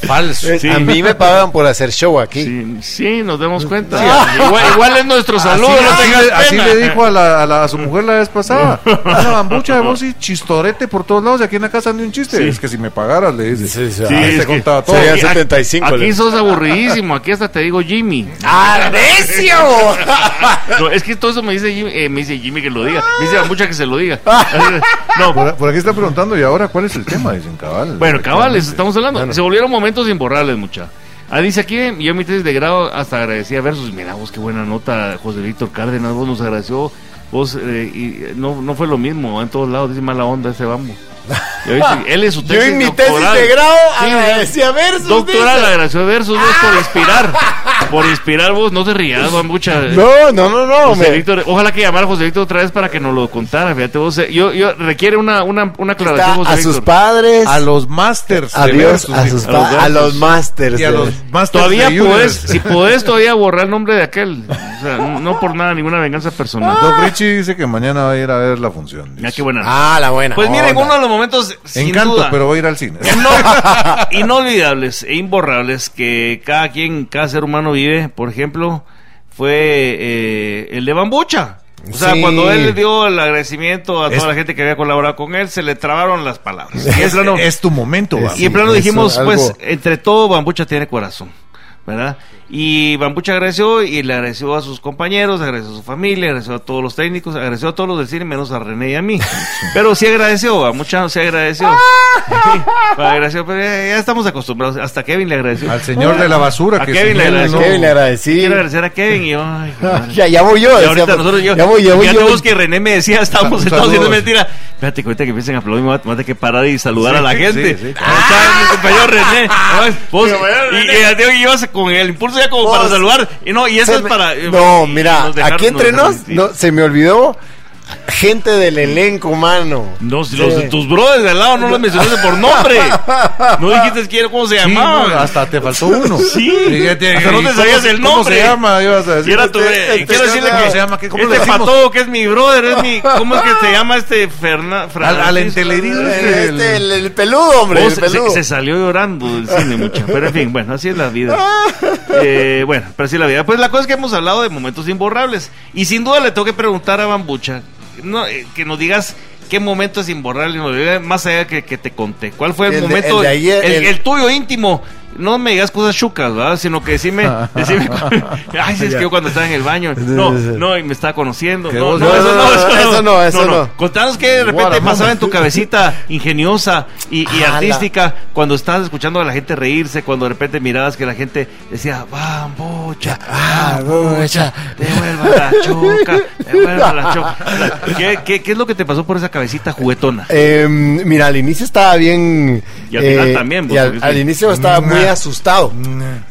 Speaker 3: Falso.
Speaker 5: Eh, A mí me pagaban por hacer show aquí.
Speaker 4: Sí, sí, nos damos cuenta. Igual, igual es nuestro saludo,
Speaker 3: así,
Speaker 4: no
Speaker 3: así
Speaker 4: tengas
Speaker 3: le- así
Speaker 4: pena.
Speaker 3: le dijo a, la- a la- a su mujer la vez pasada. Una bambucha de vos y chistorete por todos lados. Y aquí en la casa ande un chiste. Es que si me pagaras, le dices.
Speaker 5: Sí, sí,
Speaker 3: Ahí
Speaker 5: sí,
Speaker 3: te
Speaker 4: es que-
Speaker 3: contaba todo.
Speaker 5: Sería
Speaker 4: Aquí-
Speaker 5: 75.
Speaker 4: Aquí
Speaker 5: le-
Speaker 4: sos aburridísimo, aquí hasta te digo Jimmy.
Speaker 5: ¡Ah, necio!
Speaker 4: No, es que todo eso me dice Jimmy, eh, me dice Jimmy que lo diga. Me dice mucha que se lo diga. No,
Speaker 3: Por, por aquí está preguntando, ¿y ahora cuál es el tema? Dicen cabal.
Speaker 4: Bueno, cabales, estamos hablando.
Speaker 5: Bueno.
Speaker 4: Se volvieron momentos imborrables, mucha. Ah, dice aquí, yo en mi tesis de grado hasta agradecía versus. Mira vos, qué buena nota, José Víctor Cárdenas. Vos nos agradeció. Vos, eh, y eh, no, no fue lo mismo en todos lados. Dice mala onda ese bambo. Ya ves, Él es su
Speaker 5: Yo
Speaker 4: tesis
Speaker 5: en mi tesis
Speaker 4: doctoral.
Speaker 5: de grado
Speaker 4: Sí,
Speaker 5: agradecía versus.
Speaker 4: Doctoral,
Speaker 5: dice. Ah.
Speaker 4: agradeció versus vos por inspirar. Por inspirar vos, no te rías, bambucha.
Speaker 5: No, no, no, no.
Speaker 4: José
Speaker 5: me-
Speaker 4: Víctor, ojalá que llamara a José Víctor otra vez para que nos lo contara. Fíjate vos, eh, yo, yo requiere una, una, una aclaración,
Speaker 5: Está
Speaker 4: José
Speaker 5: a
Speaker 4: Víctor.
Speaker 5: sus padres.
Speaker 3: A los masters. de
Speaker 5: Adiós
Speaker 3: Versus,
Speaker 5: a
Speaker 3: sí.
Speaker 5: sus
Speaker 4: a los
Speaker 5: padres. A los
Speaker 4: versus.
Speaker 5: masters.
Speaker 3: Y a
Speaker 5: de-
Speaker 3: los masters.
Speaker 4: Todavía
Speaker 3: de
Speaker 4: podés,
Speaker 3: Universe.
Speaker 4: si podés, todavía borrar el nombre de aquel. O sea, n- no por nada, ninguna venganza personal.
Speaker 3: Doc Richie dice que mañana va a ir a ver la función. dice.
Speaker 4: Mira qué buena.
Speaker 5: Ah, la buena.
Speaker 4: pues miren,
Speaker 5: onda.
Speaker 4: uno de los momentos, sin
Speaker 3: Encanto,
Speaker 4: duda,
Speaker 3: pero va a ir al cine.
Speaker 4: no- inolvidables e imborrables que cada quien, cada ser humano vive, por ejemplo, fue eh, el de Bambucha. O sea,
Speaker 5: Sí.
Speaker 4: cuando él le dio el agradecimiento a toda
Speaker 3: Es-
Speaker 4: la gente que había colaborado con él, se le trabaron las palabras. Y en
Speaker 3: es,
Speaker 4: plano-
Speaker 3: es tu momento,
Speaker 5: Es-
Speaker 3: va.
Speaker 4: Y en plano
Speaker 5: eso,
Speaker 4: dijimos,
Speaker 5: algo-
Speaker 4: pues, entre todo, Bambucha tiene corazón, ¿verdad? Y Bambucha agradeció y le agradeció a sus compañeros, agradeció a su familia, agradeció a todos los técnicos, agradeció a todos los del cine, menos a René y a mí. Pero sí agradeció, a mucha se agradeció. Sí, agradeció, pero ya, ya estamos acostumbrados. Hasta Kevin le agradeció.
Speaker 3: Al señor de la basura
Speaker 4: A
Speaker 3: que
Speaker 4: Kevin
Speaker 3: sin
Speaker 4: le
Speaker 3: él
Speaker 4: agradeció.
Speaker 3: no-
Speaker 5: Kevin le agradecí.
Speaker 4: Quiero agradecer a Kevin y yo, ay, joder.
Speaker 5: Ya, ya voy yo.
Speaker 4: Y
Speaker 5: decía,
Speaker 4: ahorita
Speaker 5: pues,
Speaker 4: nosotros yo,
Speaker 5: ya voy, ya voy
Speaker 4: ya
Speaker 5: yo.
Speaker 4: tuvimos que René me decía, estamos
Speaker 3: Sa-
Speaker 4: estamos haciendo
Speaker 3: saludos.
Speaker 4: mentira. Espérate que ahorita que empiecen a aplaudir, me voy a tener que parar y saludar
Speaker 10: Sí,
Speaker 4: a la
Speaker 10: sí,
Speaker 4: gente.
Speaker 10: sí, sí, claro.
Speaker 4: Ahí está mi compañero René. Además, vos-
Speaker 5: compañero
Speaker 4: y-
Speaker 5: René.
Speaker 4: y Diego y yo se- con el impulso ya como
Speaker 5: Vos-
Speaker 4: para saludar. Y no, y eso
Speaker 5: Se
Speaker 4: es
Speaker 5: me-
Speaker 4: para. eh,
Speaker 5: No,
Speaker 4: y
Speaker 5: mira,
Speaker 4: nos dejaron-
Speaker 5: aquí entre nos,
Speaker 4: dejaron-
Speaker 5: no, se me olvidó gente del elenco, mano.
Speaker 4: No, si
Speaker 5: Sí.
Speaker 4: los, tus brothers de al lado no los mencionaste por nombre. No dijiste quién, cómo se
Speaker 10: Sí,
Speaker 4: llamaban.
Speaker 10: no, hasta te faltó uno.
Speaker 4: Sí.
Speaker 10: Fíjate,
Speaker 4: Hasta no te
Speaker 10: ¿cómo-
Speaker 4: sabías el
Speaker 10: ¿Cómo
Speaker 4: nombre?
Speaker 10: se llama? Ibas a decir,
Speaker 4: Y era tu-
Speaker 10: este-
Speaker 4: eh,
Speaker 10: este-
Speaker 4: quiero decirle
Speaker 10: ¿cómo
Speaker 4: que
Speaker 10: se llama? ¿Qué- ¿Cómo le
Speaker 4: este
Speaker 10: decimos?
Speaker 4: patodo que es mi brother, es mi, ¿cómo es que se llama este Fernández?
Speaker 10: Al- al entelerido
Speaker 5: Este,
Speaker 10: este.
Speaker 5: el,
Speaker 10: el-
Speaker 5: el peludo, hombre. el
Speaker 4: se,
Speaker 5: peludo.
Speaker 4: se salió llorando del cine mucha, pero en fin, bueno, así es la vida. Eh, bueno, pero así es la vida. Pues la cosa es que hemos hablado de momentos imborrables y sin duda le tengo que preguntar a Bambucha no, eh, que nos digas qué momento es imborrable, nos diga más allá que, que te conté. ¿Cuál fue el,
Speaker 5: El de-
Speaker 4: momento?
Speaker 5: el de ayer,
Speaker 4: el-
Speaker 5: el-
Speaker 4: el tuyo íntimo. No me digas cosas chucas, ¿verdad? Sino que decime, decime cuál- ay, si es que yo cuando estaba en el baño, no, no, y me estaba conociendo.
Speaker 10: Que
Speaker 4: No,
Speaker 10: vos-
Speaker 4: no, eso no, eso no,
Speaker 5: eso no, eso no.
Speaker 4: Contanos qué de
Speaker 10: What
Speaker 4: repente
Speaker 10: a
Speaker 4: pasaba
Speaker 10: moment.
Speaker 4: en tu cabecita ingeniosa y, y
Speaker 5: Ala.
Speaker 4: artística cuando estabas escuchando a la gente reírse, cuando de repente mirabas que la gente decía, bambucha, bambucha, devuelva la choca, devuelva la choca. ¿Qué, qué, qué es lo que te pasó por esa cabecita juguetona?
Speaker 5: Eh, mira, al inicio estaba bien.
Speaker 4: Y al final
Speaker 5: eh,
Speaker 4: también, vos,
Speaker 5: y al,
Speaker 4: porque
Speaker 5: al
Speaker 4: sí.
Speaker 5: inicio estaba muy asustado.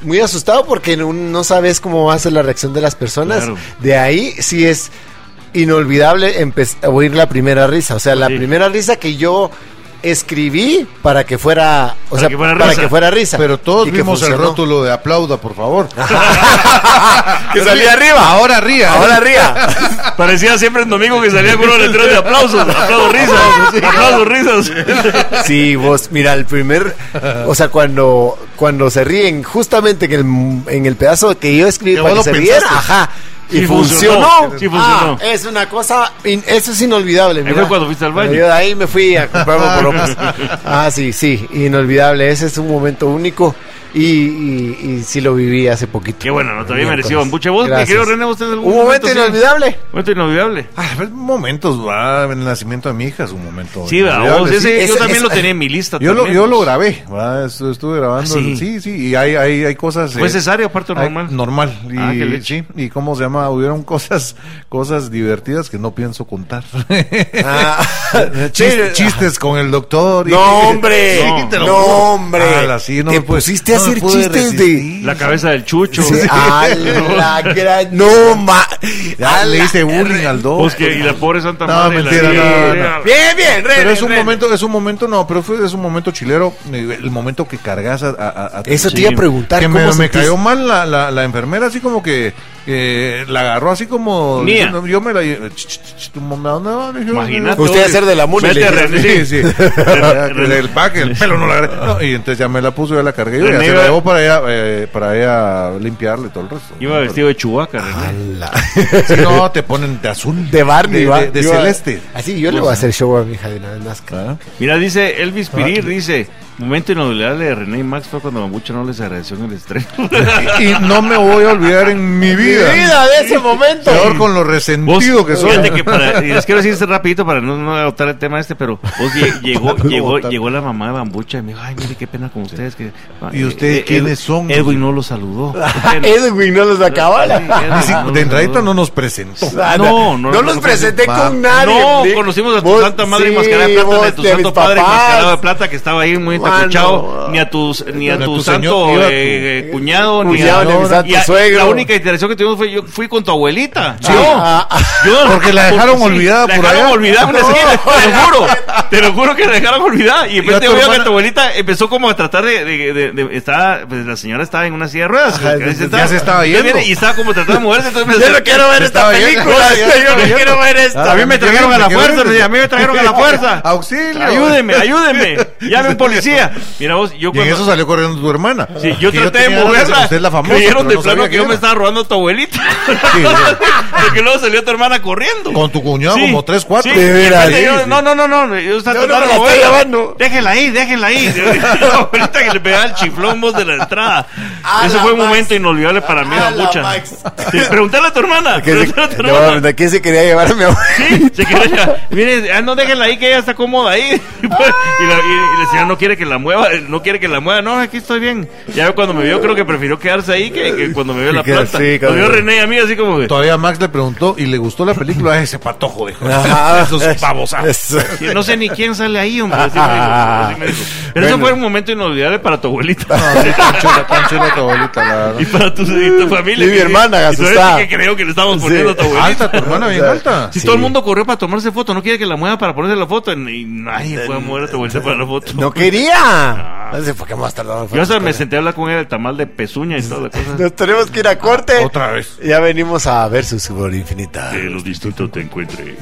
Speaker 5: Muy asustado porque no, no sabes cómo va a ser la reacción de las personas.
Speaker 4: Claro.
Speaker 5: De ahí sí es inolvidable empe- oír la primera risa. O sea, la
Speaker 4: Pues Sí.
Speaker 5: primera risa que yo escribí para que fuera. O
Speaker 4: Para
Speaker 5: sea,
Speaker 4: que fuera
Speaker 5: para
Speaker 4: risa.
Speaker 5: que fuera risa.
Speaker 3: Pero todos
Speaker 5: Y que
Speaker 3: vimos el
Speaker 5: funcionó.
Speaker 3: rótulo de aplauda, por favor.
Speaker 5: que salía arriba.
Speaker 3: Ahora ría. ¿eh?
Speaker 5: Ahora ría.
Speaker 4: Parecía siempre en domingo que salía con unos letreros de aplausos, aplausos, risas, aplausos, risas.
Speaker 5: Sí, vos, mira, el primer, o sea, cuando, cuando se ríen, justamente en el, en el pedazo que yo escribí
Speaker 3: Que
Speaker 5: para que
Speaker 3: vos
Speaker 5: se
Speaker 3: lo
Speaker 5: riera,
Speaker 3: pensaste.
Speaker 5: ajá, y
Speaker 4: Sí
Speaker 5: funcionó.
Speaker 4: funcionó, sí funcionó.
Speaker 5: Ah, es una cosa, in- eso es inolvidable.
Speaker 4: fue cuando fuiste al baño.
Speaker 5: Yo de ahí me fui a comprar poporopas. ah, sí, sí, inolvidable. Ese es un momento único y, y, y sí lo viví hace poquito.
Speaker 4: Qué bueno, no, todavía
Speaker 5: Miércoles.
Speaker 4: mereció Bambucha. Vos, mi
Speaker 5: Gracias.
Speaker 4: querido René, ¿vos tenés algún
Speaker 5: Un momento
Speaker 4: momento, sí?
Speaker 5: inolvidable.
Speaker 4: Momento inolvidable.
Speaker 3: Ah, pues, momentos, va, el nacimiento de mi hija es un momento.
Speaker 4: Sí, va,
Speaker 3: inolvidable,
Speaker 4: vos,
Speaker 3: sí.
Speaker 4: ese,
Speaker 5: Ese-
Speaker 4: yo también
Speaker 5: ese-
Speaker 4: lo tenía en mi lista.
Speaker 3: Yo lo,
Speaker 4: también.
Speaker 3: yo lo grabé, ¿va? Estu- estuve grabando.
Speaker 4: Ah, sí.
Speaker 3: sí. sí, y hay, hay, hay cosas.
Speaker 4: ¿Fue
Speaker 3: eh,
Speaker 4: cesárea o parto
Speaker 3: hay-
Speaker 4: normal?
Speaker 3: normal. Y,
Speaker 4: Ah, qué leche.
Speaker 3: sí, y cómo se llama, hubieron cosas, cosas divertidas que no pienso contar. Chis- chistes con el doctor. y-
Speaker 5: Ah, No, hombre.
Speaker 3: Sí, te
Speaker 5: No,
Speaker 3: lo juro.
Speaker 5: hombre.
Speaker 3: Ala, sí, no
Speaker 5: te
Speaker 3: me pude-
Speaker 5: pusiste a
Speaker 3: no me
Speaker 5: hacer
Speaker 3: pude
Speaker 5: chistes de.
Speaker 3: resistir.
Speaker 4: La cabeza del chucho.
Speaker 5: Sí,
Speaker 3: Ah,
Speaker 5: a la gran- No, ma.
Speaker 3: Ya
Speaker 5: a
Speaker 3: le
Speaker 5: la-
Speaker 3: hice bullying al doctor.
Speaker 4: Pues que- y la pobre Santa
Speaker 3: No,
Speaker 4: Madre.
Speaker 3: mentira,
Speaker 4: la-
Speaker 3: no, no.
Speaker 5: Bien, bien, René,
Speaker 3: Pero es un
Speaker 5: René.
Speaker 3: momento, es un momento, no, pero fue- es un momento chilero, eh, el momento que cargas a... a- a-
Speaker 5: Eso te
Speaker 4: Sí.
Speaker 5: iba a preguntar.
Speaker 3: que
Speaker 5: ¿cómo
Speaker 3: me, me
Speaker 5: sentís?
Speaker 3: cayó mal la, la, la enfermera, así como que eh, la agarró así como...
Speaker 4: Mía.
Speaker 3: diciendo, Yo me la... lle- ch- ch- ch- tu mamá, ¿dónde va? Le dije,
Speaker 4: Imagínate.
Speaker 5: Usted hacer de la muna. y
Speaker 4: Vete,
Speaker 5: le dije-
Speaker 3: Sí,
Speaker 4: René.
Speaker 3: sí. el, el pack, el pelo no la agarré. No, y entonces ya me la puso, ya la cargué yo, ya se
Speaker 4: René
Speaker 3: la
Speaker 4: va-
Speaker 3: llevó para ella, eh, para ella limpiarle todo el resto.
Speaker 4: Iba vestido de chubaca,
Speaker 3: Ah,
Speaker 4: René.
Speaker 3: Sí, no, te ponen de azul.
Speaker 5: De Barney,
Speaker 3: De-
Speaker 5: va.
Speaker 3: de- de
Speaker 5: Yo-
Speaker 3: celeste.
Speaker 5: Así, yo le voy a hacer show a mi hija de una vez nazca.
Speaker 3: Ah.
Speaker 4: Mira, dice Elvis Pirir, dice, momento inolvidable de René y Max fue cuando Mamucha no les agradeció en el estreno.
Speaker 3: y no me voy a olvidar en mi vida.
Speaker 5: de ese momento.
Speaker 3: Peor con lo
Speaker 4: Vos,
Speaker 3: resentido que soy.
Speaker 4: fíjate que para- y les quiero decir esto rapidito para no, no agotar el tema este, pero vos lle- llegó, llegó,
Speaker 3: agotar.
Speaker 4: llegó la mamá de Bambucha y me dijo, ay, mire, qué pena con ustedes. Que, eh,
Speaker 3: ¿Y ustedes quiénes son?
Speaker 4: Edwin no los saludó.
Speaker 5: Edwin no los acababa.
Speaker 3: Ni si-
Speaker 4: Ah,
Speaker 3: de entradita no
Speaker 4: nos
Speaker 3: nos presentó.
Speaker 4: No, no,
Speaker 5: Ah, No,
Speaker 4: no,
Speaker 5: los
Speaker 4: no,
Speaker 5: presenté
Speaker 3: no,
Speaker 5: con nadie.
Speaker 4: No,
Speaker 5: Nick.
Speaker 4: conocimos a tu
Speaker 5: Vos-
Speaker 4: santa madre
Speaker 5: sí,
Speaker 4: enmascarada de plata,
Speaker 5: vos Ah,
Speaker 4: ni a tu
Speaker 5: de mis
Speaker 4: santo padre
Speaker 5: papás.
Speaker 4: enmascarado de plata que estaba ahí muy
Speaker 5: Mano.
Speaker 4: encapuchado, ni a tus, ni a
Speaker 3: Ni a
Speaker 4: tu,
Speaker 3: tu
Speaker 4: santo
Speaker 3: señor, iba
Speaker 4: eh,
Speaker 3: tu-
Speaker 4: eh,
Speaker 5: Cuñado,
Speaker 4: cuñado, ni
Speaker 5: ni a mi santo
Speaker 4: y a-
Speaker 5: suegro.
Speaker 4: La única interacción que tuvimos fue yo fui con tu abuelita.
Speaker 5: Sí.
Speaker 4: Yo,
Speaker 5: Ah, ah,
Speaker 4: yo-
Speaker 3: Porque la dejaron olvidada
Speaker 4: la
Speaker 3: por
Speaker 4: dejaron
Speaker 3: allá.
Speaker 4: olvidada en una
Speaker 5: No.
Speaker 4: esquina, te lo juro, te lo juro que la dejaron olvidada y de
Speaker 3: Y a
Speaker 4: repente
Speaker 3: tu
Speaker 4: veo que
Speaker 3: hermana-
Speaker 4: tu abuelita empezó como a tratar de, de- de- de- estaba, pues la señora estaba en una silla de ruedas,
Speaker 3: Ajá,
Speaker 4: que ahí
Speaker 3: ya se
Speaker 4: sentada.
Speaker 3: estaba
Speaker 4: Entonces
Speaker 3: yendo.
Speaker 4: viene Y estaba como tratando de moverse, entonces me
Speaker 5: Yo no
Speaker 4: acerqué.
Speaker 5: quiero ver esta
Speaker 3: Estaba bien.
Speaker 5: película.
Speaker 3: Ya, ya,
Speaker 5: Yo no
Speaker 3: ya.
Speaker 5: quiero ver esta.
Speaker 4: A mí me trajeron a la
Speaker 3: Me quedaron-
Speaker 4: fuerza, a mí me trajeron a la fuerza.
Speaker 3: Auxilio.
Speaker 4: Ayúdeme, ayúdeme. Llame a un policía. Mira vos, yo
Speaker 3: Y en
Speaker 4: cuando.
Speaker 3: eso salió corriendo tu hermana.
Speaker 4: Sí, yo
Speaker 3: Que
Speaker 4: traté
Speaker 3: tenía
Speaker 4: de
Speaker 3: ganas
Speaker 4: moverla.
Speaker 3: Usted es la famosa.
Speaker 4: creyeron
Speaker 3: pero
Speaker 4: de
Speaker 3: no
Speaker 4: plano
Speaker 3: sabía
Speaker 4: que yo
Speaker 3: quién
Speaker 4: me
Speaker 3: era.
Speaker 4: estaba robando a tu abuelita.
Speaker 3: Sí,
Speaker 4: Porque luego salió tu hermana corriendo.
Speaker 3: Con tu cuñado como tres, cuatro.
Speaker 4: Sí,
Speaker 5: De
Speaker 4: y
Speaker 5: veras,
Speaker 4: entonces yo,
Speaker 5: sí, sí.
Speaker 4: No, no, no, no. Yo estaba
Speaker 5: Yo no me
Speaker 4: tratando de
Speaker 5: la estoy
Speaker 4: moverla.
Speaker 5: llevando.
Speaker 4: Déjela ahí, déjela ahí. La abuelita que le pegaba el chiflón vos de la entrada.
Speaker 5: A
Speaker 4: Ese
Speaker 5: la
Speaker 4: fue un
Speaker 5: Max.
Speaker 4: momento inolvidable para mí,
Speaker 5: A la
Speaker 4: Bambucha.
Speaker 5: Max.
Speaker 4: Sí, Preguntale a tu hermana.
Speaker 5: Que se-
Speaker 4: Preguntale a tu
Speaker 5: no,
Speaker 4: hermana.
Speaker 5: ¿de ¿Quién se quería llevar a mi abuela?
Speaker 4: Sí, se quedó ella. Mire, ah, no déjenla ahí que ella está cómoda ahí. pues, Y, la- y- y la señora no quiere que la mueva, no quiere que la mueva, no, aquí estoy bien. Ya cuando me vio creo que prefirió quedarse ahí que, que cuando me vio la
Speaker 3: Que
Speaker 4: planta.
Speaker 3: sí,
Speaker 4: cuando vio
Speaker 3: cabrón.
Speaker 4: René y a mí así como que,
Speaker 3: Todavía Max le preguntó y le gustó la película a ese patojo, dijo.
Speaker 5: Ajá.
Speaker 3: Esos babosazos.
Speaker 5: Eso.
Speaker 4: "Que no sé ni quién sale ahí, hombre. así me dijo, así me dijo. Pero eso
Speaker 3: Bueno.
Speaker 4: fue un momento inolvidable para tu abuelita.
Speaker 3: No, sí, tan chula, tan chula tu abuelita, la verdad.
Speaker 4: Y para tu, y tu familia.
Speaker 5: Y mi
Speaker 4: que-
Speaker 5: hermana,
Speaker 4: y tú eres el
Speaker 5: asustada.
Speaker 4: que creo que le estamos poniendo
Speaker 3: Ah,
Speaker 4: a tu abuelita.
Speaker 3: Alta, tu hermana bien alta.
Speaker 4: Si
Speaker 5: Sí.
Speaker 4: todo el mundo corrió para tomarse foto, no quiere que la mueva para ponerse la foto. Y nadie puede mover a tu abuelita para la foto.
Speaker 5: No quería. No sé por qué me vas tardando.
Speaker 4: Yo hasta me senté a hablar con él el tamal de pezuña y toda la cosa.
Speaker 5: Nos tenemos que ir a corte.
Speaker 3: Ah, Otra vez.
Speaker 5: Ya venimos a Versus por Infinita.
Speaker 4: Que los distintos te encuentren.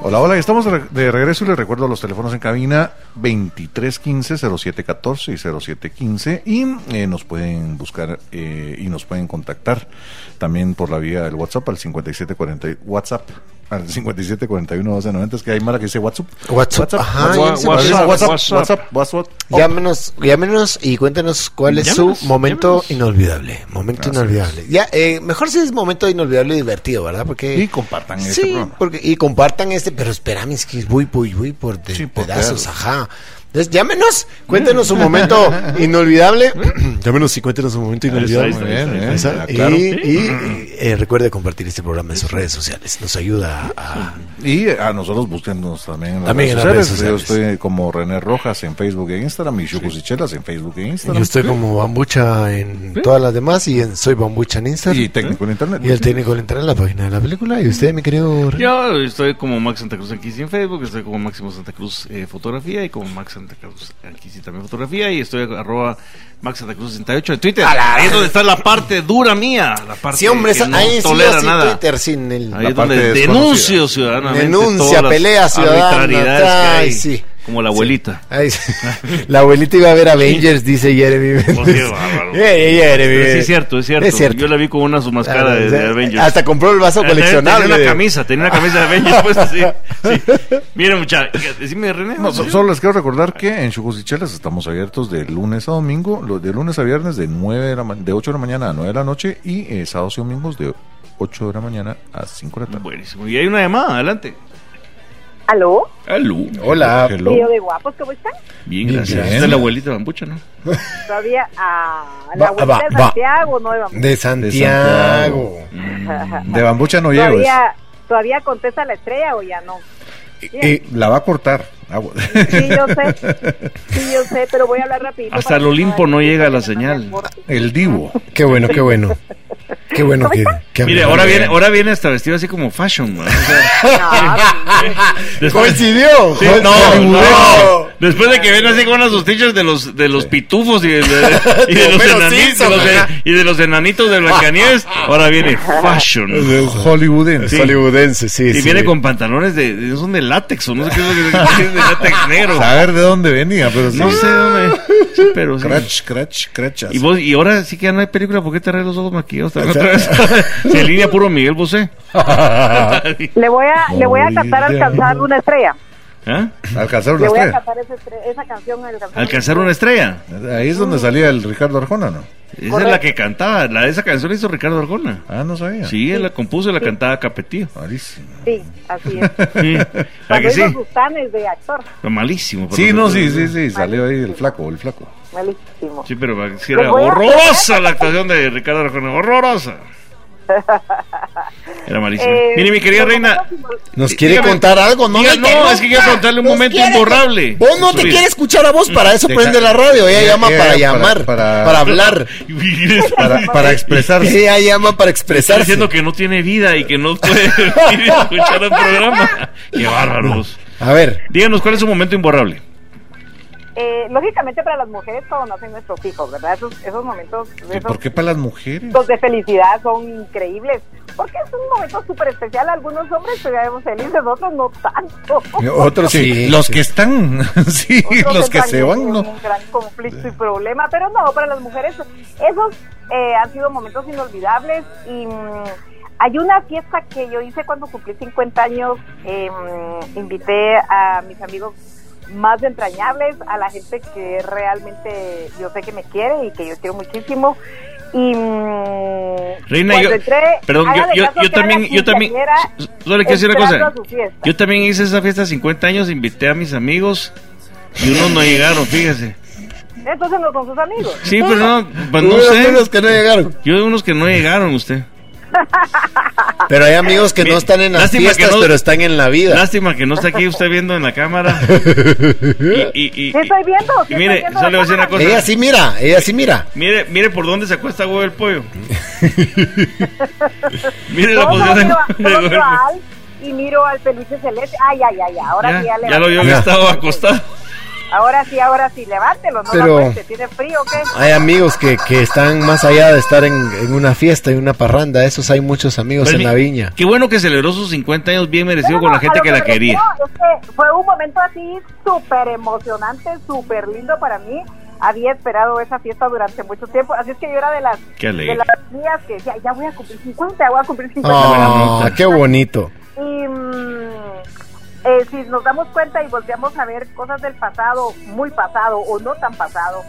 Speaker 3: Hola, hola, estamos de re- de regreso y les recuerdo los teléfonos en cabina 2315-0714 y 0715 y eh, nos pueden buscar eh, y nos pueden contactar también por la vía del WhatsApp al 5740 WhatsApp al 5741-1290 es que hay mala que dice WhatsApp
Speaker 5: WhatsApp, ajá, ya
Speaker 3: WhatsApp
Speaker 5: se
Speaker 4: parece.
Speaker 3: WhatsApp WhatsApp
Speaker 4: WhatsApp.
Speaker 3: WhatsApp, WhatsApp.
Speaker 5: Llámenos, llámenos y cuéntenos cuál es
Speaker 4: Llámenos,
Speaker 5: su momento
Speaker 4: llámenos.
Speaker 5: inolvidable. Momento inolvidable. Ya, eh, mejor si es momento inolvidable y divertido, ¿verdad? Porque
Speaker 3: y compartan este
Speaker 5: sí,
Speaker 3: programa
Speaker 5: porque, y compartan este, pero espérame, es que es muy, muy, muy por de-
Speaker 3: Sí, por
Speaker 5: pedazos,
Speaker 3: pedazos.
Speaker 5: ajá. Entonces, llámenos, cuéntenos su momento inolvidable. llámenos y cuéntenos su momento inolvidable.
Speaker 4: está,
Speaker 3: muy bien,
Speaker 4: está,
Speaker 3: bien.
Speaker 5: Esa-
Speaker 3: Ah,
Speaker 5: y
Speaker 3: claro.
Speaker 5: y, eh, recuerde compartir este programa en sus redes sociales. Nos ayuda a.
Speaker 3: Y a nosotros búsquennos también en las,
Speaker 5: También
Speaker 3: redes,
Speaker 5: en las redes
Speaker 3: sociales. Yo
Speaker 5: sociales.
Speaker 3: estoy como René Rojas en Facebook e Instagram y Chucos y Chelas en Facebook e
Speaker 5: Yo
Speaker 3: Instagram.
Speaker 5: estoy como Bambucha en todas las demás y en Soy Bambucha en Instagram.
Speaker 3: Y técnico en internet.
Speaker 5: Y el técnico le entra en la página de la película. ¿Y usted, mi querido? René?
Speaker 4: Yo estoy como Max Santa Cruz aquí en Facebook, estoy como Máximo Santa Cruz eh, Fotografía y como Max Santa Cruz aquí sí también Fotografía y estoy arroba Max Santa Cruz 68 en Twitter. Ahí es donde está la parte dura mía, la parte
Speaker 5: Sí, hombre,
Speaker 4: que
Speaker 5: esa-
Speaker 4: no
Speaker 5: ahí sí,
Speaker 4: tolera
Speaker 5: así
Speaker 4: nada.
Speaker 5: Twitter sin el...
Speaker 4: Ahí
Speaker 3: La
Speaker 4: es donde
Speaker 3: parte
Speaker 4: denuncio ciudadanamente
Speaker 5: Denuncia, pelea ciudadana,
Speaker 4: arbitrariedades que
Speaker 5: ay,
Speaker 4: hay,
Speaker 5: sí.
Speaker 4: como la abuelita.
Speaker 5: Ay, sí. la abuelita iba a ver Avengers, dice Jeremy.
Speaker 4: Oh, qué bárbaro.
Speaker 5: Eh, eh, Jeremy.
Speaker 4: Pero sí, es cierto, es cierto.
Speaker 5: Es cierto.
Speaker 4: Yo la vi con una su máscara de, de
Speaker 5: Ah,
Speaker 4: Avengers.
Speaker 5: Hasta compró el vaso
Speaker 4: Ah, tenía-
Speaker 5: coleccionable.
Speaker 4: Tenía una camisa, tenía una camisa de Avengers puesta así. Sí. Mira, muchachos, decime, René.
Speaker 3: No, so- solo les quiero recordar que en Chucos y Chelas estamos abiertos de lunes a domingo, lo- de lunes a viernes de nueve de, la ma- de 8 de la mañana a 9 de la noche y eh, sábados y domingos de 8 de la mañana a 5 de la tarde.
Speaker 4: Buenísimo. Y hay una llamada, adelante.
Speaker 11: ¿Aló?
Speaker 4: Aló.
Speaker 5: Hola.
Speaker 3: Hello.
Speaker 11: Tío de guapos, ¿cómo están?
Speaker 4: Bien,
Speaker 5: Bien,
Speaker 4: gracias.
Speaker 5: bien.
Speaker 4: Esta es la abuelita bambucha, ¿no?
Speaker 11: Todavía a
Speaker 5: Va,
Speaker 11: la abuela
Speaker 5: va,
Speaker 11: de
Speaker 5: va.
Speaker 11: Santiago, no íbamos.
Speaker 5: De Santiago.
Speaker 3: De bambucha no llego. es-
Speaker 11: ¿Todavía, ¿Todavía contesta la estrella o ya no?
Speaker 3: eh, la va a cortar. Ah, bueno.
Speaker 11: Sí, yo sé. Sí, yo sé, pero voy a hablar rapidito.
Speaker 4: Hasta
Speaker 11: para
Speaker 4: el
Speaker 11: que
Speaker 4: Olimpo no
Speaker 11: vayan-
Speaker 4: llega la
Speaker 11: que no me
Speaker 4: señal.
Speaker 11: corten.
Speaker 3: El divo.
Speaker 5: Qué bueno, qué bueno. Qué bueno que... que
Speaker 4: Mire,
Speaker 5: habló.
Speaker 4: ahora viene, ahora viene hasta vestido así como fashion, ¿no? O sea,
Speaker 11: Ah,
Speaker 4: después-
Speaker 5: Coincidió.
Speaker 4: Sí,
Speaker 5: Joder,
Speaker 4: no,
Speaker 5: Hollywoodero.
Speaker 4: no. Después de que ven así con sus tichas de los de los pitufos y de, de- y de
Speaker 5: De
Speaker 4: los
Speaker 5: Homero
Speaker 4: enanitos,
Speaker 5: Simpson,
Speaker 4: de los en-
Speaker 5: ajá.
Speaker 4: y de los enanitos de Blancanieves, ahora viene fashion.
Speaker 3: El hollywoodense.
Speaker 5: Es Hollywoodense, sí.
Speaker 4: Y
Speaker 5: sí.
Speaker 4: viene con pantalones de, de- son de látex o no sé qué es lo que- que es de látex negro.
Speaker 3: Saber de dónde venía, pero sí.
Speaker 4: No sé dónde, sí, pero sí.
Speaker 3: Crach, crach, crachas.
Speaker 4: Y vos y ahora sí que ya no hay película, ¿por qué te traes los ojos maquillados también otra vez? Se línea puro Miguel Bosé.
Speaker 11: le voy a, le voy a
Speaker 3: Morir
Speaker 11: cantar
Speaker 3: de
Speaker 11: alcanzar
Speaker 3: amor.
Speaker 11: una estrella.
Speaker 4: ¿Ah?
Speaker 3: Alcanzaron
Speaker 11: Le
Speaker 3: las
Speaker 11: voy a
Speaker 3: tres.
Speaker 11: cantar esa, estre- esa canción. Alcanzar,
Speaker 4: Alcanzar una estrella.
Speaker 3: Ahí es donde salía el Ricardo Arjona, ¿no?
Speaker 4: Esa es la que cantaba, la esa canción la hizo Ricardo Arjona.
Speaker 3: Ah, no sabía.
Speaker 4: Sí, él la compuso y la cantaba Capetío.
Speaker 3: Malísimo.
Speaker 11: Sí, así es.
Speaker 4: Sí, ¿A
Speaker 11: Cuando
Speaker 4: que sí?
Speaker 11: hizo Sustanes de actor.
Speaker 4: Está malísimo.
Speaker 3: Sí,
Speaker 4: pero-
Speaker 3: no, sí, sí, sí. Salió ahí el flaco, el flaco.
Speaker 11: Malísimo.
Speaker 4: Sí, pero sí era
Speaker 11: Les voy a-
Speaker 4: horrorosa la actuación de Ricardo Arjona, horrorosa. Era malísima.
Speaker 11: Eh,
Speaker 4: Mire, mi querida
Speaker 11: los
Speaker 4: reina.
Speaker 11: momentos
Speaker 5: Nos quiere
Speaker 4: Dígame.
Speaker 5: contar algo, no
Speaker 4: Diga,
Speaker 5: me
Speaker 4: no,
Speaker 5: interrumpa.
Speaker 4: es que quiero contarle un
Speaker 5: Nos
Speaker 4: momento
Speaker 5: quiere-
Speaker 4: imborrable.
Speaker 5: Vos no te
Speaker 4: Sí.
Speaker 5: quieres escuchar a vos, para eso
Speaker 3: Deja-
Speaker 5: prende la radio. Ella
Speaker 3: Deja-
Speaker 5: llama para
Speaker 3: para-
Speaker 5: llamar, para,
Speaker 3: para-
Speaker 5: hablar.
Speaker 3: Para, para expresarse.
Speaker 5: Ella llama para
Speaker 4: Está
Speaker 5: expresarse.
Speaker 4: diciendo que no tiene vida y que no puede ir a escuchar el programa. Qué bárbaros.
Speaker 5: A ver,
Speaker 4: Díganos, ¿cuál es su momento imborrable?
Speaker 11: Eh, lógicamente para las mujeres cuando nacen nuestros hijos, ¿verdad? Esos, esos momentos,
Speaker 3: ¿Y
Speaker 11: esos
Speaker 3: ¿Por qué para las mujeres?
Speaker 11: momentos de felicidad son increíbles, porque es un momento súper especial. Algunos hombres se vemos felices, otros no tanto.
Speaker 5: otro sí.
Speaker 3: Los que están, sí,
Speaker 11: Otros
Speaker 3: los que
Speaker 11: entran
Speaker 3: se
Speaker 11: en
Speaker 3: van,
Speaker 11: un,
Speaker 3: no.
Speaker 11: gran conflicto y problema, pero no, para las mujeres esos eh, han sido momentos inolvidables y mm, hay una fiesta que yo hice cuando cumplí 50 años, eh, mm, invité a mis amigos más entrañables, a la gente que realmente yo sé que me quiere y que yo quiero muchísimo. Y mm,
Speaker 4: Reina,
Speaker 11: cuando
Speaker 4: yo,
Speaker 11: entré,
Speaker 4: perdón, yo,
Speaker 11: hágale
Speaker 4: yo,
Speaker 11: caso
Speaker 4: yo
Speaker 11: que era la
Speaker 4: también, yo también,
Speaker 11: quinceañera
Speaker 4: s- solo quiero decir una
Speaker 11: entrando
Speaker 4: cosa.
Speaker 11: a su fiesta.
Speaker 4: Yo también hice esa fiesta de 50 años, invité a mis amigos y unos no llegaron, fíjese.
Speaker 11: Entonces no con sus amigos.
Speaker 4: Sí, pero no, pues no
Speaker 5: Hubo
Speaker 4: sé.
Speaker 5: amigos que no llegaron.
Speaker 4: Yo de unos que no llegaron, usted.
Speaker 5: Pero hay amigos que
Speaker 4: Mi-
Speaker 5: no están en las
Speaker 4: lástima que
Speaker 5: fiestas,
Speaker 4: no-
Speaker 5: pero están en la vida.
Speaker 4: Lástima que no está aquí usted viendo en la cámara. Y, y- y-
Speaker 11: Sí estoy viendo, sí
Speaker 4: y mire,
Speaker 11: estoy viendo
Speaker 4: solo le voy a decir una cosa.
Speaker 5: Ella sí mira, ella sí mira.
Speaker 4: Mire, mire por dónde se acuesta huevo el pollo. mire la
Speaker 11: Yo
Speaker 4: posición de,
Speaker 11: miro a-
Speaker 4: de
Speaker 11: solo
Speaker 4: Huevo el
Speaker 11: miro a
Speaker 4: Pollo.
Speaker 11: Al y miro al peluche celeste. Ay, ay, ay, ahora sí
Speaker 4: Ya,
Speaker 11: ya
Speaker 4: ya lo vio que
Speaker 5: Ya.
Speaker 4: estaba acostado.
Speaker 11: Ahora sí, ahora sí, levántelo, no
Speaker 5: Pero-
Speaker 11: lo acueste, tiene frío, o ¿qué?
Speaker 5: Hay amigos que, que están más allá de estar en, en una fiesta y una parranda. Esos hay muchos amigos
Speaker 4: Pues
Speaker 5: en
Speaker 4: mi-
Speaker 5: la viña.
Speaker 4: Qué bueno que celebró sus 50 años bien merecido
Speaker 11: Pero
Speaker 4: con la
Speaker 11: a
Speaker 4: gente
Speaker 11: lo
Speaker 4: que la
Speaker 11: me
Speaker 4: quería.
Speaker 11: refiero es que fue un momento así súper emocionante, súper lindo para mí. Había esperado esa fiesta durante mucho tiempo, así es que yo era de las,
Speaker 4: Qué alegre.
Speaker 11: de las mías que decía, ya voy a cumplir 50, voy a cumplir 50.
Speaker 5: Ah, qué bonito.
Speaker 11: Y mm, eh, si nos damos cuenta y volteamos a ver cosas del pasado, muy pasado o no tan pasado,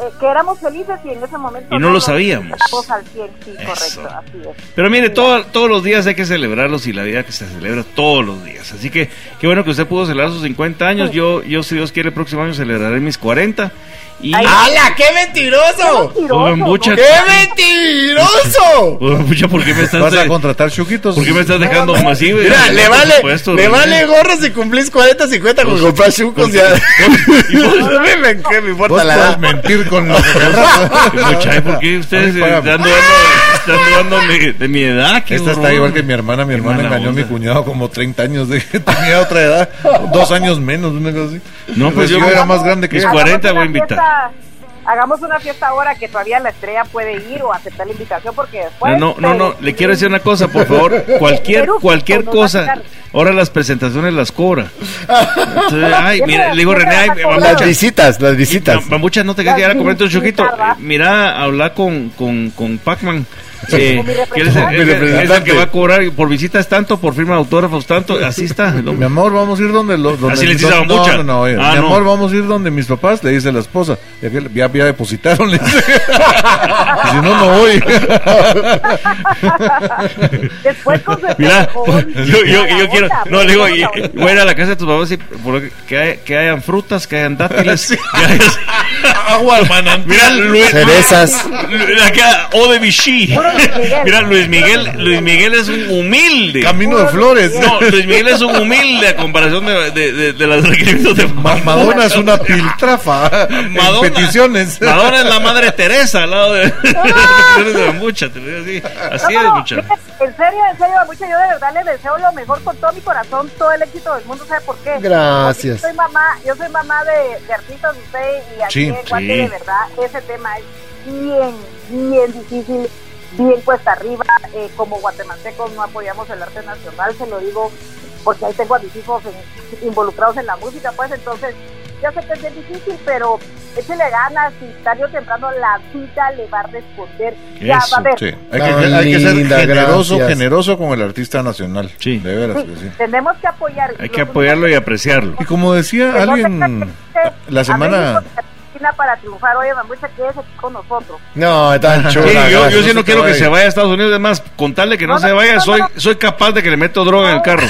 Speaker 11: eh, que éramos felices y en ese momento...
Speaker 4: Y no lo
Speaker 11: nos
Speaker 4: sabíamos.
Speaker 11: estábamos al 100, sí,
Speaker 4: Eso.
Speaker 11: correcto, así es.
Speaker 4: Pero mire, todo- todos los días hay que celebrarlos y la vida que se celebra todos los días. Así que qué bueno que usted pudo celebrar sus 50 años. Yo, yo si Dios quiere, el próximo año celebraré mis 40. Y
Speaker 5: ¡Hala! ¡Qué mentiroso!
Speaker 11: Mentiroso,
Speaker 4: Joven Bucha,
Speaker 11: ¿no?
Speaker 5: ¡Qué mentiroso!
Speaker 4: Uy, pucha, pues, ¿por qué me estás,
Speaker 9: ¿Vas a contratar chuquitos?
Speaker 4: ¿por qué me estás dejando masivo?
Speaker 5: Mira, le vale, le vale
Speaker 4: vale
Speaker 5: gorro si cumplís 40, 50 con comprar chucos. Ya. A mí me, que me
Speaker 9: Vos
Speaker 5: importa la
Speaker 9: puedes
Speaker 5: edad.
Speaker 9: mentir con lo que querrás.
Speaker 4: Mucha, Pues, ¿por qué ustedes
Speaker 9: A mí
Speaker 4: eh,
Speaker 9: págame.
Speaker 4: están dudando, están dudando mi- de mi edad? Qué
Speaker 9: Esta está
Speaker 4: horror.
Speaker 9: igual que mi hermana. Mi
Speaker 4: Qué
Speaker 9: hermana
Speaker 4: mala
Speaker 9: engañó a mi
Speaker 4: onda.
Speaker 9: cuñado como 30 años. De que tenía otra edad. Dos años menos, una cosa así.
Speaker 4: No, pues yo-
Speaker 9: era más grande que
Speaker 4: Mis
Speaker 9: ella.
Speaker 4: 40 voy
Speaker 11: Hagamos
Speaker 4: a
Speaker 11: una
Speaker 4: invitar.
Speaker 11: fiesta- Hagamos una fiesta ahora que todavía la estrella puede ir o aceptar la invitación porque después...
Speaker 4: No, no, no,
Speaker 11: pero-
Speaker 4: le quiero decir una cosa, por favor. Cualquier,
Speaker 11: Pero,
Speaker 4: cualquier
Speaker 11: nos va a
Speaker 4: cosa.
Speaker 11: sacar.
Speaker 4: Ahora las presentaciones las cobra. Entonces, ay, mira, le digo René, ay,
Speaker 5: Las
Speaker 4: mamucha,
Speaker 5: visitas, las visitas.
Speaker 4: mam- mamucha, no te quedes a comer tu choquito. Eh, Mira, habla con, con, con Pac-Man. Eh, que él es el-
Speaker 11: Mi
Speaker 4: es el- es el
Speaker 5: representante.
Speaker 4: que va a cobrar por visitas tanto, por firma de autógrafos tanto. Así está. el
Speaker 9: Mi
Speaker 4: hombre.
Speaker 9: amor, vamos a ir donde los. Donde
Speaker 4: Así les
Speaker 9: donde-
Speaker 4: dice la
Speaker 9: no,
Speaker 4: mucha.
Speaker 9: no, no, oye,
Speaker 4: Ah,
Speaker 9: Mi
Speaker 4: no.
Speaker 9: amor, vamos a ir donde mis papás, le dice la esposa. Y aquel, ya, ya depositaron, le dice. Y si no, no voy.
Speaker 11: Después con su
Speaker 4: Mira,
Speaker 11: espejón,
Speaker 4: yo, yo,
Speaker 11: la
Speaker 4: yo quiero.
Speaker 11: onda,
Speaker 4: No, le digo,
Speaker 11: la
Speaker 4: y-
Speaker 11: onda.
Speaker 4: voy a ir a la casa de tus papás y por- que, hay- que hayan frutas, que hayan dátiles. que hayan-
Speaker 9: Agua, manantial.
Speaker 4: Mira, Luis,
Speaker 5: Cerezas.
Speaker 4: Lu- acá, O de Vichy.
Speaker 11: Puro Luis Miguel.
Speaker 4: Mira, Luis Miguel, Luis Miguel es un humilde.
Speaker 9: Camino de flores.
Speaker 4: No, Luis Miguel es un humilde a comparación de, de, de, de los requerimientos de
Speaker 9: Ma- Madonna es una piltrafa. en
Speaker 4: Madonna.
Speaker 9: peticiones.
Speaker 4: Madonna es la madre Teresa al lado de, de
Speaker 11: Ah.
Speaker 4: las peticiones de Bambucha, te lo digo así. Así
Speaker 11: No,
Speaker 4: es,
Speaker 11: no,
Speaker 4: mucha.
Speaker 11: miren, En serio, en serio, mucha, yo de verdad les deseo lo mejor con todo mi corazón, todo el éxito del mundo, ¿sabe por qué? Porque
Speaker 5: Gracias.
Speaker 11: Yo soy mamá, yo soy mamá de, de artistas de ustedes y aquí
Speaker 9: Sí,
Speaker 11: en Guate,
Speaker 4: sí.
Speaker 11: de verdad, ese tema es bien, bien difícil, bien cuesta arriba. Eh, como guatemaltecos no apoyamos el arte nacional, se lo digo porque ahí tengo a mis hijos en- involucrados en la música, pues entonces ya sé que es bien difícil, pero échele ganas y tarde o temprano la vida le va a responder. ya
Speaker 4: Eso,
Speaker 11: va a ver.
Speaker 9: Sí, hay, que,
Speaker 5: Tan
Speaker 9: hay que ser
Speaker 5: linda,
Speaker 9: generoso,
Speaker 5: gracias.
Speaker 9: generoso con el artista nacional.
Speaker 4: Sí.
Speaker 9: De veras que
Speaker 11: Sí,
Speaker 9: sí.
Speaker 11: tenemos que apoyar.
Speaker 4: Hay que apoyarlo y apreciarlo.
Speaker 9: Y como decía
Speaker 11: Que no
Speaker 9: alguien
Speaker 11: se cante
Speaker 9: la
Speaker 11: a
Speaker 9: semana.
Speaker 11: México y Argentina para triunfar. Oye, Mamucha, quédese aquí con nosotros.
Speaker 5: No, tan
Speaker 4: Sí,
Speaker 5: chulo.
Speaker 4: yo, yo sí
Speaker 9: se
Speaker 4: no
Speaker 9: te
Speaker 4: quiero que
Speaker 9: vaya.
Speaker 4: se vaya a Estados Unidos. Además, con tal de que no,
Speaker 11: No,
Speaker 4: se
Speaker 11: no,
Speaker 4: vaya,
Speaker 11: no,
Speaker 4: soy,
Speaker 11: no.
Speaker 4: soy capaz de que le meto droga en el carro.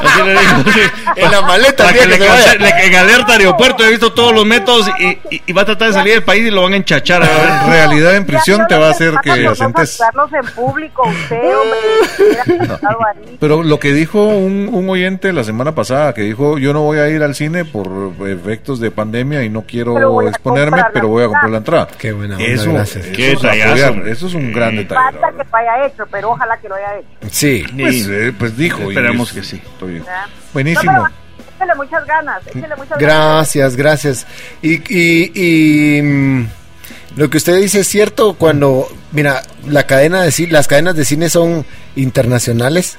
Speaker 4: Así le digo. sí.
Speaker 5: En la maleta,
Speaker 4: Para
Speaker 5: tía,
Speaker 4: que
Speaker 5: que
Speaker 4: le
Speaker 5: se vaya.
Speaker 4: cance- le- en alerta aeropuerto he visto todos los métodos y, y- y va a tratar de salir del país y lo van a enchachar. a ver.
Speaker 9: En realidad en
Speaker 11: Ya
Speaker 9: prisión
Speaker 11: solo
Speaker 9: te va a
Speaker 11: se
Speaker 9: hacer
Speaker 11: pasan
Speaker 9: que
Speaker 11: por no
Speaker 9: asentes.
Speaker 11: saludarnos en público, usted, hombre. hubiera saludado a mí.
Speaker 9: Pero lo que dijo un, un oyente la semana pasada, que dijo, yo no voy a ir al cine por efectos de pandemia y no
Speaker 11: Pero
Speaker 9: quiero
Speaker 11: voy a
Speaker 9: exponerme,
Speaker 11: comprar la
Speaker 9: pero voy a comprar la entrada.
Speaker 5: Qué buena onda,
Speaker 9: Eso,
Speaker 5: gracias.
Speaker 9: eso
Speaker 4: Qué
Speaker 9: es apoyar,
Speaker 4: detallazo.
Speaker 9: eso es un gran
Speaker 4: Sí.
Speaker 9: detalle. la
Speaker 11: Falta que
Speaker 9: verdad.
Speaker 11: lo haya hecho, pero ojalá que lo haya hecho.
Speaker 5: Sí.
Speaker 9: Pues,
Speaker 4: Sí.
Speaker 9: eh, pues dijo. y
Speaker 4: Esperamos
Speaker 9: es-
Speaker 4: que sí.
Speaker 9: está bien.
Speaker 11: ¿verdad?
Speaker 9: Buenísimo.
Speaker 11: No, pero échele muchas ganas, échele muchas ganas.
Speaker 5: Gracias, gracias. Y, y- y, mm, lo que usted dice es cierto cuando, mira, la cadena de ci- las cadenas de cine son internacionales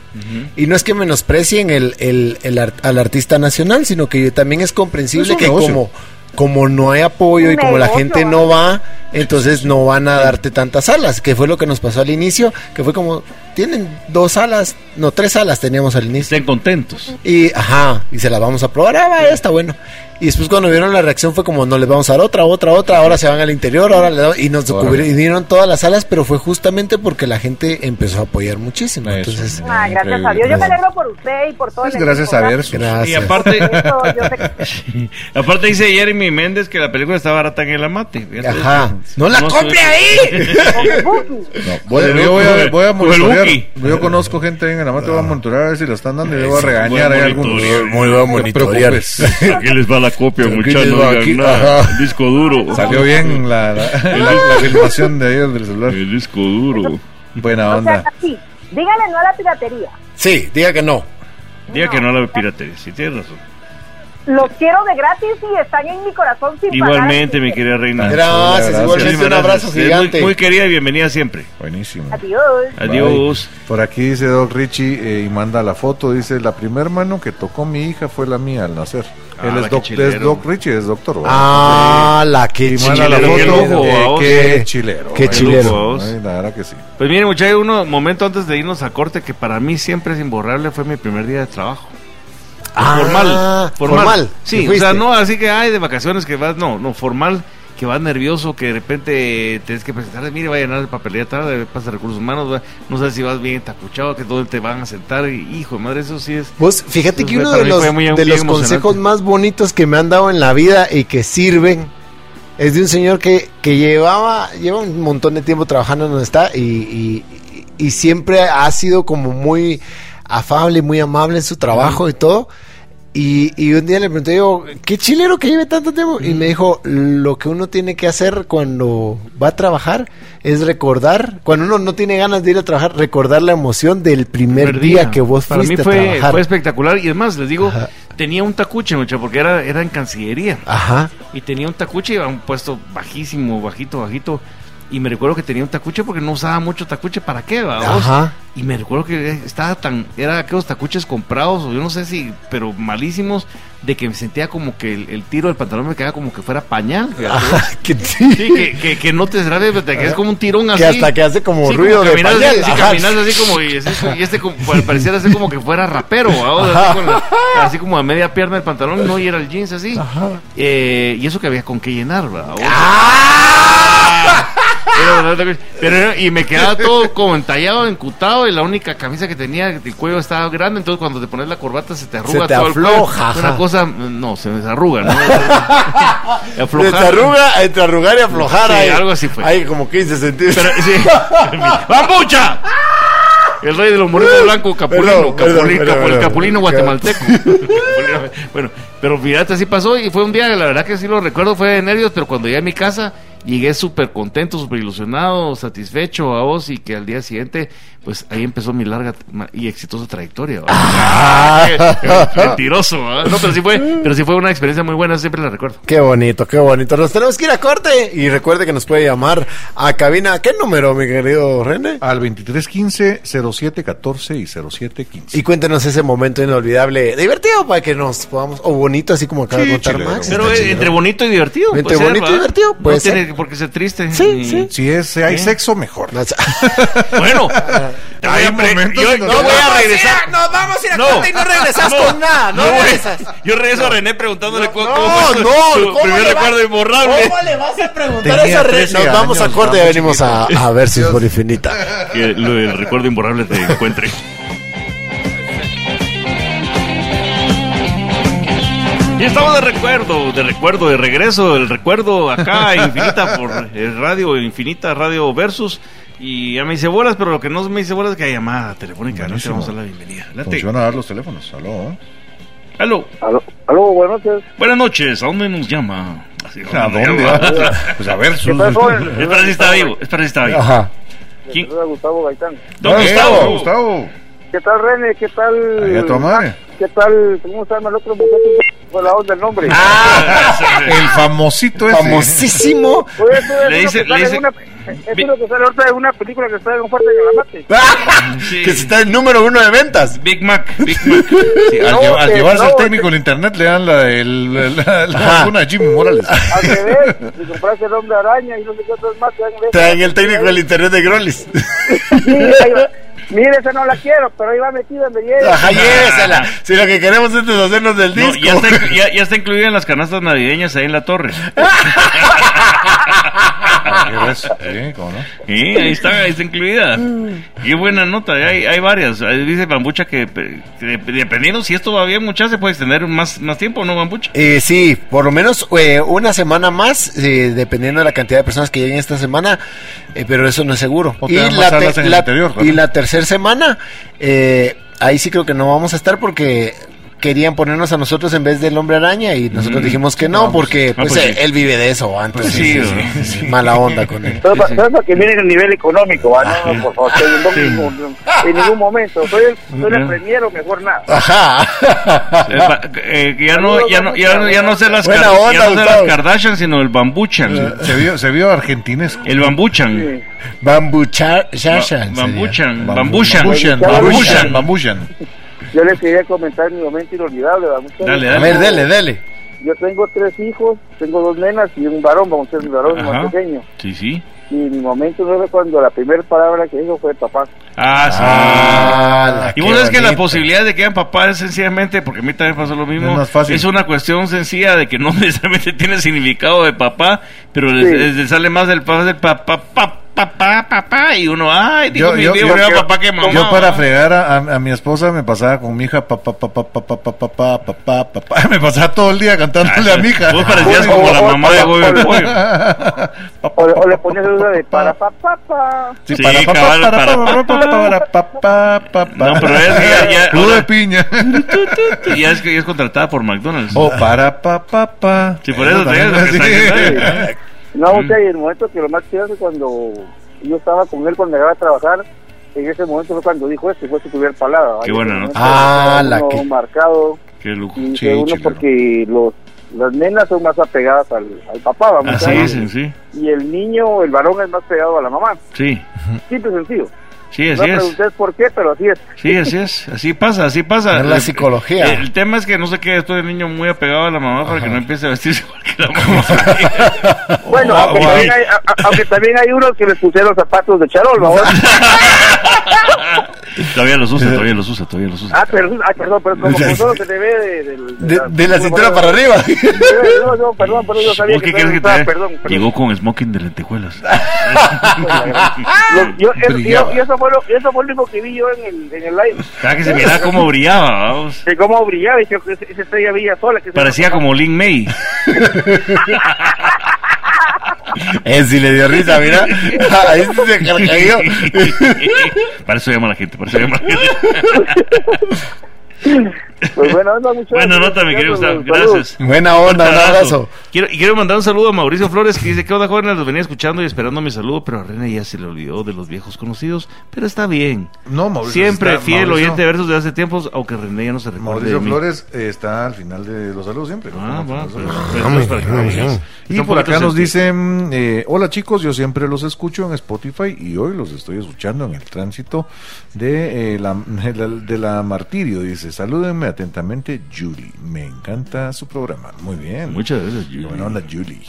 Speaker 5: y no es que menosprecien el, el- el ar- al artista nacional, sino que también es
Speaker 9: Es
Speaker 5: comprensible
Speaker 9: un
Speaker 5: que
Speaker 9: negocio.
Speaker 5: como, como no hay apoyo y
Speaker 11: Un
Speaker 5: como la
Speaker 11: negocio,
Speaker 5: gente no va, entonces no van a darte tantas salas, que fue lo que nos pasó al inicio, que fue como, tienen dos alas, no, tres alas teníamos al inicio.
Speaker 4: Estén contentos.
Speaker 5: Y, ajá, y se las vamos a probar. Ah, va, ya está bueno. Y después cuando vieron la reacción fue como, no les vamos a dar otra, otra, otra, ahora se van al interior, ahora le damos- y nos
Speaker 3: Órale.
Speaker 5: cubrieron- y dieron todas las alas, pero fue justamente porque la gente empezó a apoyar muchísimo.
Speaker 3: Eso.
Speaker 5: Entonces,
Speaker 11: Ah, gracias a Dios. Yo me alegro por usted y por todo
Speaker 3: Pues
Speaker 11: el
Speaker 3: gracias
Speaker 11: equipo,
Speaker 3: a
Speaker 11: ¿no?
Speaker 3: Versus.
Speaker 4: Y
Speaker 5: gracias.
Speaker 4: aparte,
Speaker 11: Eso, yo sé-
Speaker 4: aparte dice Jeremy Méndez que la película está barata en el amate.
Speaker 5: Ajá. No la compre ahí.
Speaker 3: No, voy-
Speaker 4: Pero-
Speaker 3: yo voy a, voy a
Speaker 4: como el
Speaker 3: monitorear.
Speaker 4: Buki.
Speaker 3: Yo conozco gente en el amate, voy a monitorear a ver si lo están dando y le voy a regañar
Speaker 7: voy
Speaker 3: ahí
Speaker 7: a
Speaker 3: algunos.
Speaker 7: monitorear, muy voy a monitorear.
Speaker 3: No te preocupes.
Speaker 4: Aquí les va la copia,
Speaker 7: Aquí les va, aquí- ajá.
Speaker 4: disco duro.
Speaker 3: Salió bien la, la, la- la filmación de ayer del celular.
Speaker 4: disco duro.
Speaker 3: Buena
Speaker 11: o sea,
Speaker 3: onda.
Speaker 11: sí. Dígale no a la piratería.
Speaker 5: Sí, diga que no.
Speaker 4: Ah, Diga que no la piratería, si tienes razón.
Speaker 11: Los quiero de gratis y están en mi corazón sin pagar.
Speaker 4: Igualmente, mi querida reina.
Speaker 5: Gracias,
Speaker 3: gracias.
Speaker 5: igualmente
Speaker 4: Muchísimas
Speaker 5: un abrazo
Speaker 4: gracias. Es
Speaker 5: gigante.
Speaker 4: Muy, muy querida y bienvenida siempre.
Speaker 3: Buenísimo.
Speaker 11: Adiós.
Speaker 4: Adiós.
Speaker 3: Bye. Por aquí dice Doc Richie eh, y manda la foto. Dice: La primer mano que tocó mi hija fue la mía al nacer.
Speaker 4: Ah,
Speaker 3: Él
Speaker 4: la
Speaker 3: es
Speaker 4: que
Speaker 3: Doc,
Speaker 4: chilero.
Speaker 3: es Doc Richie, es doctor. ¿verdad?
Speaker 5: Ah, la que
Speaker 3: Y manda la
Speaker 4: chilero, qué
Speaker 3: foto.
Speaker 4: loco,
Speaker 3: eh,
Speaker 4: vos.
Speaker 3: qué chilero.
Speaker 5: Qué
Speaker 3: bueno.
Speaker 5: chilero.
Speaker 4: vos.
Speaker 3: Ay, la verdad que sí.
Speaker 4: Pues miren, muchachos, uno momento antes de irnos a corte que para mí siempre es imborrable fue mi primer día de trabajo.
Speaker 5: Ah,
Speaker 4: formal, formal.
Speaker 5: formal,
Speaker 4: Sí,
Speaker 5: que
Speaker 4: o sea,
Speaker 5: fuiste.
Speaker 4: no así que ay de vacaciones que vas, no, no, formal, que vas nervioso, que de repente tienes que presentar, mire, va a llenar el papeleo tarde, pasa recursos humanos, va- no sabes si vas bien tacuchado, que dónde te van a sentar, y, hijo de madre, eso sí es.
Speaker 5: Vos, fíjate que
Speaker 4: Eso
Speaker 5: uno de
Speaker 4: fue- para mí
Speaker 5: los,
Speaker 4: fue muy-
Speaker 5: de
Speaker 4: bien
Speaker 5: los
Speaker 4: emocionante.
Speaker 5: consejos más bonitos que me han dado en la vida y que sirven es de un señor que, que llevaba lleva un montón de tiempo trabajando en donde está y, y- y siempre ha sido como muy afable, muy amable en su trabajo y todo. Y, y un día le pregunté, yo, ¿qué chilero que lleve tanto tiempo? Y me dijo, lo que uno tiene que hacer cuando va a trabajar es recordar, cuando uno no tiene ganas de ir a trabajar, recordar la emoción del primer, día, que vos
Speaker 4: Para mí
Speaker 5: fuiste a
Speaker 4: fue,
Speaker 5: trabajar.
Speaker 4: fue espectacular, y además, les digo,
Speaker 5: Ajá.
Speaker 4: tenía un tacuche, muchacho, porque era, era en Cancillería.
Speaker 5: Ajá.
Speaker 4: y tenía un tacuche, iba a un puesto bajísimo, bajito, bajito. Y me recuerdo que tenía un tacuche porque no usaba mucho tacuche, ¿para qué? va, vos?
Speaker 5: Ajá.
Speaker 4: Y me recuerdo que estaba tan, era aquellos tacuches comprados, o yo no sé si, pero malísimos, de que me sentía como que el, el tiro del pantalón me quedaba como que fuera pañal. fíjate.
Speaker 5: que,
Speaker 4: Sí, que, que, que no te cerrabe, pero te quedas como un tirón así.
Speaker 5: que hasta que hace como
Speaker 4: Sí,
Speaker 5: ruido de
Speaker 4: caminas,
Speaker 5: pañal.
Speaker 4: así, sí,
Speaker 5: Ajá.
Speaker 4: caminas así como y, así, y este como, al parecer así como que fuera rapero, ¿va? O sea, así, con la- así como a media pierna el pantalón, no, y era el jeans así. Eh, y eso que había con qué llenar, ¿va? O sea,
Speaker 5: ¡Ah!
Speaker 4: era verdad, pero era- y me quedaba todo como entallado, encutado, y la única camisa que tenía, el cuello estaba grande, entonces cuando te pones la corbata se te arruga
Speaker 5: Se te
Speaker 4: todo el cuello.
Speaker 5: afloja,
Speaker 4: Es Una
Speaker 5: ajá.
Speaker 4: cosa, no, se desarruga, ¿no? Aflojar.
Speaker 5: Entre arruga, entre arrugar y aflojar.
Speaker 4: Sí,
Speaker 5: ahí,
Speaker 4: algo así fue.
Speaker 5: Ahí como 15 centímetros.
Speaker 4: Pero, sí. ¡Papucha! El rey del humorista blanco, Capulino,
Speaker 5: Perdón, perdón,
Speaker 4: Capulín,
Speaker 5: perdón,
Speaker 4: Capu- el
Speaker 5: perdón.
Speaker 4: Capulino guatemalteco. Capulino- bueno, pero fíjate, así pasó y fue un día, la verdad que sí lo recuerdo, fue de nervios, pero cuando llegué a mi casa llegué súper contento, súper ilusionado, satisfecho a vos y que al día siguiente, pues ahí empezó mi larga ma- y exitosa trayectoria. ¿va? Ah, qué- qué Mentiroso, ¿va? no, pero sí fue, pero sí fue una experiencia muy buena, siempre la recuerdo.
Speaker 5: Qué bonito, qué bonito. Nos tenemos que ir a corte. Y recuerde que nos puede llamar a cabina. ¿Qué número, mi querido
Speaker 4: Ah.
Speaker 5: René?
Speaker 3: Al 2315, 0714 y 0715.
Speaker 5: Y cuéntenos ese momento inolvidable, divertido para que nos podamos, o bonito, así como acaba de
Speaker 3: Sí,
Speaker 5: contar
Speaker 3: chilero.
Speaker 5: Max.
Speaker 4: Pero
Speaker 5: Está
Speaker 4: eh,
Speaker 5: chido.
Speaker 4: entre bonito y divertido.
Speaker 5: Entre
Speaker 4: puede ser,
Speaker 5: bonito y
Speaker 4: ¿va?
Speaker 5: divertido,
Speaker 4: No
Speaker 5: puede
Speaker 4: tiene
Speaker 5: ser.
Speaker 4: por qué ser triste.
Speaker 5: Sí,
Speaker 4: ni-
Speaker 5: sí.
Speaker 3: Si es, si hay
Speaker 4: ¿Sí?
Speaker 3: sexo, mejor.
Speaker 5: No, o sea,
Speaker 4: Bueno, te voy a pre- yo, yo voy a regresar.
Speaker 5: Nos vamos a ir a
Speaker 4: No.
Speaker 5: corte y no regresas
Speaker 4: No,
Speaker 5: con nada. No,
Speaker 4: no voy-
Speaker 5: regresas.
Speaker 4: Yo regreso a René preguntándole cu-
Speaker 5: no,
Speaker 4: cómo fue su-
Speaker 5: no,
Speaker 4: su
Speaker 5: ¿cómo
Speaker 4: primer
Speaker 5: le va?
Speaker 4: recuerdo imborrable.
Speaker 5: ¿Cómo le vas a preguntar
Speaker 3: Tenía
Speaker 5: eso, René?
Speaker 3: 13
Speaker 5: Nos vamos a
Speaker 3: años,
Speaker 5: corte y
Speaker 3: estaba
Speaker 5: venimos a, a Versus por Infinita.
Speaker 4: Que lo- el recuerdo imborrable te encuentre. Y estamos de recuerdo, de recuerdo, de regreso, el recuerdo acá Infinita por eh, Radio Infinita, Radio Versus. Y ya me hice bolas, pero lo que no me hice bolas es que hay llamada telefónica. No te
Speaker 3: Buenísimo.
Speaker 4: vamos a dar la bienvenida. Adelante.
Speaker 3: Funciona a dar los teléfonos. Aló. ¿eh?
Speaker 4: Aló.
Speaker 6: Aló, aló, buenas noches.
Speaker 4: Buenas noches, ¿a dónde nos llama? Así,
Speaker 3: ¿A dónde?
Speaker 4: ¿eh?
Speaker 3: va? Pues a ver,
Speaker 6: ¿Qué
Speaker 3: sus-
Speaker 6: tal, joven?
Speaker 4: Es para si está vivo, es para si está vivo.
Speaker 5: Ajá.
Speaker 6: Les
Speaker 4: ¿Quién?
Speaker 6: saluda Gustavo Gaitán.
Speaker 4: Don
Speaker 3: Ah,
Speaker 4: Gustavo.
Speaker 3: Gustavo.
Speaker 6: ¿Qué tal, René? ¿Qué
Speaker 3: Ahí a tu
Speaker 6: tal?
Speaker 3: madre.
Speaker 6: ¿Qué tal? ¿Cómo se llama el otro muchacho? Con la onda del nombre.
Speaker 4: Ah,
Speaker 3: El famosito ese.
Speaker 5: Famosísimo.
Speaker 6: Oye, eso es uno
Speaker 4: Le
Speaker 6: que
Speaker 4: dice- le
Speaker 6: sale
Speaker 4: dice-
Speaker 6: en una- eso es lo que sale ahorita de una película que está en oferta en la mate.
Speaker 4: Sí.
Speaker 5: Que si está el número uno de ventas.
Speaker 4: Big Mac, Big Mac.
Speaker 3: Sí, al,
Speaker 6: No,
Speaker 3: llevar- al
Speaker 6: que
Speaker 3: llevarse
Speaker 6: no,
Speaker 3: al técnico el internet le dan la, el, la, la- la vacuna a Jimmy Morales.
Speaker 6: Al revés, si compraste el hombre araña y no sé qué otras más, te dan el-
Speaker 5: Traen el técnico del internet de Grolis.
Speaker 6: Sí, ahí va.
Speaker 10: Mire, esa no la quiero, pero iba metida en belleza.
Speaker 5: Ajá, llévesela. Si lo que queremos es deshacernos del
Speaker 4: No,
Speaker 5: disco.
Speaker 4: ya, está, ya- ya está incluida en las canastas navideñas ahí en la torre.
Speaker 3: Sí, ¿cómo no?
Speaker 4: Sí, ahí está, ahí está incluida. Qué buena nota, hay, hay varias. Ahí Dice Bambucha que, pe- que dep- dependiendo si esto va bien, muchas se puede extender más, más tiempo, ¿no, Bambucha?
Speaker 5: Eh, sí, por lo menos eh, una semana más, eh, dependiendo de la cantidad de personas que lleguen esta semana, eh, pero eso no es seguro.
Speaker 3: O quedan más salas en el interior, ¿verdad?
Speaker 5: y la tercera semana, eh, ahí sí creo que no vamos a estar porque querían ponernos a nosotros en vez del hombre araña y nosotros dijimos que no, porque
Speaker 4: Ah,
Speaker 5: pues,
Speaker 4: Mm, pues
Speaker 5: eh,
Speaker 4: sí.
Speaker 5: él vive de eso, antes
Speaker 4: Pues sí,
Speaker 5: mala onda con él.
Speaker 10: Pero pa- pero para que miren el nivel económico, ¿va?
Speaker 4: Ah,
Speaker 10: No, no, por favor, que no, no, no, en ningún momento. Soy, el- soy la premier o mejor nada.
Speaker 5: Ajá.
Speaker 4: Eh, pa- eh, que ya no, ya no, ya no, ya no sé las,
Speaker 5: Buena
Speaker 4: Kar-
Speaker 5: onda,
Speaker 4: ya no sé las
Speaker 5: Gustavo.
Speaker 4: Kardashian, sino el Bambuchan.
Speaker 3: Se vio, se vio argentinesco.
Speaker 4: El Bambuchan.
Speaker 10: Sí.
Speaker 5: Bambuchar,
Speaker 4: Ba-
Speaker 5: Shashan sería.
Speaker 4: Bambuchan,
Speaker 3: Bambu-
Speaker 4: Bambuchan.
Speaker 3: Bambuchan,
Speaker 4: Bambuchan.
Speaker 3: Bambuchan, Bambuchan.
Speaker 10: Yo les quería comentar mi momento inolvidable. ¿va? Muchas
Speaker 4: Dale,
Speaker 10: gracias.
Speaker 5: A
Speaker 4: dale.
Speaker 5: ver, dele, dele.
Speaker 10: Yo tengo tres hijos, tengo dos nenas y un varón, vamos a ser mi varón
Speaker 4: Ajá.
Speaker 10: más pequeño.
Speaker 4: Sí, sí.
Speaker 10: Y mi momento no fue cuando la primera palabra que dijo fue papá.
Speaker 4: Ah, sí.
Speaker 5: Ah,
Speaker 4: Y
Speaker 5: qué
Speaker 4: vos sabes que la
Speaker 5: bonito.
Speaker 4: posibilidad de que hagan papá es sencillamente, porque a mí también pasó lo mismo,
Speaker 3: Es más fácil.
Speaker 4: una cuestión sencilla de que no necesariamente tiene significado de papá, pero les,
Speaker 10: Sí.
Speaker 4: les sale más del papá, del papá, papá, papá, papá, y uno, ay, digo,
Speaker 3: Yo,
Speaker 4: mi
Speaker 3: yo,
Speaker 4: Dios,
Speaker 3: yo-
Speaker 4: veo a
Speaker 3: yo-
Speaker 4: papá que mamá.
Speaker 3: yo para fregar a, a- a mi esposa me pasaba con mi hija papá papá papá papá papá papá papá me pasaba todo el día cantándole a mi hija
Speaker 4: Vos parecías como la mamá de Goyo el Pollo.
Speaker 10: O, o le ponías duda de para papá. papá.
Speaker 3: Sí,
Speaker 4: Sí,
Speaker 3: para papá,
Speaker 4: cabal,
Speaker 3: para
Speaker 4: para
Speaker 3: papá,
Speaker 4: papá.
Speaker 3: para papá, papá.
Speaker 4: No, pero es que ya- ya-
Speaker 3: Club
Speaker 4: ahora-
Speaker 3: de piña.
Speaker 4: Y ya es que ya es contratada por McDonald's.
Speaker 5: Oh.
Speaker 3: O para papá, papá.
Speaker 4: Sí, por eso te digo que
Speaker 3: también,
Speaker 4: está
Speaker 3: sí.
Speaker 10: No,
Speaker 4: Mm.
Speaker 10: o sea, y el momento que lo más chido es cuando yo estaba con él cuando llegaba a trabajar, en ese momento fue cuando dijo esto, fue su primera palabra. ¿va?
Speaker 4: Qué
Speaker 10: En
Speaker 4: buena
Speaker 10: ese
Speaker 4: nota.
Speaker 10: momento
Speaker 5: Ah,
Speaker 10: fue
Speaker 5: la
Speaker 10: uno
Speaker 5: que-
Speaker 10: Marcado,
Speaker 4: Qué lujo.
Speaker 10: y
Speaker 3: Sí,
Speaker 10: segundo
Speaker 3: chilero.
Speaker 10: porque los, las nenas son más apegadas al, al papá,
Speaker 5: Ah,
Speaker 10: vamos
Speaker 4: Así
Speaker 10: ¿sabes?
Speaker 4: dicen, sí.
Speaker 10: Y el niño, el varón, es más pegado a la mamá.
Speaker 4: Sí,
Speaker 10: Simple y sencillo.
Speaker 4: sí,
Speaker 10: No
Speaker 4: así es.
Speaker 10: preguntes por qué, pero así es.
Speaker 4: Sí, así es, así pasa, así pasa.
Speaker 5: Es la
Speaker 4: Eh,
Speaker 5: psicología.
Speaker 4: eh, El, tema es que no sé qué, estoy el niño muy apegado a la mamá para que no empiece a vestirse igual que la mamá.
Speaker 10: Bueno,
Speaker 3: Oh,
Speaker 10: aunque,
Speaker 3: wow.
Speaker 10: también hay, a- a- aunque también hay unos que les pusieron zapatos de charol, ¿no?
Speaker 4: todavía los usa, todavía los usa, todavía los usa.
Speaker 10: Ah, perdón, ah, perdón, pero como con todo se te ve de, del-
Speaker 5: De, de la cintura para
Speaker 10: bueno,
Speaker 5: arriba.
Speaker 10: No, no, perdón, perdón, yo sabía
Speaker 4: ¿Vos
Speaker 10: que
Speaker 4: qué crees que
Speaker 10: estaba-
Speaker 4: te
Speaker 10: perdón, perdón.
Speaker 4: Llegó con smoking de lentejuelas.
Speaker 10: Lo- yo- es-
Speaker 3: Brillaba.
Speaker 10: yo- y eso fue lo, eso fue lo único que vi yo en el, en el live,
Speaker 4: Cada que se miraba como brillaba, vamos.
Speaker 10: de cómo brillaba y yo, esa esa estrella brilla sola. Que se-
Speaker 4: Parecía como Lin May.
Speaker 5: Eh, si le dio risa, mira. Ahí sí se carcajeó.
Speaker 4: para eso llama la gente, para eso llama la gente.
Speaker 10: Pues bueno, anda mucho.
Speaker 4: Buena nota, mi querido Gustavo. Gracias.
Speaker 5: Buena onda, un abrazo.
Speaker 4: Quiero, y quiero mandar un saludo a Mauricio Flores que dice que onda jóvenes los venía escuchando y esperando mi saludo, pero a René ya se le olvidó de los viejos conocidos, pero está bien.
Speaker 3: No, Mauricio,
Speaker 4: Siempre
Speaker 3: está-
Speaker 4: fiel
Speaker 3: Mauricio-
Speaker 4: oyente de versos de hace tiempos, aunque René ya no se recuerde.
Speaker 3: Mauricio
Speaker 4: de mí.
Speaker 3: Flores eh, está al final de los saludos siempre.
Speaker 4: Ah, va, pues,
Speaker 3: Saludos.
Speaker 4: pues, entonces, para que lo veas. este.
Speaker 3: Y
Speaker 4: Está un
Speaker 3: por
Speaker 4: poquito
Speaker 3: acá nos
Speaker 4: sentido.
Speaker 3: dicen, eh, hola chicos, yo siempre los escucho en Spotify y hoy los estoy escuchando en el tránsito de, eh, la, de la- de la Martirio. Dice, salúdenme atentamente, Julie. Me encanta su programa. Muy bien.
Speaker 4: Muchas gracias, Julie.
Speaker 3: Buena onda, Julie.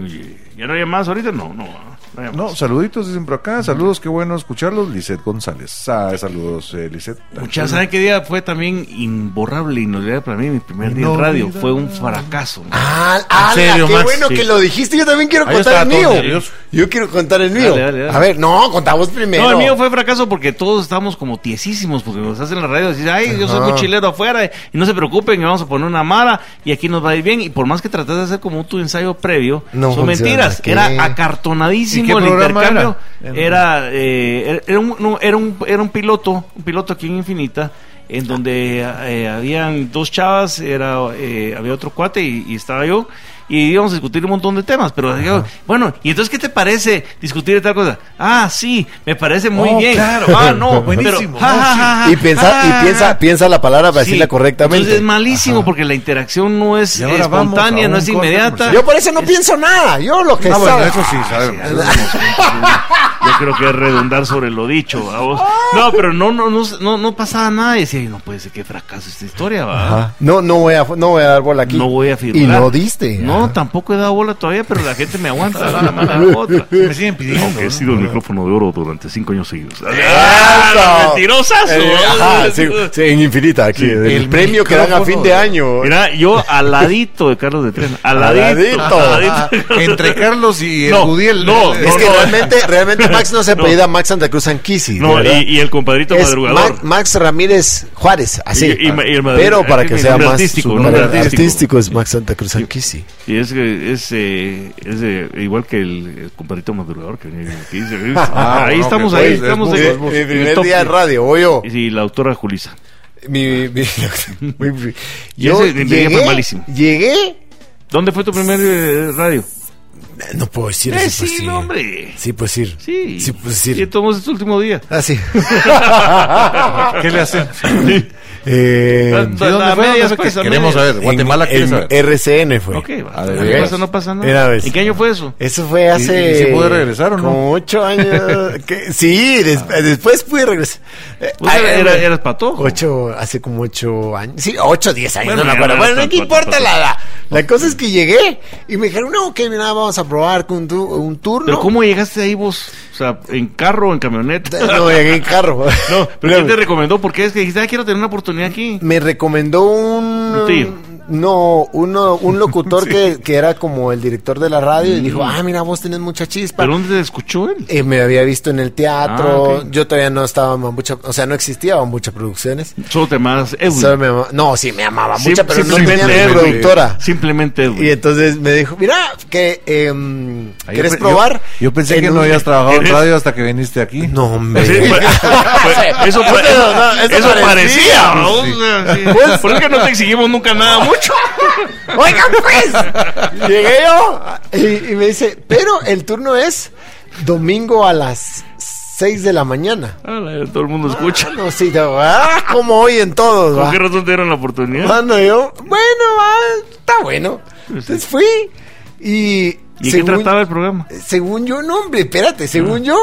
Speaker 4: Oye, ¿Ya no hay más ahorita? No, no. ah, No, hay
Speaker 3: No,
Speaker 4: más.
Speaker 3: saluditos dicen por acá. Saludos, qué bueno escucharlos. Lisette González. Ah, saludos, eh, Lisette.
Speaker 4: Muchas, ¿saben qué día fue también imborrable, inolvidable para mí? Mi primer día en radio fue un fracaso. man.
Speaker 5: Ah, ah,
Speaker 3: ¿En serio,
Speaker 5: qué
Speaker 3: Max?
Speaker 5: bueno
Speaker 3: Sí.
Speaker 5: que lo dijiste. Yo también quiero
Speaker 3: Ahí
Speaker 5: contar el
Speaker 3: estaba todo
Speaker 5: mío.
Speaker 3: nervioso.
Speaker 5: Yo quiero contar el mío.
Speaker 4: Dale, dale, dale.
Speaker 5: A ver, no, contamos primero.
Speaker 4: No, el mío fue fracaso porque todos estábamos como tiesísimos, porque nos hacen la radio decir, ay, yo soy
Speaker 5: Ajá.
Speaker 4: muy chilero afuera, y no se preocupen, y vamos a poner una mara, y aquí nos va a ir bien. Y por más que tratas de hacer como tu ensayo previo,
Speaker 5: No funciona,
Speaker 4: son mentiras.
Speaker 5: ¿qué?
Speaker 4: Era
Speaker 3: ¿Y
Speaker 4: acartonadísimo
Speaker 3: qué
Speaker 4: el
Speaker 3: programa
Speaker 4: intercambio.
Speaker 3: era?
Speaker 4: Era, eh, era, un, no, era, un, era un piloto, un piloto aquí en Infinita, en donde eh, habían dos chavas, era eh, había otro cuate y, y estaba yo. Y íbamos a discutir un montón de temas, pero digamos, bueno, ¿y entonces qué te parece discutir de tal cosa? Ah, sí, me parece muy
Speaker 3: Oh,
Speaker 4: bien.
Speaker 3: claro.
Speaker 4: Ah, no,
Speaker 3: Buenísimo,
Speaker 4: pero,
Speaker 3: no,
Speaker 4: ja, ja,
Speaker 3: sí.
Speaker 4: ja, Ah. ja,
Speaker 5: Y piensa,
Speaker 4: ja,
Speaker 9: Ah.
Speaker 5: y piensa,
Speaker 4: ja.
Speaker 5: piensa la palabra para
Speaker 4: Sí.
Speaker 5: decirla correctamente.
Speaker 4: Entonces es malísimo porque la interacción no es
Speaker 3: Y ahora vamos
Speaker 4: espontánea,
Speaker 3: a
Speaker 4: no
Speaker 3: un
Speaker 4: es
Speaker 3: corte
Speaker 4: inmediata.
Speaker 3: comercial.
Speaker 5: Yo por eso no pienso nada. Yo lo que
Speaker 3: Ah, bueno,
Speaker 5: sabe-
Speaker 3: eso sí, sabemos.
Speaker 9: Ah,
Speaker 3: Eso sí.
Speaker 4: Yo creo que es redundar sobre lo dicho, vamos. No, pero no, no, no, no, no pasaba nada. Y decía, "Ay, no puede ser que fracaso esta historia, va.
Speaker 5: Ajá. No, no voy a, no voy a dar bola aquí.
Speaker 4: No voy a firmar.
Speaker 5: Y no diste. Eh,
Speaker 4: No No, tampoco he dado bola todavía, pero la gente me aguanta. una mala otra.
Speaker 9: Me siguen pidiendo.
Speaker 4: Aunque he
Speaker 9: ¿no?
Speaker 4: sido el micrófono de oro durante cinco años seguidos.
Speaker 5: ¡Eso!
Speaker 4: ¡Mentirosas!
Speaker 5: Eh, ajá, sí, sí, en infinita aquí. El,
Speaker 9: el
Speaker 5: premio que dan a
Speaker 9: micrófono
Speaker 5: fin de
Speaker 9: de-
Speaker 5: año.
Speaker 4: Mira, yo al ladito de Carlos de Tren. Al ladito.
Speaker 5: Al ladito.
Speaker 4: al
Speaker 9: Ah,
Speaker 4: ladito.
Speaker 9: Entre Carlos y el
Speaker 4: No,
Speaker 9: Gudiel.
Speaker 4: no,
Speaker 5: es
Speaker 4: no,
Speaker 5: que
Speaker 4: no,
Speaker 5: realmente, realmente Max no se
Speaker 4: No.
Speaker 5: apellida Max Santa Cruz Anquisi.
Speaker 4: No,
Speaker 5: ¿verdad?
Speaker 4: y, y el compadrito
Speaker 5: Es
Speaker 4: madrugador.
Speaker 5: Ma- Max Ramírez Juárez, así.
Speaker 4: Y- y- y el madrugador.
Speaker 5: pero para
Speaker 4: Es
Speaker 5: que
Speaker 4: mi
Speaker 5: sea
Speaker 4: nombre
Speaker 5: más
Speaker 4: artístico,
Speaker 5: su
Speaker 4: nombre
Speaker 5: nombre
Speaker 4: artístico.
Speaker 5: artístico es Max Santa Cruz Anquisi.
Speaker 4: Y es que es, eh, es, eh, igual que el, el compadrito madrugador que venía aquí. se- es-
Speaker 9: Ah,
Speaker 4: ahí
Speaker 9: bueno,
Speaker 4: estamos,
Speaker 9: que
Speaker 4: ahí
Speaker 9: fue-
Speaker 4: estamos.
Speaker 9: es
Speaker 4: en-
Speaker 9: muy-
Speaker 4: en
Speaker 5: Pues, Mi
Speaker 4: el
Speaker 5: primer
Speaker 4: top.
Speaker 5: día de radio, voy yo.
Speaker 4: Y la autora Julisa.
Speaker 5: Mi, mi- mi- mi-
Speaker 4: Y
Speaker 5: yo
Speaker 4: ese día fue
Speaker 5: llegué,
Speaker 4: malísimo.
Speaker 5: llegué.
Speaker 4: ¿Dónde fue tu primer eh, radio?
Speaker 5: No puedo decir
Speaker 4: Eh,
Speaker 5: eso. pues
Speaker 4: sí, no, hombre.
Speaker 5: Sí, pues ir.
Speaker 4: Sí.
Speaker 5: Sí, pues
Speaker 4: Y
Speaker 5: ir.
Speaker 4: tomamos este último día.
Speaker 5: Ah, sí.
Speaker 9: ¿Qué le hacemos?
Speaker 5: Eh,
Speaker 4: Tanto-
Speaker 9: ¿De dónde
Speaker 4: la
Speaker 9: fue?
Speaker 4: media,
Speaker 9: No sé
Speaker 4: pues,
Speaker 9: qué.
Speaker 4: la
Speaker 9: Queremos
Speaker 4: media.
Speaker 9: saber. Guatemala quiere
Speaker 5: en
Speaker 9: saber.
Speaker 5: RCN fue.
Speaker 4: Ok, va.
Speaker 9: A ver,
Speaker 4: no
Speaker 9: veras.
Speaker 4: pasa- no pasa
Speaker 5: Era
Speaker 4: nada.
Speaker 5: vez.
Speaker 4: ¿En qué año fue eso?
Speaker 5: Eso fue hace.
Speaker 9: y se pudo regresar o no?
Speaker 5: Como ocho años. que- sí, des- después pude regresar. Eh,
Speaker 4: Ah. Pues
Speaker 5: ay,
Speaker 4: era-
Speaker 5: eh,
Speaker 4: era- eras patojo.
Speaker 5: Ocho, hace como ocho años. Sí, ocho, diez años.
Speaker 4: Bueno,
Speaker 5: no me
Speaker 4: ya
Speaker 5: acuerdo.
Speaker 4: no
Speaker 5: Bueno,
Speaker 4: eres
Speaker 5: no que
Speaker 4: tan
Speaker 5: importa
Speaker 4: patojo.
Speaker 5: la edad. La cosa es que llegué y me dijeron, no, ok, mira, vamos a probar con tu- un turno.
Speaker 4: ¿Pero cómo llegaste ahí vos? O sea, ¿en carro o en camioneta?
Speaker 5: No, llegué en carro.
Speaker 4: No, ¿pero quién te recomendó? Porque es que dijiste, ah, quiero tener una oportunidad aquí.
Speaker 5: me recomendó un,
Speaker 4: Un tío.
Speaker 5: no uno un locutor que, que era como el director de la
Speaker 4: Mm.
Speaker 5: radio y dijo ah mira vos tenés mucha chispa
Speaker 4: ¿Pero dónde te escuchó él?
Speaker 5: Eh, me había visto en el teatro
Speaker 4: Ah, ok.
Speaker 5: yo todavía no estaba en Bambucha o sea no existía Bambucha Producciones
Speaker 4: Solo te llamas Edwin.
Speaker 5: Solo me ama- no sí me amaba mucha
Speaker 4: Sim-
Speaker 5: pero no
Speaker 4: simplemente
Speaker 5: tenía mi
Speaker 4: Edwin.
Speaker 5: productora
Speaker 4: Simplemente Edwin.
Speaker 5: y entonces me dijo mira que em,
Speaker 9: Ahí
Speaker 5: querés
Speaker 9: Ah, yo pe-
Speaker 5: probar
Speaker 9: Yo, yo pensé
Speaker 5: En
Speaker 9: que no
Speaker 5: un-
Speaker 9: habías trabajado en
Speaker 4: eres-
Speaker 9: radio hasta que viniste aquí.
Speaker 5: no hombre
Speaker 4: Sí, fue- fue- eso, fue-
Speaker 5: Eso- no, eso
Speaker 4: eso
Speaker 5: parecía,
Speaker 4: parecía, ¿no? O sea, sí. Por eso que no te exigimos nunca nada mucho.
Speaker 5: Oigan, pues. Llegué yo y, y me dice, pero el turno es domingo a las 6 de la mañana.
Speaker 4: Ah, la- Todo el mundo escucha.
Speaker 5: Ah, no, sí, yo, ah, como oyen todos,
Speaker 4: ¿Con
Speaker 5: Ah, va. Ah,
Speaker 4: qué razón te dieron la oportunidad?
Speaker 5: Mano, yo, bueno, va, está bueno. Entonces fui y.
Speaker 4: ¿Y de qué trataba el programa?
Speaker 5: según yo, no, hombre, espérate, según yo.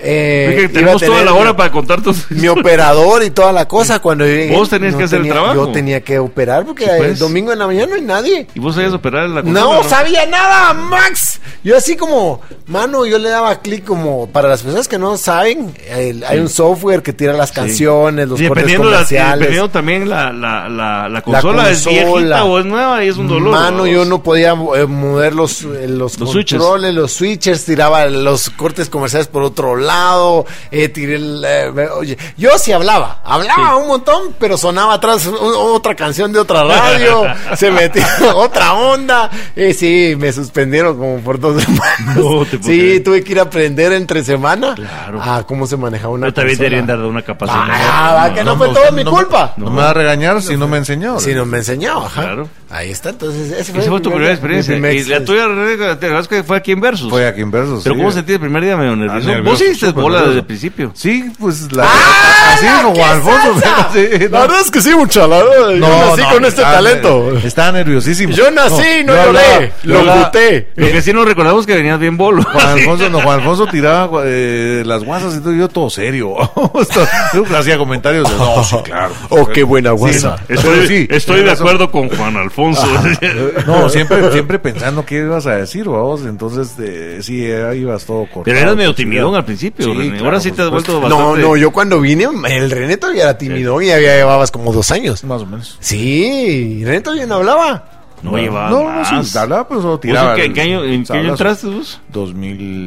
Speaker 5: eh,
Speaker 4: Es que
Speaker 5: iba a
Speaker 4: tenemos toda
Speaker 5: tener
Speaker 4: la hora
Speaker 5: mi-
Speaker 4: para contar tus...
Speaker 5: mi operador y toda la cosa cuando yo llegué,
Speaker 4: Vos tenías que hacer el
Speaker 5: tenía-
Speaker 4: trabajo.
Speaker 5: Yo tenía que operar porque
Speaker 4: Sí, pues.
Speaker 5: el domingo en la mañana no hay nadie.
Speaker 4: ¿Y vos sabías operar en la
Speaker 5: No,
Speaker 4: consola,
Speaker 5: sabía nada, Max. Yo así como, mano, yo le daba clic como para las personas que no saben, el- hay un software que tira las canciones, los
Speaker 4: y
Speaker 5: cortes
Speaker 4: dependiendo, la-
Speaker 5: comerciales.
Speaker 4: dependiendo también la, la, la, la consola, es viejita
Speaker 5: consola.
Speaker 4: o es nueva y es un dolor.
Speaker 5: Mano,
Speaker 4: ¿no?
Speaker 5: yo no podía eh, mover los, eh, los,
Speaker 4: Los switches.
Speaker 5: controles, los switchers, tiraba los cortes comerciales por otro lado, eh, tiré el, eh, oye, yo sí hablaba, hablaba un montón, pero sonaba atrás o- otra canción de otra radio, se metía otra onda, eh, sí, me suspendieron como por dos semanas.
Speaker 4: No te puedo
Speaker 5: sí,
Speaker 4: creer.
Speaker 5: tuve que ir a aprender entre semana
Speaker 4: Claro.
Speaker 5: a cómo se manejaba una
Speaker 4: Pero también
Speaker 5: consola.
Speaker 4: deberían dar una capacidad.
Speaker 5: Ah, va, que no, fue todo mi culpa.
Speaker 9: No, me va a regañar si no me enseñó.
Speaker 5: Si no me enseñó, ajá.
Speaker 4: Claro.
Speaker 5: Ahí está, entonces. Ese
Speaker 4: Esa fue tu primera experiencia.
Speaker 5: mi primer
Speaker 4: y la tuya, René, te acuerdas que fue aquí en Versus.
Speaker 9: Fue aquí en versos.
Speaker 4: Pero
Speaker 9: sí.
Speaker 4: ¿cómo sentí el primer día medio Ah, nervioso? Vos
Speaker 9: nervioso,
Speaker 4: Pues sí hiciste
Speaker 9: súper
Speaker 4: bola desde
Speaker 9: nervioso.
Speaker 4: el principio.
Speaker 9: Sí, pues la.
Speaker 5: ¡Ah,
Speaker 9: así
Speaker 5: la
Speaker 9: como
Speaker 5: que
Speaker 9: Alfonso.
Speaker 5: salsa!
Speaker 9: sí,
Speaker 5: La verdad es que sí, mucha. La verdad, yo nací con este
Speaker 9: estaba-
Speaker 5: talento.
Speaker 9: Estaba ah, nerviosísimo.
Speaker 5: Yo nací, no,
Speaker 9: yo
Speaker 5: lloré.
Speaker 9: hablaba- yo
Speaker 5: Lo
Speaker 9: hablaba-
Speaker 5: puté.
Speaker 4: Lo que sí nos recordamos que venías bien bolo.
Speaker 9: Juan Alfonso, no, Juan Alfonso tiraba eh, las guasas y todo, yo todo serio. yo hacía comentarios de, no, sí, claro.
Speaker 5: Oh, qué buena guasa.
Speaker 9: Pero
Speaker 4: Estoy,
Speaker 9: sí,
Speaker 4: estoy
Speaker 9: tenés
Speaker 4: de
Speaker 9: razón.
Speaker 4: acuerdo con Juan Alfonso.
Speaker 9: Ah, No, siempre, siempre pensando qué ibas a decir, vos. Entonces, eh, sí, eh, ibas todo cortado. Pues,
Speaker 4: Pero eras medio timidón al principio.
Speaker 9: Sí,
Speaker 4: René.
Speaker 9: claro,
Speaker 4: Ahora sí
Speaker 9: por
Speaker 4: te has
Speaker 9: supuesto.
Speaker 4: vuelto
Speaker 5: No,
Speaker 4: bastante.
Speaker 5: no, yo cuando vine, el René todavía era tímido y había llevabas como dos años.
Speaker 9: Más o menos.
Speaker 5: Sí, René todavía no hablaba.
Speaker 4: No llevaba
Speaker 9: No, no,
Speaker 4: más.
Speaker 9: sí, hablaba, pero solo
Speaker 4: ¿Vos
Speaker 9: tiraba.
Speaker 4: ¿En qué, en
Speaker 9: el
Speaker 4: qué año, en qué año
Speaker 9: sablazo.
Speaker 4: entraste vos?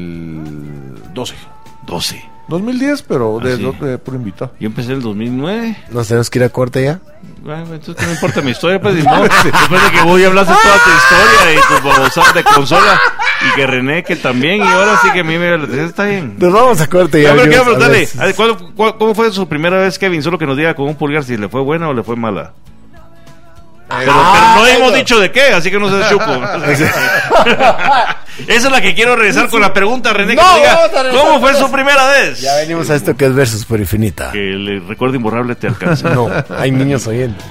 Speaker 9: 2012.
Speaker 4: 12.
Speaker 9: 2010, pero
Speaker 4: Ah,
Speaker 9: de,
Speaker 4: sí.
Speaker 9: de- por invitado.
Speaker 4: Yo empecé en el 2009.
Speaker 5: Nos tenemos que ir a corte ya.
Speaker 4: Bueno, entonces no importa mi historia, pues. y no, después de que vos ya hablaste toda tu
Speaker 5: Ah.
Speaker 4: historia y tus babosadas de consola. Y que René, que también. Y ahora sí que a mí me está bien.
Speaker 5: Nos vamos a corte ya.
Speaker 4: Ya, pero quiero
Speaker 5: amigos. A ver
Speaker 4: preguntarle,
Speaker 5: si-
Speaker 4: ¿a- cuándo- cua- ¿cómo fue su primera vez, Kevin? Solo que nos diga con un pulgar si le fue buena o le fue mala. Pero,
Speaker 5: Ah,
Speaker 4: pero no hemos
Speaker 5: eso.
Speaker 4: dicho de qué, así que no seas chuco. Esa es la que quiero regresar con la pregunta, René, que
Speaker 5: No,
Speaker 4: nos diga,
Speaker 5: vamos a regresar
Speaker 4: ¿cómo fue
Speaker 5: con
Speaker 4: su primera vez?
Speaker 5: Ya venimos a esto que es Versus por Infinita.
Speaker 4: Que el recuerdo imborrable te alcanza.
Speaker 5: No, hay niños oyendo.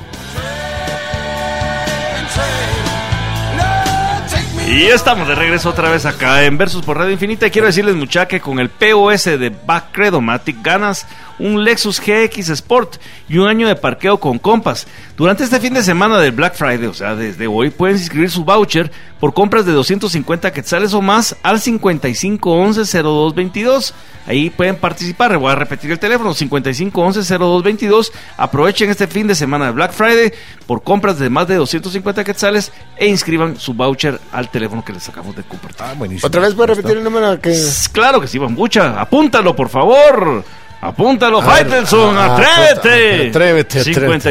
Speaker 4: Y estamos de regreso otra vez acá en Versus por Radio Infinita. Y quiero decirles, mucha, que con el POS de Backredomatic ganas un Lexus GX Sport y un año de parqueo con compas. Durante este fin de semana del Black Friday, o sea, desde hoy, pueden inscribir su voucher por compras de 250 quetzales o más al 5511-0222. Ahí pueden participar. Voy a repetir el teléfono: 5511-0222. Aprovechen este fin de semana de Black Friday por compras de más de 250 quetzales e inscriban su voucher al teléfono que les sacamos de compartir.
Speaker 3: Ah, buenísimo.
Speaker 5: ¿Otra vez puedes repetir el número que...
Speaker 4: Claro que sí, Bambucha. Apúntalo, por favor. Apúntalo,
Speaker 5: ver,
Speaker 4: Faitelson.
Speaker 5: ah,
Speaker 4: Atrévete.
Speaker 5: atrévete, atrévete.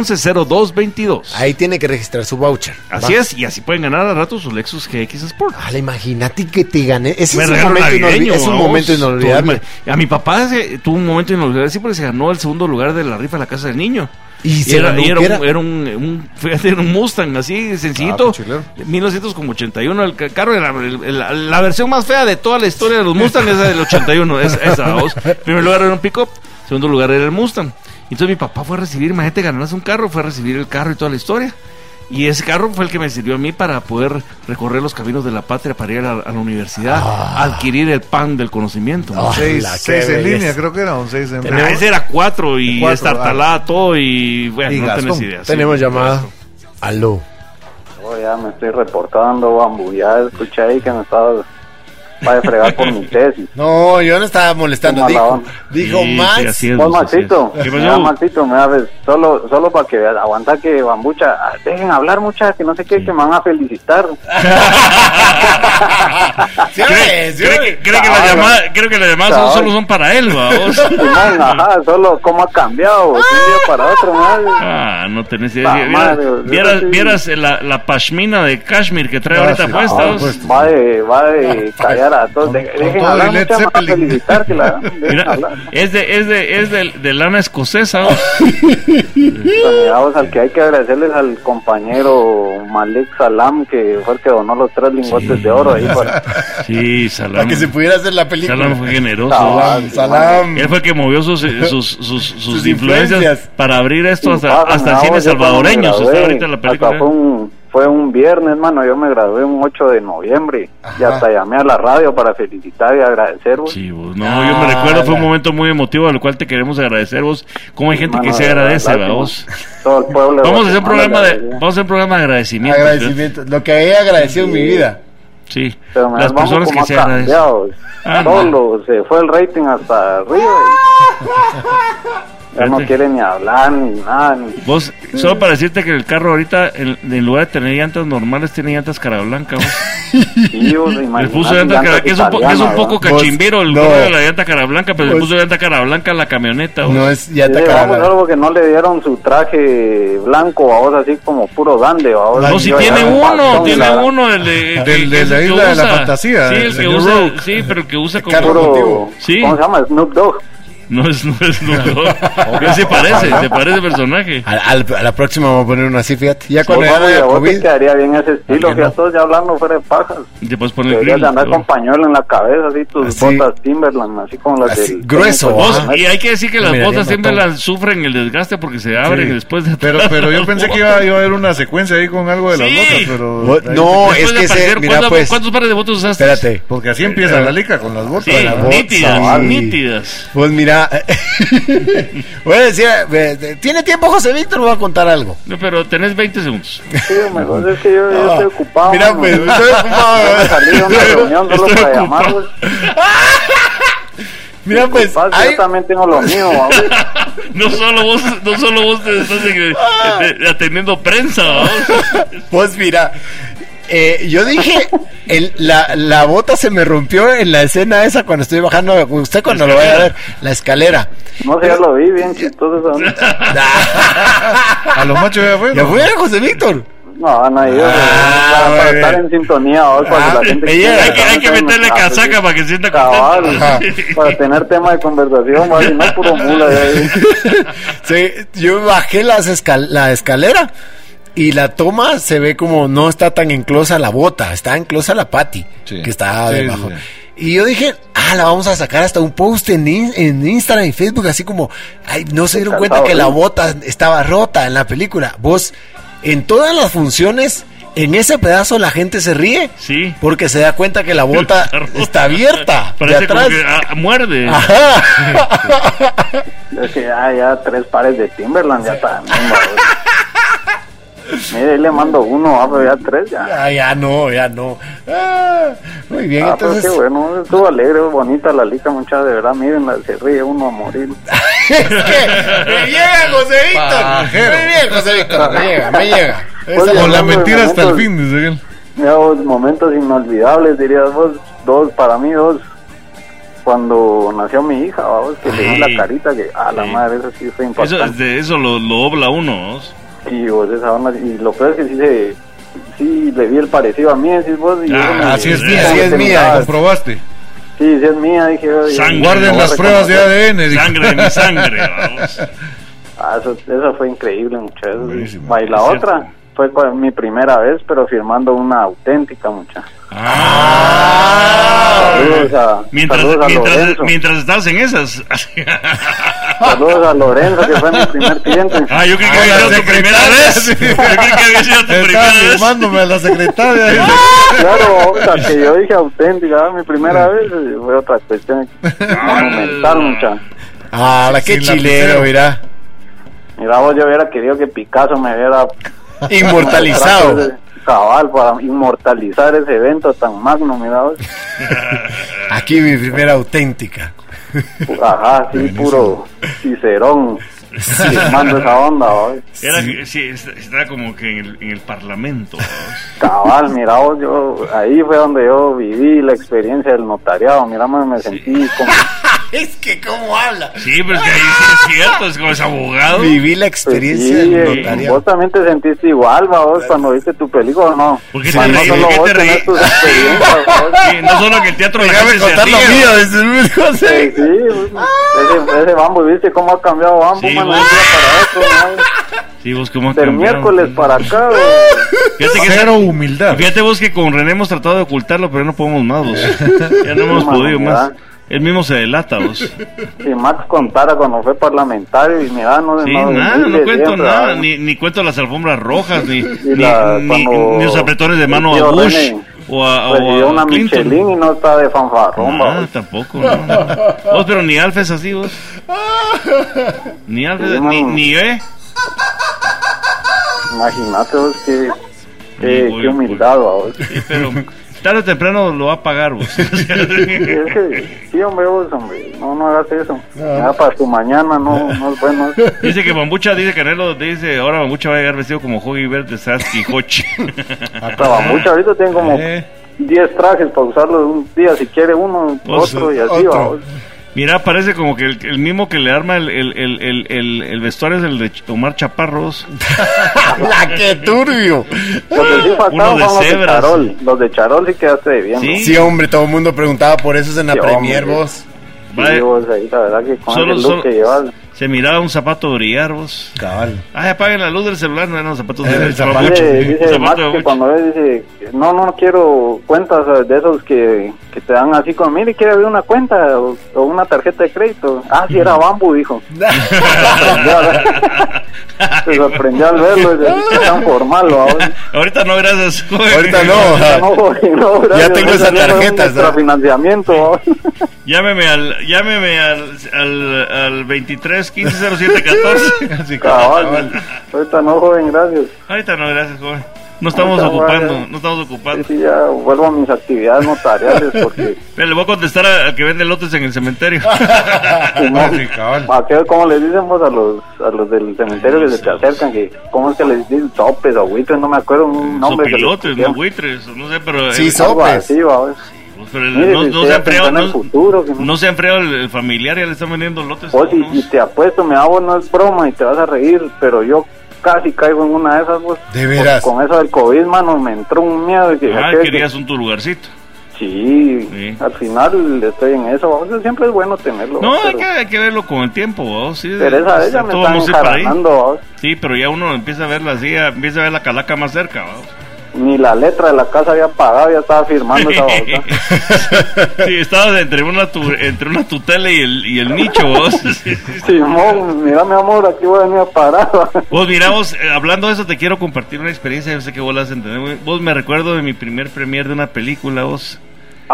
Speaker 4: 5511-0222.
Speaker 5: Ahí tiene que registrar su voucher.
Speaker 4: Así es, y así pueden ganar a rato su Lexus GX Sport.
Speaker 5: Vale, imagínate que te gané. Ese
Speaker 4: Me
Speaker 5: es un
Speaker 4: regalo
Speaker 5: momento,
Speaker 4: navideño,
Speaker 5: inolvi- es un
Speaker 4: vamos.
Speaker 5: momento inolvidable.
Speaker 4: Tuve- A mi papá se- tuvo un momento inolvidable, sí, porque se ganó el segundo lugar de la rifa de la casa del niño.
Speaker 5: Y se
Speaker 4: era,
Speaker 5: ganó,
Speaker 4: y era
Speaker 5: ¿qué
Speaker 4: un,
Speaker 5: era?
Speaker 4: era un, un- fíjate, era un Mustang así,
Speaker 3: Ah,
Speaker 4: sencillito.
Speaker 3: qué chilero.
Speaker 4: 1981, el ca- carro era el- la, la versión más fea de toda la historia de los Mustang, esa del 81, es- esa dos. Primer lugar era un pickup, segundo lugar era el Mustang. Entonces mi papá fue a recibir, imagínate, ganarse un carro, fue a recibir el carro y toda la historia. Y ese carro fue el que me sirvió a mí para poder recorrer los caminos de la patria, para ir a la, a la universidad, adquirir el pan del conocimiento.
Speaker 5: Ah,
Speaker 3: Seis,
Speaker 5: la, qué
Speaker 3: seis en
Speaker 5: belleza.
Speaker 3: línea, creo que era un seis en
Speaker 4: Ah, ese era cuatro y
Speaker 3: Cuatro,
Speaker 9: ah.
Speaker 4: estartalada todo y bueno,
Speaker 3: Y
Speaker 4: no
Speaker 3: Gastón.
Speaker 4: tenés idea. sí.
Speaker 5: Tenemos llamada. Aló.
Speaker 6: Oh, ya me estoy reportando, bambu. Ya escuché ahí que me estaba para de fregar por mi tesis.
Speaker 5: No, yo no estaba molestando.
Speaker 6: Qué mala
Speaker 5: Dijo,
Speaker 6: onda.
Speaker 5: dijo
Speaker 4: Sí, sí,
Speaker 5: Max.
Speaker 4: así es,
Speaker 6: Vos,
Speaker 4: así es.
Speaker 6: Maxito,
Speaker 4: ¿Qué
Speaker 6: mira,
Speaker 4: pasó?
Speaker 6: Maxito, mira, ves, solo, solo para que veas, aguanta que bambucha, ah, dejen hablar muchas que no sé qué, que me van a felicitar.
Speaker 5: Sí,
Speaker 4: ¿Cree,
Speaker 5: sí,
Speaker 4: cree
Speaker 5: sí.
Speaker 4: que, cree que la
Speaker 6: Cabrón.
Speaker 4: llamada, creo que las llamadas son-
Speaker 6: Cabrón.
Speaker 4: solo son para él, vamos.
Speaker 6: Simón, ajá, solo cómo ha cambiado, de un día para otro, mira.
Speaker 4: Ah, no tenés idea.
Speaker 6: Pa'
Speaker 4: Sí, Vieras,
Speaker 6: madre, yo
Speaker 4: vieras-
Speaker 6: sí.
Speaker 4: vieras eh, la, la pashmina de Kashmir que trae
Speaker 3: Ah,
Speaker 4: ahorita Ah,
Speaker 3: sí.
Speaker 4: puesta.
Speaker 3: Ah,
Speaker 4: vos.
Speaker 3: pues.
Speaker 6: Va de, va de callar a todos,
Speaker 3: Con-
Speaker 6: de-
Speaker 3: con
Speaker 6: dejen
Speaker 3: todo y
Speaker 6: hablar
Speaker 3: Led
Speaker 6: muchas para
Speaker 3: Zeppelin.
Speaker 6: felicitar, que la dejen
Speaker 4: Mira,
Speaker 6: hablar.
Speaker 4: es de, es de, es de, de lana escocesa. vos.
Speaker 6: Bueno, ya, o sea, Pues, al que hay que agradecerles al compañero Malik Salam, que fue el que donó los tres lingotes de oro ahí para...
Speaker 4: Sí, Salam.
Speaker 5: Para que se pudiera hacer la película. Ah,
Speaker 4: Salam fue generoso.
Speaker 6: Salam,
Speaker 5: Salam.
Speaker 4: Él fue el que movió sus, eh, sus, sus, sus, influencias,
Speaker 5: influencias.
Speaker 4: para abrir esto hasta,
Speaker 6: Pasan,
Speaker 4: hasta el
Speaker 6: no,
Speaker 4: cine
Speaker 6: yo cuando
Speaker 4: salvadoreño. Eso
Speaker 6: me
Speaker 4: está
Speaker 6: gradué,
Speaker 4: ahorita en la película.
Speaker 6: hasta Fue un, fue un viernes, mano. Yo me gradué un 8 de noviembre. Y hasta llamé a la radio para felicitar y agradecer. güey.
Speaker 4: Sí, vos. No, yo me
Speaker 5: Ah,
Speaker 4: recuerdo, fue un
Speaker 5: la-
Speaker 4: momento muy emotivo, al cual te queremos agradecer vos. Como hay gente que
Speaker 6: Mano,
Speaker 4: se
Speaker 6: de verdad,
Speaker 4: agradece,
Speaker 6: lástima.
Speaker 4: ¿va vos.
Speaker 6: Todo el pueblo.
Speaker 4: Vamos a hacer
Speaker 6: Guatemala
Speaker 4: un programa de,
Speaker 6: agradece.
Speaker 4: vamos a hacer un programa de agradecimiento.
Speaker 5: Agradecimiento. Lo que he agradecido en mi vida.
Speaker 4: Sí,
Speaker 6: Pero me
Speaker 4: las
Speaker 6: vamos
Speaker 4: personas
Speaker 6: como
Speaker 4: que se
Speaker 6: ha
Speaker 4: agradecen.
Speaker 6: cambiado, güey.
Speaker 4: Ah,
Speaker 6: Todo
Speaker 4: no.
Speaker 6: lo- se fue el rating hasta arriba. y- ya no
Speaker 4: Fíjate.
Speaker 6: quiere ni hablar ni nada. ni-
Speaker 4: Vos, solo para decirte que el carro ahorita, en, en lugar de tener llantas normales, tiene llantas cara blanca. vos.
Speaker 6: Sí, vos,
Speaker 4: Le
Speaker 6: imagínate,
Speaker 4: puso llanta cara,
Speaker 6: llantas
Speaker 4: que es un, po- que es un
Speaker 6: italianas,
Speaker 4: poco
Speaker 6: ¿verdad?
Speaker 4: cachimbero el
Speaker 5: no.
Speaker 4: color de la llanta cara blanca, pero le
Speaker 5: Vos-
Speaker 4: puso llanta cara blanca a la camioneta. vos.
Speaker 5: No es ya te
Speaker 6: Sí, Eh, vamos,
Speaker 5: acababa.
Speaker 6: algo que no le dieron su traje blanco, vamos, así como puro dande, vamos.
Speaker 4: No,
Speaker 6: Yo
Speaker 4: si
Speaker 6: ya
Speaker 4: tiene
Speaker 6: era
Speaker 4: uno,
Speaker 6: bastón,
Speaker 4: tiene
Speaker 6: la-
Speaker 4: uno. El, de-
Speaker 9: Del-
Speaker 4: que- que
Speaker 9: de
Speaker 4: es
Speaker 9: la
Speaker 4: el que
Speaker 9: isla de la
Speaker 4: usa.
Speaker 9: fantasía,
Speaker 4: Sí, el
Speaker 9: el
Speaker 4: que
Speaker 9: señor
Speaker 4: usa.
Speaker 9: Rogue.
Speaker 4: Sí, pero el que usa como.
Speaker 6: Puro,
Speaker 4: Sí.
Speaker 6: ¿Cómo se llama? Snoop Dogg.
Speaker 4: No es, no es Snoop Dogg. Pero se parece, se parece el personaje.
Speaker 5: A, al- a la próxima vamos a poner una así, fíjate. Ya
Speaker 6: Vos,
Speaker 5: cuando ya no
Speaker 6: vamos, y
Speaker 5: haya
Speaker 6: a vos te
Speaker 5: COVID.
Speaker 6: quedaría bien ese estilo,
Speaker 5: ¿Por qué no?
Speaker 6: que todos ya hablando fuera de pajas.
Speaker 4: Después pone el
Speaker 6: Deberías
Speaker 4: grill.
Speaker 6: de andar con pañuelo en la cabeza, así tus
Speaker 5: Así.
Speaker 6: botas Timberland, así como las
Speaker 5: Así,
Speaker 6: del...
Speaker 5: grueso, ¿ah?
Speaker 4: Vos-
Speaker 5: Ajá.
Speaker 4: y hay que decir que las
Speaker 5: Miraría
Speaker 4: botas siempre
Speaker 5: matón.
Speaker 4: las sufren el desgaste porque se abren
Speaker 9: Sí.
Speaker 4: después de
Speaker 9: Pero, pero yo pensé que iba, iba a haber una secuencia ahí con algo de las
Speaker 4: Sí.
Speaker 9: botas, pero.
Speaker 5: Vos-
Speaker 9: ahí
Speaker 5: No,
Speaker 4: Después
Speaker 5: es
Speaker 4: de
Speaker 5: que ese,
Speaker 4: aparecer,
Speaker 5: mira
Speaker 4: ¿cuántas-
Speaker 5: pues,
Speaker 4: ¿Cuántos pares de botas usaste?
Speaker 5: espérate.
Speaker 9: se- Porque así empieza la lica con las botas.
Speaker 4: Sí,
Speaker 9: la
Speaker 5: botas.
Speaker 4: nítidas,
Speaker 5: Ay.
Speaker 4: nítidas.
Speaker 5: Pues mira, voy a decir, eh, tiene tiempo José Víctor, me va a contar algo.
Speaker 4: No, pero tenés 20 segundos.
Speaker 6: Sí, mejor es que yo, yo estoy ocupado.
Speaker 5: Mira,
Speaker 6: mano.
Speaker 5: pues, estoy
Speaker 6: Yo me
Speaker 5: ocupado. ¿eh?
Speaker 6: salí de una reunión solo
Speaker 4: Estoy
Speaker 6: para
Speaker 4: ocupado.
Speaker 6: llamar, güey.
Speaker 5: Mira, pues,
Speaker 6: Paz,
Speaker 5: hay,
Speaker 6: Yo también tengo lo mío, vamos.
Speaker 4: No solo vos, no solo vos te estás eh, eh, atendiendo prensa. ¿vamos?
Speaker 5: pues mira, eh, yo dije, el- la, la bota se me rompió en la escena esa cuando estoy bajando, usted cuando lo vaya a ver, la escalera.
Speaker 6: No sé, ya lo vi bien chistoso. esa onda.
Speaker 9: A los machos ya fue.
Speaker 5: Ya
Speaker 9: ¿no?
Speaker 5: fue José Víctor.
Speaker 6: No, no, yo
Speaker 5: Ah,
Speaker 6: para, para
Speaker 5: muy
Speaker 6: estar
Speaker 5: bien.
Speaker 6: en sintonía hoy cuando
Speaker 5: Ah,
Speaker 6: la gente
Speaker 5: me llega.
Speaker 6: quiere,
Speaker 4: Hay que, hay que
Speaker 6: entonces,
Speaker 4: meterle
Speaker 6: ah,
Speaker 4: casaca
Speaker 6: sí,
Speaker 4: para que sienta
Speaker 6: cabal,
Speaker 4: contento.
Speaker 6: para tener tema de conversación, va, si no es puro mula. ya, ya.
Speaker 5: Sí, yo bajé las escal- la escalera y la toma se ve como no está tan enclosa la bota, está enclosa la pati
Speaker 9: Sí.
Speaker 5: que está
Speaker 9: Sí,
Speaker 5: debajo.
Speaker 9: sí, sí.
Speaker 5: Y yo dije, ah, la vamos a sacar hasta un post en, in- en Instagram y Facebook, así como, ay, no se dieron cuenta
Speaker 6: Encantado,
Speaker 5: que la
Speaker 6: ¿eh?
Speaker 5: bota estaba rota en la película. Vos, en todas las funciones, En ese pedazo la gente se ríe.
Speaker 4: Sí.
Speaker 5: Porque se da cuenta que la bota
Speaker 4: Está rota.
Speaker 5: está abierta. de
Speaker 4: Parece como
Speaker 5: atrás.
Speaker 4: que ah, muerde.
Speaker 5: Ajá.
Speaker 6: Es que ya, ya tres pares de Timberland, ya también, babos. Mire, ahí le mando uno, ah, pero ya tres, ya.
Speaker 5: Ah, ya no, ya no. Ah, muy bien,
Speaker 6: Ah, pero
Speaker 5: entonces.
Speaker 6: qué bueno, estuvo alegre, bonita la lica, muchacha, de verdad, miren, se ríe uno a morir.
Speaker 5: es que me llega José Víctor. Muy bien, José Víctor. Me llega, me llega.
Speaker 6: Pues,
Speaker 5: Esa-
Speaker 6: ya
Speaker 3: Con la
Speaker 6: hablando de
Speaker 3: mentira hasta el
Speaker 6: momentos-
Speaker 3: fin, dice él.
Speaker 6: Ya vos, momentos inolvidables, dirías vos, dos, para mí dos, cuando nació mi hija, vos, que le vi
Speaker 4: Sí.
Speaker 6: la carita, que a la
Speaker 4: Sí.
Speaker 6: madre, eso sí fue
Speaker 4: Eso,
Speaker 6: impactante.
Speaker 4: de eso lo, lo obla uno. ¿no?
Speaker 6: Sí, vos, esa onda, y lo peor es que sí se... Sí, le vi el parecido a mí, decís vos. Pues, Y eso me-
Speaker 4: Ah,
Speaker 3: Así es
Speaker 4: sí,
Speaker 3: mía,
Speaker 5: sí,
Speaker 3: así
Speaker 5: es
Speaker 3: es
Speaker 5: mía.
Speaker 3: mía. Comprobaste.
Speaker 6: Sí, sí es mía, dije. oye,
Speaker 4: Sangre.
Speaker 6: no
Speaker 3: Guarden
Speaker 6: voy a
Speaker 3: las pruebas de
Speaker 6: reconocer.
Speaker 3: ADN. dijo.
Speaker 4: Sangre de mi sangre. vamos.
Speaker 6: Ah, eso, eso fue increíble, muchachos.
Speaker 3: Buenísimo.
Speaker 6: Y la
Speaker 4: Es cierto.
Speaker 6: otra fue cua- mi primera vez, pero firmando una auténtica, muchacha. Ah. Saludos a,
Speaker 4: Ah. Mientras,
Speaker 6: saludos a
Speaker 4: mientras,
Speaker 6: Lorenzo.
Speaker 4: mientras estabas en esas.
Speaker 6: Saludos a Lorenzo, que fue mi primer cliente.
Speaker 4: Ah, yo creo que
Speaker 3: Ah,
Speaker 4: había
Speaker 3: la
Speaker 4: sido tu primera vez. Yo creo que había sido tu
Speaker 3: Estaba
Speaker 4: primera vez.
Speaker 3: firmándome a la secretaria.
Speaker 6: Claro, o sea, que yo dije auténtica, ah, mi
Speaker 4: Ah.
Speaker 6: primera vez eh, fue otra cuestión monumental, muchacha.
Speaker 5: Ah, la que
Speaker 3: Sin lapicero.
Speaker 5: chileno, mira.
Speaker 6: Mira, vos yo hubiera querido que Picasso me hubiera eh,
Speaker 5: Inmortalizado.
Speaker 6: Cabal, para inmortalizar ese evento tan magno, mira. vos.
Speaker 5: Aquí mi primera auténtica.
Speaker 6: Pues, Ajá, sí, puro Cicerón. Firmando esa onda, vos.
Speaker 4: Era, sí. es- estaba como que en el, en el parlamento. vamos.
Speaker 6: Cabal, mira vos, yo, ahí fue donde yo viví la experiencia del notariado, mira, man, me sentí como...
Speaker 5: es que cómo habla.
Speaker 4: Sí, pero es que ahí sí es cierto, es como es abogado.
Speaker 5: Viví la
Speaker 6: pues,
Speaker 5: experiencia
Speaker 6: sí,
Speaker 5: del
Speaker 6: eh,
Speaker 5: notariado.
Speaker 6: vos también te sentiste igual, va, vos, cuando viste tu película, ¿o ¿no?
Speaker 4: ¿Por qué te
Speaker 6: Más no
Speaker 4: reí?
Speaker 6: solo
Speaker 4: ¿Por qué
Speaker 6: vos
Speaker 4: te
Speaker 6: tenés
Speaker 4: reí?
Speaker 6: tus experiencias, vos.
Speaker 4: Sí, no solo que el teatro la gente se ríe.
Speaker 5: dice
Speaker 6: Sí, sí, ese, ese Bambo, ¿viste cómo ha cambiado Bambo,
Speaker 4: Sí,
Speaker 6: man?
Speaker 4: vos.
Speaker 6: De un día para otro, man.
Speaker 4: Sí, vos cómo ha
Speaker 6: Del
Speaker 4: cambiado.
Speaker 6: miércoles para acá, güey.
Speaker 4: Fíjate que
Speaker 3: Cero humildad.
Speaker 4: Fíjate vos que con René hemos tratado de ocultarlo, pero no podemos más, vos. Ya no hemos
Speaker 6: Mano,
Speaker 4: podido más.
Speaker 6: ¿verdad?
Speaker 4: Él mismo se delata, vos.
Speaker 6: Si Max contara cuando fue parlamentario y mira, no...
Speaker 4: Sí,
Speaker 6: no,
Speaker 4: nada, no
Speaker 6: de
Speaker 4: cuento
Speaker 6: siempre,
Speaker 4: nada,
Speaker 6: ¿verdad?
Speaker 4: ni, ni cuento las alfombras rojas, ni, ni,
Speaker 6: la-
Speaker 4: ni,
Speaker 6: cuando
Speaker 4: ni los apretones de mano
Speaker 6: el tío
Speaker 4: a Bush
Speaker 6: René
Speaker 4: o a, o
Speaker 6: Recibió
Speaker 4: a
Speaker 6: Pues, una
Speaker 4: Clinton.
Speaker 6: Michelin y no está de fanfarrón,
Speaker 4: Nada,
Speaker 6: babos.
Speaker 4: tampoco. no. Vos, pero ni Alfa es así, vos. Ni Alfa,
Speaker 6: Sí,
Speaker 4: ni,
Speaker 6: mano.
Speaker 4: ni E.
Speaker 6: Imagínate vos qué, qué,
Speaker 4: Sí, pues.
Speaker 6: qué
Speaker 4: voy,
Speaker 6: humildad, babos.
Speaker 4: Sí, pero tarde o temprano lo va a pagar, vos.
Speaker 6: Sí, es que- sí, hombre, vos, hombre, no, no hagas eso. Ya para tu mañana no, no es bueno.
Speaker 4: Dice que Bambucha, dice Canelo, dice ahora Bambucha va a llegar vestido como Hoggy Bear de Sasuke Hochi.
Speaker 6: Estaba mucho, ahorita tengo como
Speaker 3: Eh.
Speaker 6: 10 trajes para usarlo de un día, si quiere uno,
Speaker 4: Vos,
Speaker 6: otro y así, babos.
Speaker 4: Mira, parece como que el, el mismo que le arma el, el, el, el, el- el vestuario es el de Ch- Omar Chaparros.
Speaker 5: La que turbio.
Speaker 6: Los que sí faltaban
Speaker 4: Ah, Uno de
Speaker 6: fueron los de
Speaker 4: cebras.
Speaker 6: Charol. Los de Charol sí quedaste debiendo.
Speaker 4: Sí.
Speaker 5: Sí, hombre, todo el mundo preguntaba por eso es en la
Speaker 6: Sí,
Speaker 5: Premier,
Speaker 6: hombre.
Speaker 5: vos.
Speaker 4: Va-
Speaker 6: Sí, vos, ahí la verdad que con
Speaker 4: Solo-
Speaker 6: el look
Speaker 4: solo-
Speaker 6: que llevas...
Speaker 4: Se miraba un zapato brillar, vos.
Speaker 5: Cabal.
Speaker 4: Ay, apaguen la luz del celular, no eran zapatos
Speaker 5: Era
Speaker 4: de
Speaker 5: el Eh, zapato.
Speaker 4: Buche.
Speaker 6: Dice, dice
Speaker 4: Zapato
Speaker 6: Max
Speaker 4: de
Speaker 6: que
Speaker 4: Buche.
Speaker 6: cuando ve, dice, no, no quiero cuentas eh, de esos que, que te dan así con, mire, quiere abrir una cuenta o, o una tarjeta de crédito. Ah, si era Bambu, dijo. Se sorprendió al verlo, dice, "Oh, "Qué tan formal, ¿va?
Speaker 4: Ahorita no, gracias. joven.
Speaker 5: Ahorita no.
Speaker 6: Ya
Speaker 5: ajá.
Speaker 6: no, güey, no,
Speaker 5: Ya
Speaker 6: gracias,
Speaker 5: tengo
Speaker 6: no,
Speaker 5: esa
Speaker 6: ya no es
Speaker 5: tarjeta,
Speaker 6: nuestro
Speaker 5: ¿sabes?
Speaker 6: financiamiento, ¿va?
Speaker 4: Llámeme al, llámeme al, al, al 23 15 07 14.
Speaker 3: Así que-
Speaker 6: Cabal. Ahorita no, joven, gracias.
Speaker 4: Ahorita no, gracias, joven. No estamos
Speaker 6: Ahorita,
Speaker 4: ocupando,
Speaker 6: vaya.
Speaker 4: no estamos
Speaker 6: Sí,
Speaker 4: ocupando.
Speaker 6: sí, ya vuelvo a mis actividades notariales porque...
Speaker 4: Pero le voy a contestar a- al que vende lotes en el cementerio.
Speaker 6: Simón.
Speaker 3: Sí, cabal.
Speaker 6: ¿A qué- ¿Cómo les dicen vos a los, a los del cementerio que se te acercan? Que, ¿Cómo es que les dicen sopes o buitres? No me acuerdo un nombre. que les
Speaker 4: Eh, Sopilotes, no
Speaker 6: pusieron.
Speaker 4: buitres, no sé, pero.
Speaker 5: Sí,
Speaker 4: eh,
Speaker 5: son-
Speaker 6: Algo
Speaker 5: Sopes.
Speaker 6: así, va, ¿ves?
Speaker 4: pero el-
Speaker 6: Mire,
Speaker 4: no,
Speaker 6: si
Speaker 4: no se
Speaker 6: ustedes
Speaker 4: ha enfriado.
Speaker 6: piensan en el
Speaker 4: No,
Speaker 6: futuro, que no-
Speaker 4: no se ha enfriado el, el familiar, ya le están vendiendo lotes.
Speaker 6: Vos, y,
Speaker 4: ¿no?
Speaker 6: y te apuesto, me hago, no es broma y te vas a reír, pero yo casi caigo en una de esas, vos.
Speaker 5: De veras.
Speaker 6: Con eso del COVID, mano, me entró un miedo. y Que
Speaker 4: Ah,
Speaker 6: aquel que-
Speaker 4: querías un tu lugarcito.
Speaker 6: Sí,
Speaker 4: Sí.
Speaker 6: al final estoy en eso, ¿va? O sea, siempre es bueno tenerlo.
Speaker 4: No,
Speaker 6: ¿va?
Speaker 4: hay
Speaker 6: pero,
Speaker 4: que, hay que verlo con el tiempo, ¿no? sí,
Speaker 6: pero esa vez
Speaker 4: hasta
Speaker 6: ya me
Speaker 4: todo
Speaker 6: están
Speaker 4: vamos a ir para ahí.
Speaker 6: encaranando, ¿va?
Speaker 4: Sí, pero ya uno empieza a verla así, ya empieza a ver la calaca más cerca, ¿no?
Speaker 6: ni la letra de la casa había pagado, ya estaba firmando esa bolsa.
Speaker 4: Sí, estabas entre una, tu- entre una tutela y el, y el nicho, vos. Sí, sí, sí.
Speaker 6: Simón, mira mi amor, aquí voy a venir a parar.
Speaker 4: Vos miramos, hablando de eso, te quiero compartir una experiencia. Yo sé que vos las entendés. muy- Vos me recuerdo de mi primer premier de una película, vos.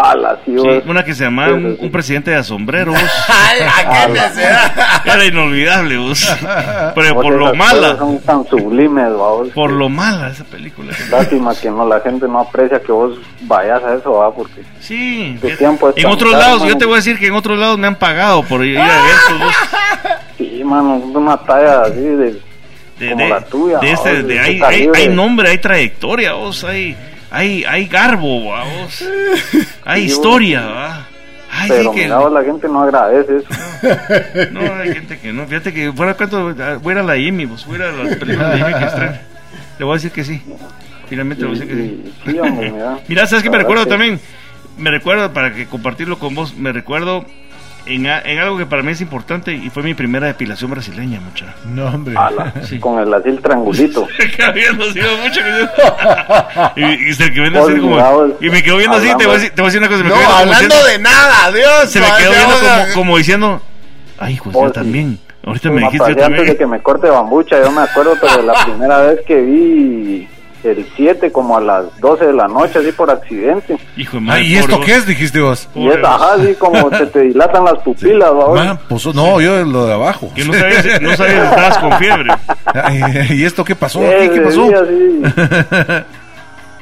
Speaker 6: Ala, sí, vos.
Speaker 4: una que se llamaba
Speaker 6: Sí, sí,
Speaker 4: un,
Speaker 6: sí.
Speaker 4: un presidente de sombrero, vos.
Speaker 5: ¿A qué te será?
Speaker 4: Era inolvidable, vos. Pero
Speaker 6: Vos esas
Speaker 4: por lo
Speaker 6: cosas
Speaker 4: mala,
Speaker 6: Son tan sublimes, vos.
Speaker 4: por lo mala esa película.
Speaker 6: Lástima que no, la gente no aprecia que vos vayas a eso, va, porque
Speaker 4: Sí.
Speaker 6: Tu tiempo es
Speaker 4: En
Speaker 6: tan
Speaker 4: otros
Speaker 6: caro,
Speaker 4: lados, yo
Speaker 6: mano.
Speaker 4: te voy a decir que en otros lados me han pagado por ir a eventos, vos.
Speaker 6: sí, mano, es una talla así de...
Speaker 4: de,
Speaker 6: Como
Speaker 4: de-
Speaker 6: la tuya,
Speaker 4: de este-
Speaker 6: vos,
Speaker 4: de-
Speaker 6: de
Speaker 4: hay,
Speaker 6: ese
Speaker 4: hay,
Speaker 6: calibre.
Speaker 4: hay nombre, hay trayectoria, vos, hay, hay, hay garbo, va, vos, hay
Speaker 6: Sí, vos.
Speaker 4: historia, va. Ay, sí
Speaker 6: Pero
Speaker 4: que
Speaker 6: mira, vos, la gente no agradece eso.
Speaker 4: no, hay gente que no. Fíjate que fuera cuánto, voy a ir a la Jimmy, vos, pues, voy a ir a las películas de Jimmy que estrena. Le voy a decir que sí. Finalmente le voy a decir que sí.
Speaker 6: Y- y- sí, hombre, mira.
Speaker 4: Mira, ¿sabes qué
Speaker 6: La
Speaker 4: me
Speaker 6: verdad
Speaker 4: recuerdo
Speaker 6: que-
Speaker 4: también? Me recuerdo, para que compartirlo con vos, me recuerdo en, a- en algo que para mí es importante y fue mi primera depilación brasileña, mucha.
Speaker 3: No, hombre.
Speaker 6: Ala,
Speaker 4: Sí.
Speaker 6: Con el así el triangulito.
Speaker 4: que habíamos ido mucho que y, y se que viene así
Speaker 6: Olvidado
Speaker 4: como
Speaker 6: el-
Speaker 4: y me quedó viendo así te voy a decir, te voy a decir una cosa me
Speaker 5: No,
Speaker 4: quedó viendo como
Speaker 5: hablando
Speaker 4: diciendo-
Speaker 5: de nada, Dios.
Speaker 4: se me
Speaker 5: vaya,
Speaker 4: quedó viendo
Speaker 5: vaya.
Speaker 4: como, como diciendo ay hijo yo
Speaker 6: Oye,
Speaker 4: también ahorita me
Speaker 6: Una pasé
Speaker 4: dijiste yo
Speaker 6: antes Pues, de
Speaker 4: también
Speaker 6: que me corte bambucha, yo me acuerdo, pero la primera vez que vi el 7 como a las 12 de la noche, así por accidente.
Speaker 4: hijo de
Speaker 3: Ah,
Speaker 4: madre
Speaker 3: ¿Y
Speaker 4: pobre
Speaker 3: esto
Speaker 4: vos.
Speaker 3: qué es? Dijiste vos.
Speaker 6: Y
Speaker 4: Pues,
Speaker 6: es ajá, así como se te dilatan las pupilas, babos.
Speaker 3: Ma, pues, no, yo lo de abajo.
Speaker 4: que no sabías si- no sabías si estabas con fiebre
Speaker 3: Ay, eh, ¿Y esto qué pasó?
Speaker 6: Sí,
Speaker 3: aquí? ¿Qué
Speaker 6: sí,
Speaker 3: pasó?
Speaker 6: sí, así.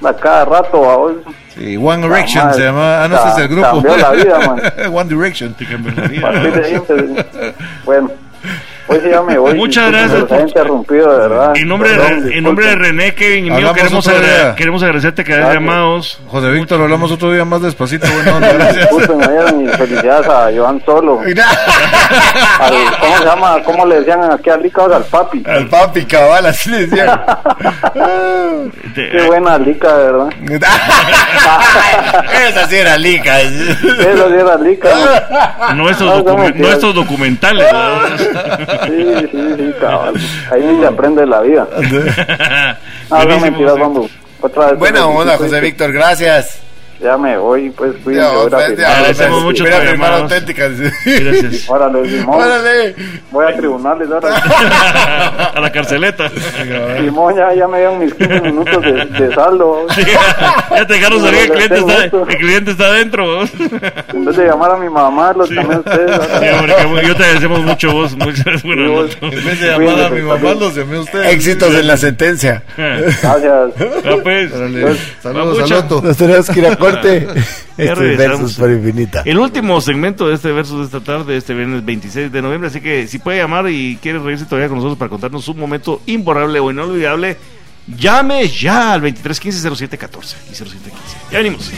Speaker 6: A cada rato, babos.
Speaker 3: Sí, One Direction
Speaker 6: madre.
Speaker 3: se llama. Ah, no, ese es el grupo.
Speaker 6: Cambió la vida,
Speaker 3: One Direction.
Speaker 6: Partir de ahí, pues, bueno, hoy sí ya me voy.
Speaker 4: Muchas
Speaker 6: disculpen,
Speaker 4: gracias
Speaker 6: los
Speaker 4: por-
Speaker 6: he interrumpido, de verdad.
Speaker 4: en nombre de,
Speaker 6: Perdón,
Speaker 4: en nombre de
Speaker 6: disculpen.
Speaker 4: René Kevin y mío
Speaker 3: Hablamos
Speaker 4: queremos
Speaker 3: otro
Speaker 4: agra-
Speaker 3: día.
Speaker 4: queremos agradecerte que hayas
Speaker 6: Gracias.
Speaker 4: llamados
Speaker 3: José Víctor, hablamos otro día más despacito. Bueno, gracias.
Speaker 6: Disculpen, oigan, y felicidades a Joan Solo. Al- ¿Cómo se llama? ¿Cómo le decían aquí al Lica? O sea, Al papi.
Speaker 5: Al papi cabal, así le decían.
Speaker 4: Te-
Speaker 6: Qué buena Lica, de verdad.
Speaker 5: Esa sí era lica.
Speaker 6: Eso sí era Lica.
Speaker 4: no estos,
Speaker 6: Ah, no,
Speaker 4: eh, documen-
Speaker 6: mentira.
Speaker 4: no estos documentales ¿verdad?
Speaker 6: ¿no? Sí, sí, sí, cabal. Ahí ni se aprende la vida. Ah, No, no,
Speaker 4: Buenísimo,
Speaker 6: mentiras,
Speaker 4: José.
Speaker 6: vamos. Otra vez.
Speaker 5: Bueno,
Speaker 6: pues,
Speaker 5: hola
Speaker 6: disculpen,
Speaker 5: José Víctor, gracias.
Speaker 6: Ya me voy, pues cuídense.
Speaker 5: Dios,
Speaker 6: voy a
Speaker 5: Dios,
Speaker 6: firmar.
Speaker 4: Agradecemos
Speaker 5: Dios,
Speaker 4: mucho
Speaker 5: voy a
Speaker 4: tu
Speaker 5: firmar
Speaker 4: llamado.
Speaker 5: auténticas.
Speaker 4: gracias
Speaker 6: Órale, Simón.
Speaker 5: Órale.
Speaker 6: Voy a tribunales ahora.
Speaker 4: a la carceleta
Speaker 6: Simón, ya, ya me dieron mis 15 minutos de, de saldo.
Speaker 4: ya te dejaron salir, el cliente, está,
Speaker 6: Gusto.
Speaker 4: el cliente está adentro. vos. Sí,
Speaker 6: En vez de llamar a mi mamá, los llamé a ustedes.
Speaker 4: hombre, qué bueno. yo te agradecemos mucho vos. Muchas buenas noches.
Speaker 3: En vez de llamar a mi mamá, los llamé a ustedes.
Speaker 5: Éxitos en la sentencia.
Speaker 6: Gracias.
Speaker 4: Ah, pues.
Speaker 3: Órale. Saludos,
Speaker 4: Papucha.
Speaker 3: Saloto.
Speaker 5: Nos tenemos que ir a corte. Este es
Speaker 4: regresamos.
Speaker 5: Versus por Infinita.
Speaker 4: El último segmento de este verso de esta tarde, este viernes 26 de noviembre. Así que si puede llamar y quiere reírse todavía con nosotros para contarnos un momento imborrable o inolvidable, llame ya al 2315-0714 y 0715. Ya venimos.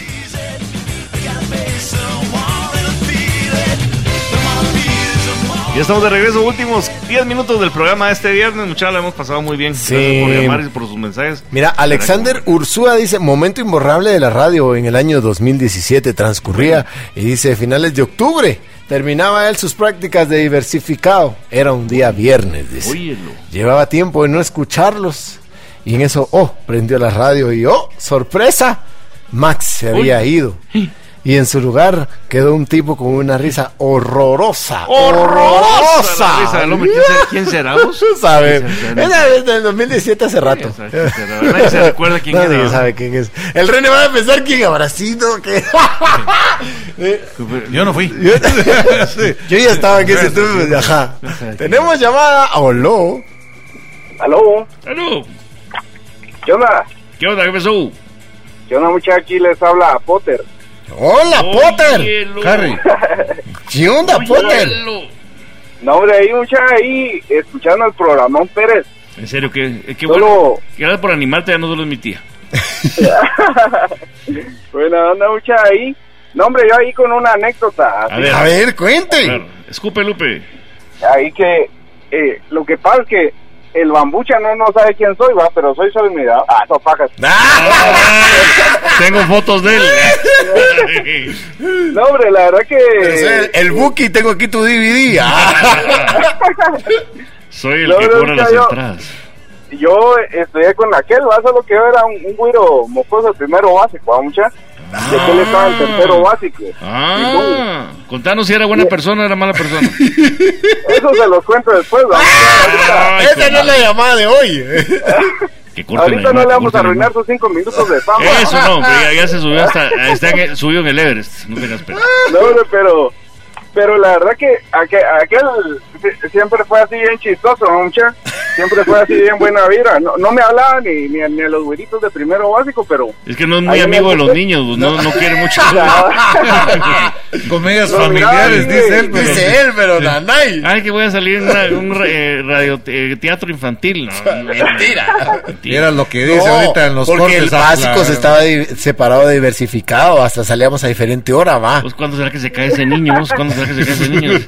Speaker 4: Ya estamos de regreso, últimos 10 minutos del programa este viernes. Muchachos, la hemos pasado muy bien.
Speaker 5: Sí.
Speaker 4: Gracias por llamar y por sus mensajes.
Speaker 5: Mira, Alexander Ursúa dice, momento imborrable de la radio en el año 2017 transcurría y dice, finales de octubre, terminaba él sus prácticas de diversificado. Era un día viernes, dice.
Speaker 4: Óyelo.
Speaker 5: Llevaba tiempo de no escucharlos y en eso, oh, prendió la radio y oh, sorpresa, Max se había ido. Y en su lugar quedó un tipo con una risa horrorosa.
Speaker 4: ¡Horrorosa! la risa
Speaker 5: ¡Horrorosa!
Speaker 4: del hombre. ¿Quién será- ¿Quién será vos?
Speaker 5: ¿Sabes?
Speaker 4: Sí, sí, sí.
Speaker 5: Era desde el 2017 hace rato.
Speaker 4: Sí, sí, sí, sí. Nadie se recuerda quién
Speaker 5: Nadie
Speaker 4: era.
Speaker 5: sabe quién es. El René va a pensar quién habrá sido. que-
Speaker 3: Yo no fui.
Speaker 5: Yo, yo ya estaba en ese turno. Ajá. Tenemos llamada. Hola.
Speaker 6: Aló,
Speaker 4: Aló.
Speaker 6: ¿qué onda?
Speaker 4: ¿Qué onda? ¿Qué pasó?
Speaker 6: ¿Qué onda, muchachos? Aquí les habla Potter.
Speaker 5: Hola, Potter.
Speaker 4: Óyelo.
Speaker 3: Harry.
Speaker 5: ¿Qué onda, Potter?
Speaker 4: Óyelo.
Speaker 6: No, hombre, ahí, muchachos, ahí, escuchando el programón Pérez.
Speaker 4: En serio, qué, qué bueno.
Speaker 6: Solo,
Speaker 4: Gracias por animarte, ya no solo es mi tía.
Speaker 6: buena onda, muchachos, ahí. No, hombre, yo ahí con una anécdota.
Speaker 4: A ver,
Speaker 5: A ver,
Speaker 4: a
Speaker 5: cuente.
Speaker 4: ver, escupe, Lupe.
Speaker 6: Ahí que, eh, lo que pasa es que el bambucha no, no sabe quién soy, va, pero soy solemnidad. Ah, no, pajas.
Speaker 5: Ah,
Speaker 4: Ay, tengo fotos de él.
Speaker 6: No, hombre, la verdad
Speaker 5: Pero soy el,
Speaker 6: que...
Speaker 5: el Buki, tengo aquí tu DVD. Ah.
Speaker 4: Soy el
Speaker 6: No,
Speaker 4: que
Speaker 6: no,
Speaker 4: cobra
Speaker 6: ya
Speaker 4: las
Speaker 6: yo-
Speaker 4: entradas.
Speaker 9: yo estudié con aquel, va, solo que yo era un, un güiro mocoso primero básico, ¿va, mucha?
Speaker 4: Ah.
Speaker 9: Y aquel estaba el tercero básico.
Speaker 4: Ah, contanos si era buena persona o era mala persona.
Speaker 9: Eso se los cuento después, ¿va,
Speaker 5: Ah.
Speaker 9: mucha?
Speaker 4: Ay,
Speaker 5: Esa no es la llamada de hoy.
Speaker 4: que
Speaker 9: Ahorita, ahorita
Speaker 4: corten la
Speaker 9: no
Speaker 4: llamada,
Speaker 9: le vamos a
Speaker 4: corten la
Speaker 9: arruinar sus cinco minutos de fama.
Speaker 4: llamada. Eso no, hombre, ya, ya se subió hasta, está en el- subió en el Everest. No tengas pena.
Speaker 9: No, no, pero, pero la verdad que aquel, aquel si- siempre fue así bien chistoso, ¿no, mucha. Siempre fue así bien buena vida. No, no me hablaba ni, ni, a- ni a los güeritos de primero básico, pero...
Speaker 4: Es que no es muy
Speaker 9: Ahí me
Speaker 4: amigo de los
Speaker 9: puse.
Speaker 4: niños, pues, no, no quiere mucho.
Speaker 3: Comedias
Speaker 9: No, mira,
Speaker 3: familiares,
Speaker 9: sí,
Speaker 3: dice él, pero.
Speaker 5: Dice él, pero Nanay.
Speaker 4: Ay, que voy a salir en una- un ra- eh, radio eh, teatro infantil. No, no,
Speaker 9: Ah.
Speaker 4: no,
Speaker 5: Mentira.
Speaker 4: mentira.
Speaker 3: Era lo que dice
Speaker 5: No,
Speaker 3: ahorita en los
Speaker 5: porque
Speaker 3: cortes.
Speaker 5: el
Speaker 3: ah,
Speaker 5: básico se
Speaker 3: claro.
Speaker 5: estaba di- separado de diversificado, hasta salíamos a diferente hora, va.
Speaker 4: Pues, ¿Cuándo será que se cae ese niño? vos? ¿Cuándo será que se cae ese niño?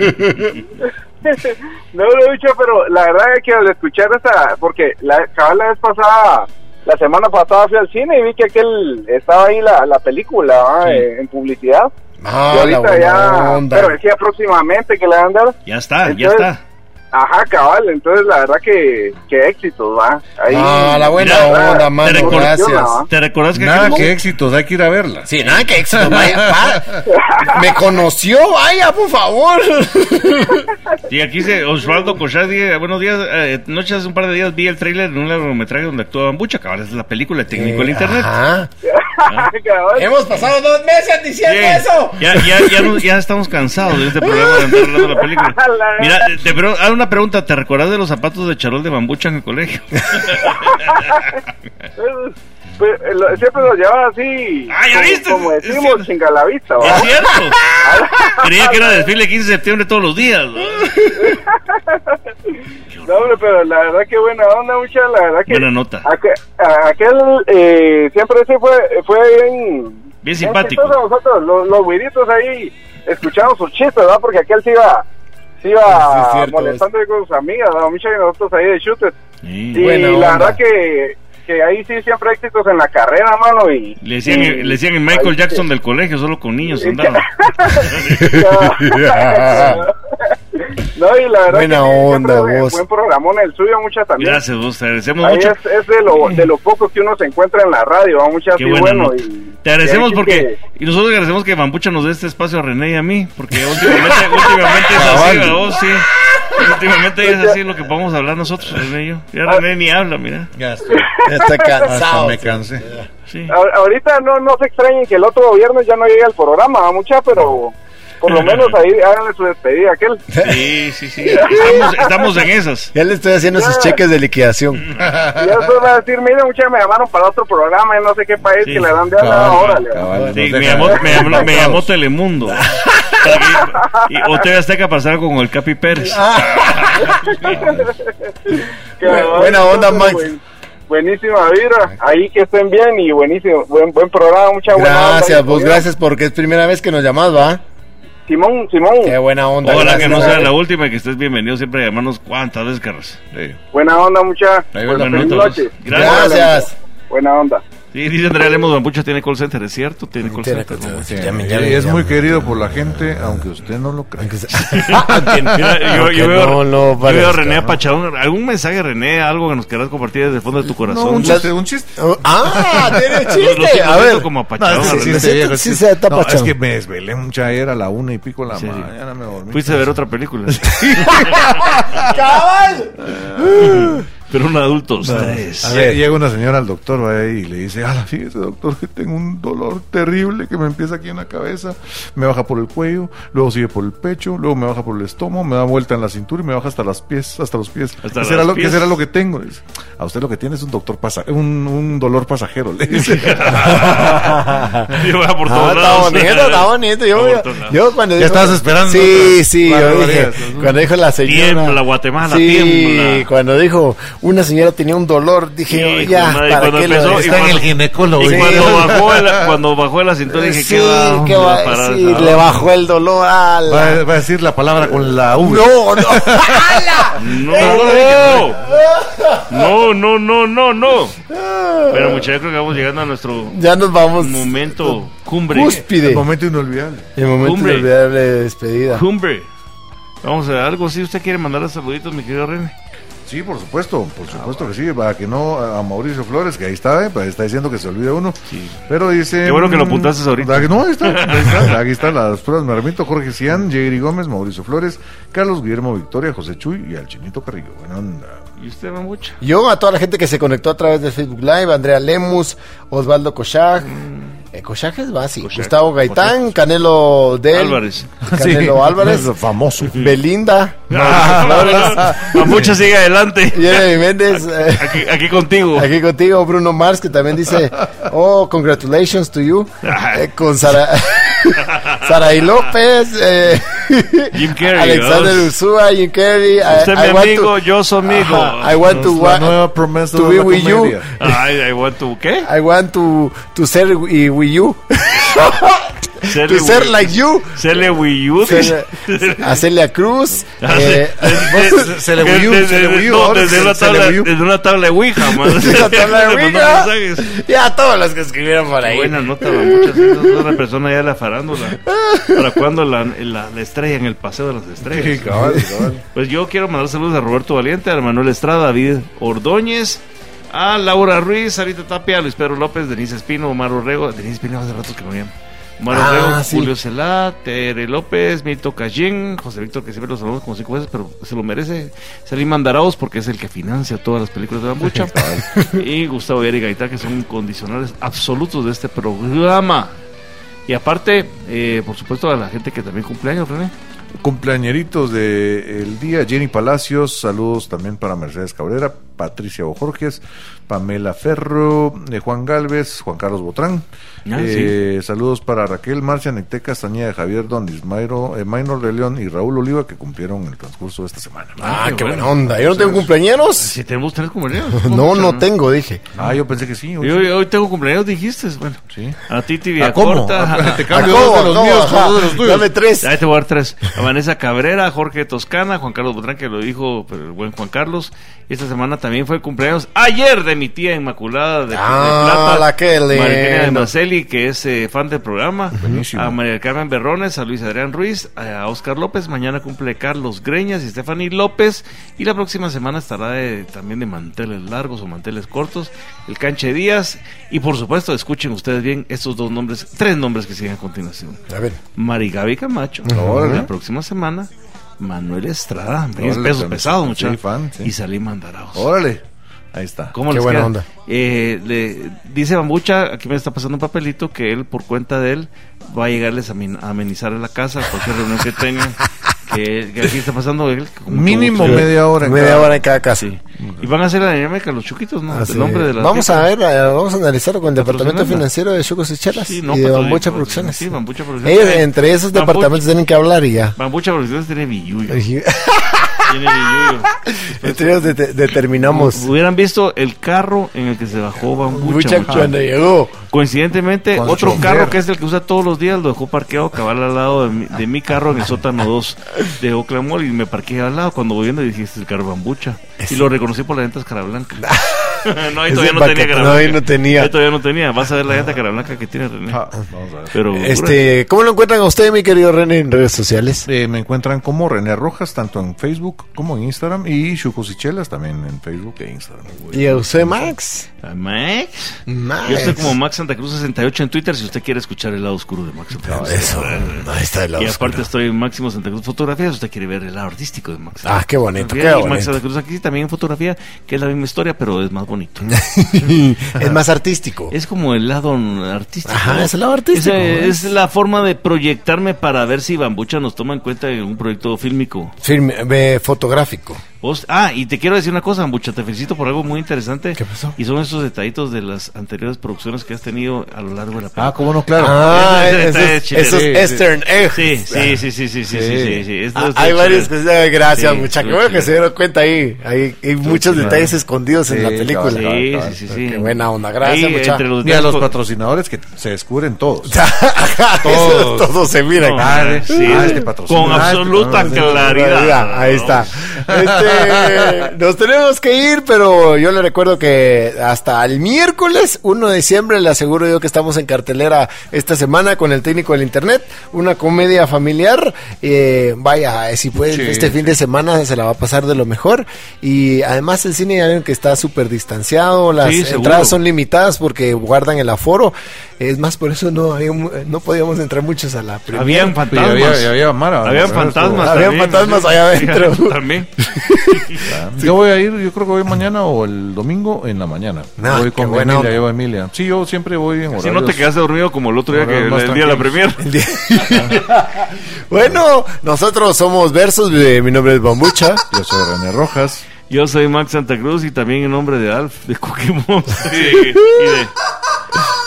Speaker 9: No, no, bicho, pero la verdad es que al escuchar esta, porque la, cabal la vez pasada, la semana pasada fui al cine y vi que aquel estaba ahí la, la película ¿va?
Speaker 4: Sí.
Speaker 9: Eh, en publicidad.
Speaker 5: Ah,
Speaker 9: y
Speaker 5: la
Speaker 9: ahorita
Speaker 5: buena
Speaker 9: ya,
Speaker 5: onda.
Speaker 9: pero decía próximamente que le van a dar.
Speaker 4: Ya está, ya
Speaker 9: Entonces,
Speaker 4: está.
Speaker 9: Ajá, cabal, entonces la verdad que, que éxito, ¿va? Ahí,
Speaker 5: Ah, la buena
Speaker 9: Mira,
Speaker 5: onda,
Speaker 9: te
Speaker 5: mano,
Speaker 4: recuerdo-
Speaker 5: gracias.
Speaker 9: ¿va?
Speaker 4: ¿Te recordás que
Speaker 3: Nada,
Speaker 4: aquel-
Speaker 3: qué éxitos, hay que ir a verla.
Speaker 5: Sí, nada, que éxito, vaya, pa. ah, Me conoció, vaya, por favor.
Speaker 4: Y aquí dice Osvaldo Cochaz, dice, buenos días, eh, noche hace un par de días vi el tráiler en un largometraje donde actuaba Bucha, cabal, es la película técnico en internet.
Speaker 5: Ajá.
Speaker 9: cabal.
Speaker 5: Hemos pasado dos meses diciendo
Speaker 4: Bien.
Speaker 5: eso.
Speaker 4: Ya, ya, ya, no- ya estamos cansados de este programa de andar hablando de la película. Mira, eh, te pre- hago una pregunta, ¿te recordás de los zapatos de charol de bambucha en el colegio?
Speaker 9: Entonces, pues, eh, lo- siempre lo llevaba así,
Speaker 4: Ah, ¿ya
Speaker 9: como,
Speaker 4: viste?
Speaker 9: como
Speaker 4: Es
Speaker 9: decimos,
Speaker 4: cierto.
Speaker 9: chingalavista, ¿va?
Speaker 4: ¿Es cierto? Creía que era desfile 15 de septiembre todos los días. ¿no?
Speaker 9: No, hombre, pero la verdad que buena onda, mucha, la verdad que...
Speaker 4: Buena nota.
Speaker 9: Aquel, aquel eh, siempre ese fue, fue bien...
Speaker 4: Bien simpático.
Speaker 9: chistoso nosotros, los, los güiritos ahí, escuchamos sus chistes, ¿verdad? Porque aquel se iba, se iba
Speaker 5: Sí, es cierto,
Speaker 9: molestando con sus amigas, ¿verdad? Mucha y nosotros ahí de chutes.
Speaker 4: Sí.
Speaker 9: Y
Speaker 5: Buena
Speaker 9: la
Speaker 5: onda.
Speaker 9: verdad que, que ahí sí siempre éxitos en la carrera, mano, y...
Speaker 4: Le decían,
Speaker 9: y-
Speaker 4: le decían el Michael
Speaker 9: ahí sí.
Speaker 4: Jackson del colegio, solo con niños andaba.
Speaker 9: No, y la verdad
Speaker 5: Buena
Speaker 9: que sí, siempre
Speaker 5: onda,
Speaker 9: buen-
Speaker 5: vos.
Speaker 9: Buen programón el suyo, mucha también.
Speaker 4: Gracias, vos, te agradecemos
Speaker 9: Ahí
Speaker 4: mucho.
Speaker 9: es, es de, lo, de lo poco que uno se encuentra en la radio, ¿va? muchas
Speaker 4: Qué
Speaker 9: y
Speaker 4: buena
Speaker 9: bueno.
Speaker 4: nota.
Speaker 9: y-
Speaker 4: Te
Speaker 9: y ahí
Speaker 4: agradecemos
Speaker 9: sí
Speaker 4: porque. Y nosotros agradecemos que Bambucha nos dé este espacio a René y a mí, porque últimamente, últimamente es así,
Speaker 3: Cabal.
Speaker 4: ¿verdad vos, sí. Últimamente es así lo que podemos hablar nosotros, René y yo. Ya René ni habla, mira.
Speaker 3: Ya estoy.
Speaker 5: Ya está
Speaker 3: Hasta
Speaker 5: cansado.
Speaker 3: me cansé.
Speaker 4: Sí.
Speaker 6: Ah.
Speaker 9: que a- ahorita no, no se extrañen que el otro viernes ya no llegue al programa, ¿va? mucha, pero por lo menos ahí háganle su despedida a aquel.
Speaker 4: Sí, sí, sí. Estamos, estamos en esas.
Speaker 5: Ya le estoy haciendo sus cheques de liquidación.
Speaker 9: Y ya
Speaker 5: ah.
Speaker 9: solo va a decir, miren, mucha, me llamaron para otro programa en no sé qué país
Speaker 4: Sí.
Speaker 9: que le dan de habla,
Speaker 3: Cabal,
Speaker 9: órale. ¿va?
Speaker 3: cabal, nos
Speaker 4: Sí,
Speaker 3: deja-
Speaker 4: me, llamó, me, llamó, me llamó Telemundo. Y, y- o TV Azteca para estar con el Capi Pérez.
Speaker 5: Ah,
Speaker 9: Cabal,
Speaker 5: Buena onda,
Speaker 9: entonces,
Speaker 5: Max.
Speaker 9: buen- Buenísima vibra, ahí que estén bien y buenísimo, buen, buen programa, mucha buena onda.
Speaker 5: Gracias, vos, gracias porque es primera vez que nos llamás, va.
Speaker 9: Simón, Simón,
Speaker 5: Qué buena onda.
Speaker 4: Ojalá que
Speaker 5: gracias,
Speaker 4: no
Speaker 5: va.
Speaker 4: sea la última y que estés bienvenido siempre a llamarnos cuántas veces, Carlos.
Speaker 3: Sí.
Speaker 9: buena onda, mucha.
Speaker 3: Ahí va
Speaker 9: Buenas
Speaker 3: la
Speaker 4: nota,
Speaker 9: noches.
Speaker 4: vos.
Speaker 9: Órale,
Speaker 5: Gracias.
Speaker 9: mucha. Buena onda.
Speaker 4: Sí, dice Andrea Lemos, Bambucha tiene call center, ¿es cierto? Tiene call
Speaker 5: Tiene
Speaker 4: center.
Speaker 5: call
Speaker 4: ¿no?
Speaker 5: center.
Speaker 3: Sí,
Speaker 5: Ya me-
Speaker 3: y
Speaker 5: ya me-
Speaker 3: Eh, es
Speaker 5: ya
Speaker 3: muy
Speaker 5: me-
Speaker 3: querido por la gente, aunque usted no lo crea.
Speaker 4: Mira, yo, yo
Speaker 5: Aunque
Speaker 4: veo,
Speaker 5: no lo
Speaker 4: yo veo a
Speaker 5: parezca,
Speaker 4: René
Speaker 5: ¿no?
Speaker 4: Apachadón. ¿Algún mensaje, René? ¿Algo que nos quieras compartir desde el fondo de tu
Speaker 3: No,
Speaker 4: corazón?
Speaker 3: un chiste, un chiste.
Speaker 5: Ah, tiene
Speaker 4: Lo- lo
Speaker 5: chiste.
Speaker 4: siento,
Speaker 5: A
Speaker 4: lo siento
Speaker 5: ver.
Speaker 4: como
Speaker 3: No,
Speaker 4: apachadón,
Speaker 3: este
Speaker 4: a
Speaker 3: sí
Speaker 4: René.
Speaker 3: se
Speaker 5: René.
Speaker 3: llega,
Speaker 5: Sí
Speaker 3: sí.
Speaker 5: se tapa,
Speaker 3: No, es
Speaker 5: chavo.
Speaker 3: que me desvelé mucha era a la una y pico de la
Speaker 4: Sí, sí.
Speaker 3: mañana, me dormí.
Speaker 4: Fuiste a ver otra película,
Speaker 5: ¡Cabal!
Speaker 4: Ah, pero un adulto. ustedes.
Speaker 3: A ver, Llega una señora al doctor va, y le dice, ah, fíjese doctor que tengo un dolor terrible que me empieza aquí en la cabeza, me baja por el cuello, luego sigue por el pecho, luego me baja por el estómago, me da vuelta en la cintura y me baja hasta las pies, hasta los pies.
Speaker 4: Hasta
Speaker 3: ¿Qué, será
Speaker 4: las
Speaker 3: lo,
Speaker 4: pies.
Speaker 3: qué será lo que tengo? Le dice, a usted lo que tiene es un doctor pasa, un, un dolor pasajero, le dice.
Speaker 4: Yo voy a por
Speaker 5: Ah,
Speaker 4: todos
Speaker 5: está
Speaker 4: lados.
Speaker 5: bonito, está bonito. Yo, yo,
Speaker 4: Está por todos lados.
Speaker 5: yo cuando
Speaker 3: Ya
Speaker 5: dijo-
Speaker 3: estabas esperando.
Speaker 5: Sí, sí,
Speaker 3: Vale,
Speaker 5: yo
Speaker 3: vale,
Speaker 5: dije.
Speaker 3: eso, ¿no?
Speaker 5: Cuando dijo la señora.
Speaker 4: Tiembla, Guatemala,
Speaker 5: sí,
Speaker 4: tiembla.
Speaker 5: cuando dijo una señora tenía un dolor, dije,
Speaker 4: Hijo
Speaker 5: ya,
Speaker 4: de madre,
Speaker 5: ¿para
Speaker 4: cuando
Speaker 5: qué lo
Speaker 4: empezó,
Speaker 5: des-
Speaker 4: y cuando-
Speaker 3: ginecólogo.
Speaker 4: Y
Speaker 3: ¿eh?
Speaker 4: cuando bajó, de la, cuando bajó de la cintura dije,
Speaker 5: Sí,
Speaker 4: ¿qué va?
Speaker 5: ¿qué va a
Speaker 4: Para-
Speaker 5: decir?
Speaker 4: ah,
Speaker 5: Le bajó el dolor a la...
Speaker 3: Va, va a decir la palabra con la U.
Speaker 5: No, no. ¡Ala!
Speaker 4: No, no, no, no, no, no. Pero muchachos, creo que vamos llegando a nuestro
Speaker 5: Ya nos vamos.
Speaker 4: momento cumbre.
Speaker 5: Cúspide.
Speaker 3: El momento inolvidable.
Speaker 5: El momento
Speaker 4: Cumbre.
Speaker 5: inolvidable de despedida.
Speaker 4: Cumbre. Vamos a ver, algo si usted quiere mandar saluditos, mi querido René.
Speaker 3: Sí, por supuesto, por supuesto que sí, para que no a Mauricio Flores, que ahí está, eh, pues, está diciendo que se olvida uno. Pero dice.
Speaker 4: Qué bueno que lo
Speaker 3: mm,
Speaker 4: apuntaste ahorita.
Speaker 3: aquí- No, ahí está, ahí está, aquí están las pruebas, me remito, Jorge Cian, Jerry Gómez, Mauricio Flores, Carlos Guillermo Victoria, José Chuy y al Chinito Carrillo. Buena onda.
Speaker 4: ¿Y usted, Mamucha?
Speaker 5: Yo a toda la gente que se conectó a través de Facebook Live, Andrea Lemus, Osvaldo Kochag,
Speaker 4: Mm.
Speaker 5: eh, Kochag es básico, Gustavo Gaitán, Canelo Del,
Speaker 4: Álvarez.
Speaker 5: Canelo
Speaker 3: Sí,
Speaker 5: Álvarez,
Speaker 3: es famoso.
Speaker 5: Belinda,
Speaker 4: Ah. Mamucha sigue adelante.
Speaker 5: Jeremy Méndez, eh,
Speaker 4: Aquí, aquí contigo.
Speaker 5: aquí contigo Bruno Mars que también dice, oh, congratulations to you,
Speaker 4: Ah.
Speaker 5: eh, con Sara... Saraí López, eh,
Speaker 4: Jim Carrey,
Speaker 5: Alexander
Speaker 4: ¿no?
Speaker 5: Ursúa, Jim Carrey, I-
Speaker 4: Usted es
Speaker 5: I
Speaker 4: mi
Speaker 5: want
Speaker 4: amigo,
Speaker 5: to-
Speaker 4: yo soy amigo.
Speaker 5: Ajá, I want to,
Speaker 3: Es
Speaker 5: wa-
Speaker 3: la nueva promesa
Speaker 5: to
Speaker 3: de
Speaker 5: be
Speaker 3: la
Speaker 5: with you.
Speaker 3: comedia.
Speaker 4: Ay, I want to, ¿qué?
Speaker 5: I want to, to ser y with you. to ser like you.
Speaker 4: Serle Wii U.
Speaker 5: Ser- hacerle a Cruz. eh,
Speaker 3: se le Wii U, se le Wii U, ahora
Speaker 4: Desde
Speaker 3: se-
Speaker 4: una
Speaker 3: se le
Speaker 4: tabla,
Speaker 3: Wii U.
Speaker 4: desde una tabla de Ouija, man.
Speaker 5: Desde una tabla de
Speaker 4: Le mandó
Speaker 5: Ouija.
Speaker 4: mensajes.
Speaker 5: ya todos los que escribieron por ahí.
Speaker 4: Buena nota, muchas gracias. Es una persona ya de la farándula. ¿Para cuándo la, la, la estrella en el Paseo de las
Speaker 3: Sí,
Speaker 4: Estrellas?
Speaker 3: cabal, cabal.
Speaker 4: Pues yo quiero mandar saludos a Roberto Valiente, a Manuel Estrada, a David Ordóñez, a Laura Ruiz, a Rita Tapia, a Luis Pedro López, Denise Espino, Omar Orrego, Denise Espino hace rato que no veían. Omar
Speaker 5: Ah,
Speaker 4: Orrego,
Speaker 5: sí.
Speaker 4: Julio Celá, Tere López, Mito Cayén, José Víctor, que siempre lo saludamos como cinco veces, pero se lo merece. Salim Andaraos, porque es el que financia todas las películas de Bambucha. y Gustavo Yari Gaitán, que son condicionales absolutos de este programa. Y aparte, eh, por supuesto, a la gente que también cumpleaños, René.
Speaker 3: Cumpleañeritos del día, Jenny Palacios, saludos también para Mercedes Cabrera, Patricia Bojorges, Pamela Ferro, eh, Juan Galvez, Juan Carlos Botrán.
Speaker 4: Ah,
Speaker 3: Eh, Saludos para Raquel Marcia, Necteca Castañeda, de Javier Donis, Mayro, eh, Maynor de León y Raúl Oliva que cumplieron el transcurso de esta semana.
Speaker 5: Ah, qué buena onda. ¿Yo no tengo cumpleaños?
Speaker 4: Si tenemos tres cumpleaños.
Speaker 5: No, no tengo, dije.
Speaker 3: Ah, yo pensé que sí. hoy
Speaker 5: Pues
Speaker 4: Yo,
Speaker 3: sí.
Speaker 4: yo hoy tengo cumpleaños, dijiste. Bueno,
Speaker 3: Sí.
Speaker 4: a Titi
Speaker 3: ¿A cómo?
Speaker 4: Villacorta.
Speaker 3: Ah, te
Speaker 4: a-
Speaker 3: cambio
Speaker 5: ¿A
Speaker 3: dos de
Speaker 5: cómo?
Speaker 3: los
Speaker 5: No,
Speaker 3: míos por
Speaker 5: ajá.
Speaker 3: dos de los tuyos.
Speaker 5: Dame tres.
Speaker 4: Ahí te voy a dar tres. A Vanessa Cabrera, a Jorge Toscana, a Juan Carlos Botrán, que lo dijo pero el buen Juan Carlos. Esta semana también fue el cumpleaños ayer de mi tía Inmaculada de, de
Speaker 5: Ah,
Speaker 4: Plata.
Speaker 5: la que le-
Speaker 4: María Eugenia de Maceli, que es eh, fan del programa.
Speaker 3: Buenísimo.
Speaker 4: A María del Carmen Berrones, a Luis Adrián Ruiz, a Oscar López. Mañana cumple Carlos Greñas y Stephanie López. Y la próxima semana estará de- también de manteles largos o manteles cortos. El Canche Díaz. Y por supuesto, escuchen ustedes bien estos dos nombres, tres nombres que siguen a continuación.
Speaker 5: A ver.
Speaker 4: Marigaby Camacho.
Speaker 3: Órale.
Speaker 4: La próxima semana, Manuel Estrada. Es
Speaker 3: Órale,
Speaker 4: peso
Speaker 3: también.
Speaker 4: pesado, muchachos.
Speaker 3: Sí, fan, sí.
Speaker 4: Y Salim Mandaraos.
Speaker 3: Órale, ahí está.
Speaker 4: ¿Cómo
Speaker 5: Qué
Speaker 4: les
Speaker 5: buena
Speaker 4: queda?
Speaker 5: onda.
Speaker 4: Eh, le, dice Bambucha, aquí me está pasando un papelito que él, por cuenta de él, va a llegarles a, amen- a amenizar a la casa cualquier reunión que tengan. Que, que aquí está pasando él. que con mucho
Speaker 3: Mínimo
Speaker 4: gusto.
Speaker 3: media hora. en
Speaker 5: Media
Speaker 3: cada-
Speaker 5: hora en cada casa.
Speaker 4: Sí. Y van a hacer la dinámica los chuquitos, ¿no?
Speaker 5: Así
Speaker 4: El nombre de la
Speaker 5: vamos
Speaker 4: fiesta.
Speaker 5: a ver, eh, vamos a analizarlo con el departamento
Speaker 4: Patrocinando.
Speaker 5: financiero de Chucos y Chelas
Speaker 4: Sí, no,
Speaker 5: y de
Speaker 4: patrocin-
Speaker 5: Bambucha
Speaker 4: patrocin-
Speaker 5: Producciones.
Speaker 4: sí, Bambucha Producciones.
Speaker 5: Ellos,
Speaker 4: Eh,
Speaker 5: entre esos
Speaker 4: Bambucha-
Speaker 5: departamentos tienen que hablar y ya.
Speaker 4: Bambucha Producciones tiene billuyo. Tiene billuyo.
Speaker 5: entre ellos det- determinamos.
Speaker 4: Hubieran visto el carro en el que se bajó Bambucha.
Speaker 5: Bambucha
Speaker 4: muchachos.
Speaker 5: cuando llegó.
Speaker 4: Coincidentemente,
Speaker 3: Con
Speaker 4: otro
Speaker 3: chofer.
Speaker 4: carro que es el que usa todos los días lo dejó parqueado cabal al lado de mi, de mi carro en el sótano 2 de Oakland Mall y me parqué al lado. Cuando voy viendo dije, este es el carro bambucha. Y lo reconocí por la gente cara blanca. no, ahí
Speaker 5: Es
Speaker 4: todavía
Speaker 5: el
Speaker 4: no tenía
Speaker 5: baca-
Speaker 4: cara
Speaker 5: no, ahí
Speaker 4: blanca.
Speaker 5: no tenía. Ah.
Speaker 4: Ahí todavía no tenía. Vas a ver la gente cara blanca que tiene René.
Speaker 3: Ah, vamos a ver.
Speaker 4: Pero,
Speaker 5: Este, ¿Cómo lo encuentran a usted, mi querido René, en redes sociales?
Speaker 3: Eh, me encuentran como René Rojas, tanto en Facebook como en Instagram. Y Chucos y Chelas también en Facebook e Instagram.
Speaker 5: ¿Y a usted, Max?
Speaker 4: pura- Max.
Speaker 5: Max.
Speaker 4: Yo estoy como Max Santa Cruz 68 en Twitter si usted quiere escuchar el lado oscuro de Max Santa Cruz.
Speaker 5: Eso, ahí está el lado
Speaker 4: Y aparte
Speaker 5: oscuro.
Speaker 4: estoy en Máximo Santa Cruz Fotografía, si usted quiere ver el lado artístico de Max.
Speaker 5: Ah, qué bonito,
Speaker 4: Fotografía
Speaker 5: qué
Speaker 4: y Max
Speaker 5: bonito.
Speaker 4: Santa Cruz aquí también en fotografía, que es la misma historia, pero es más bonito.
Speaker 5: es más artístico.
Speaker 4: es como el lado artístico.
Speaker 5: Ajá, es el lado artístico.
Speaker 4: Ese-
Speaker 5: Es-
Speaker 4: Es, la forma de proyectarme para ver si Bambucha nos toma en cuenta en un proyecto fílmico.
Speaker 5: Firme, ve, fotográfico.
Speaker 4: Vos- ah, y te quiero decir una cosa, Bambucha, te felicito por algo muy interesante.
Speaker 5: ¿Qué pasó?
Speaker 4: Y son esos detallitos de las anteriores producciones que has tenido a lo largo de la
Speaker 3: Ah,
Speaker 4: película.
Speaker 3: cómo no, claro.
Speaker 5: Ah,
Speaker 4: ese
Speaker 5: esos,
Speaker 4: está chileno.
Speaker 5: esos
Speaker 4: Sí, sí.
Speaker 5: Eastern Eggs.
Speaker 4: Sí, sí, sí, sí, sí, sí, sí, sí, sí. Esto
Speaker 5: Ah,
Speaker 4: está
Speaker 5: hay
Speaker 4: chido.
Speaker 5: varios que se eh, gracias,
Speaker 4: Sí,
Speaker 5: muchachos.
Speaker 4: estuvo
Speaker 5: Qué bueno que
Speaker 4: chido.
Speaker 5: se dieron cuenta ahí. Hay, hay muchos detalles escondidos en la
Speaker 3: Sí,
Speaker 5: película.
Speaker 3: cabal, cabal.
Speaker 4: Sí, sí, sí, sí.
Speaker 5: Qué buena onda, gracias,
Speaker 4: Ahí,
Speaker 5: muchacha.
Speaker 4: entre los
Speaker 3: Ni a los
Speaker 5: pues.
Speaker 4: detalles-
Speaker 3: patrocinadores que se descubren todos.
Speaker 5: Todos, todos se miran.
Speaker 4: No, sí,
Speaker 3: ah, este patrocinio.
Speaker 4: Con
Speaker 3: Ah, este
Speaker 4: absoluta
Speaker 3: patrocinio.
Speaker 4: claridad.
Speaker 5: Ahí está. Este, nos tenemos que ir, pero yo le recuerdo que hasta el miércoles 1 de diciembre le aseguro yo que estamos en cartelera esta semana con el técnico del internet, una comedia familiar. Eh, vaya, eh, si puede,
Speaker 3: Sí.
Speaker 5: este fin de semana se la va a pasar de lo mejor. Y además el cine ya ven que está súper distanciado, las
Speaker 4: Sí, seguro.
Speaker 5: entradas son limitadas porque guardan el aforo. Es más, por eso no, había mu- no podíamos entrar muchos a la primera.
Speaker 4: Habían
Speaker 3: Y
Speaker 4: fantasmas.
Speaker 3: había, y había Mara.
Speaker 4: Habían
Speaker 3: ¿no?
Speaker 4: fantasmas.
Speaker 5: Habían
Speaker 4: también.
Speaker 5: fantasmas allá adentro.
Speaker 4: También.
Speaker 3: Yo voy a ir, yo creo que voy mañana o el domingo en la mañana.
Speaker 5: Nah,
Speaker 3: voy
Speaker 5: Ah, qué
Speaker 3: con
Speaker 5: buena
Speaker 3: Emilia,
Speaker 5: onda.
Speaker 3: llevo a Emilia. Sí, yo siempre voy en
Speaker 4: Si no te
Speaker 3: horarios-
Speaker 4: quedaste dormido como el otro día que
Speaker 3: Ahora más
Speaker 4: el día de la premier.
Speaker 5: Bueno, nosotros somos Versus, eh, mi nombre es Bambucha.
Speaker 3: Yo soy René Rojas.
Speaker 4: Yo soy Max Santa Cruz y también en nombre de Alf, de Cookie Monster y de, y de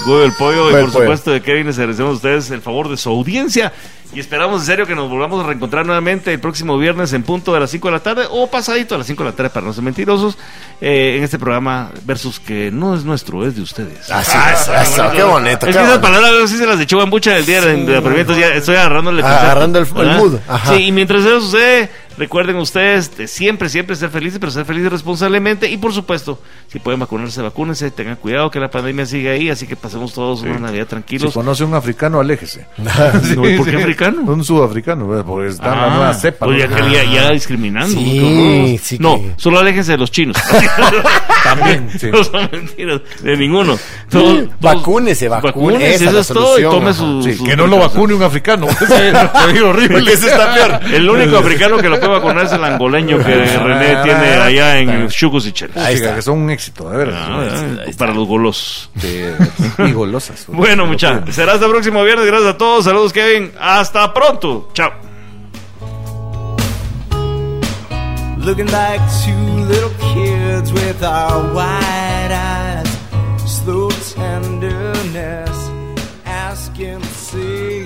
Speaker 4: Huevo del Pollo y
Speaker 5: Huevo del
Speaker 4: por
Speaker 5: Pollo.
Speaker 4: supuesto de Kevin les agradecemos a ustedes el favor de su audiencia y esperamos en serio que nos volvamos a reencontrar nuevamente el próximo viernes en punto de las 5 de la tarde o pasadito a las 5 de la tarde para no ser mentirosos eh, en este programa Versus que no es nuestro, es de ustedes.
Speaker 5: Así es, eso, qué bonito.
Speaker 4: Ah, Es
Speaker 5: qué
Speaker 4: que esas
Speaker 5: bonito.
Speaker 4: palabras a veces se las echó Bambucha el día de la primera, entonces ya estoy agarrándole
Speaker 5: Ah, agarrando el- el
Speaker 4: ¿verdad?
Speaker 5: mood, ajá.
Speaker 4: Sí, y mientras eso sucede, recuerden ustedes de siempre, siempre ser felices, pero ser felices responsablemente. Y por supuesto, si pueden vacunarse, vacúnense, tengan cuidado que la pandemia sigue ahí, así que pasemos todos una Navidad
Speaker 3: Si
Speaker 4: tranquilos.
Speaker 3: conoce un africano, aléjese.
Speaker 5: Ah,
Speaker 4: No, ¿por qué africano?
Speaker 3: Un sudafricano, pues, porque está
Speaker 4: Ah,
Speaker 3: la nueva cepa.
Speaker 4: pues ya,
Speaker 3: ¿no?
Speaker 4: que ya- ya discriminando.
Speaker 5: Ah. Sí,
Speaker 4: ¿no?
Speaker 5: sí
Speaker 4: no,
Speaker 5: que-
Speaker 4: solo aléjense de los chinos.
Speaker 3: También, sí.
Speaker 4: No son mentiras de ninguno. Todos- todos-
Speaker 5: Vacúnese, vacúnese, esa es
Speaker 4: eso
Speaker 5: la
Speaker 4: es todo. Y
Speaker 5: solución,
Speaker 4: tome
Speaker 5: ajá.
Speaker 4: su,
Speaker 3: Sí,
Speaker 4: su
Speaker 3: que no lo
Speaker 4: precaución.
Speaker 3: vacune un africano. Es horrible.
Speaker 5: Porque ese está peor.
Speaker 4: El único africano que lo puede vacunar es el angoleño que René tiene allá en Chucos y Chelas.
Speaker 3: Ahí está. Que son un éxito, de verdad.
Speaker 4: Ah, ah, Para los golosos.
Speaker 3: Sí, y golosas.
Speaker 4: Bueno, muchachos, será hasta el próximo viernes. Gracias a todos. Saludos, Kevin. Hasta pronto. Chao.
Speaker 10: Looking like two little kids with our wide eyes, slow tenderness, asking to see.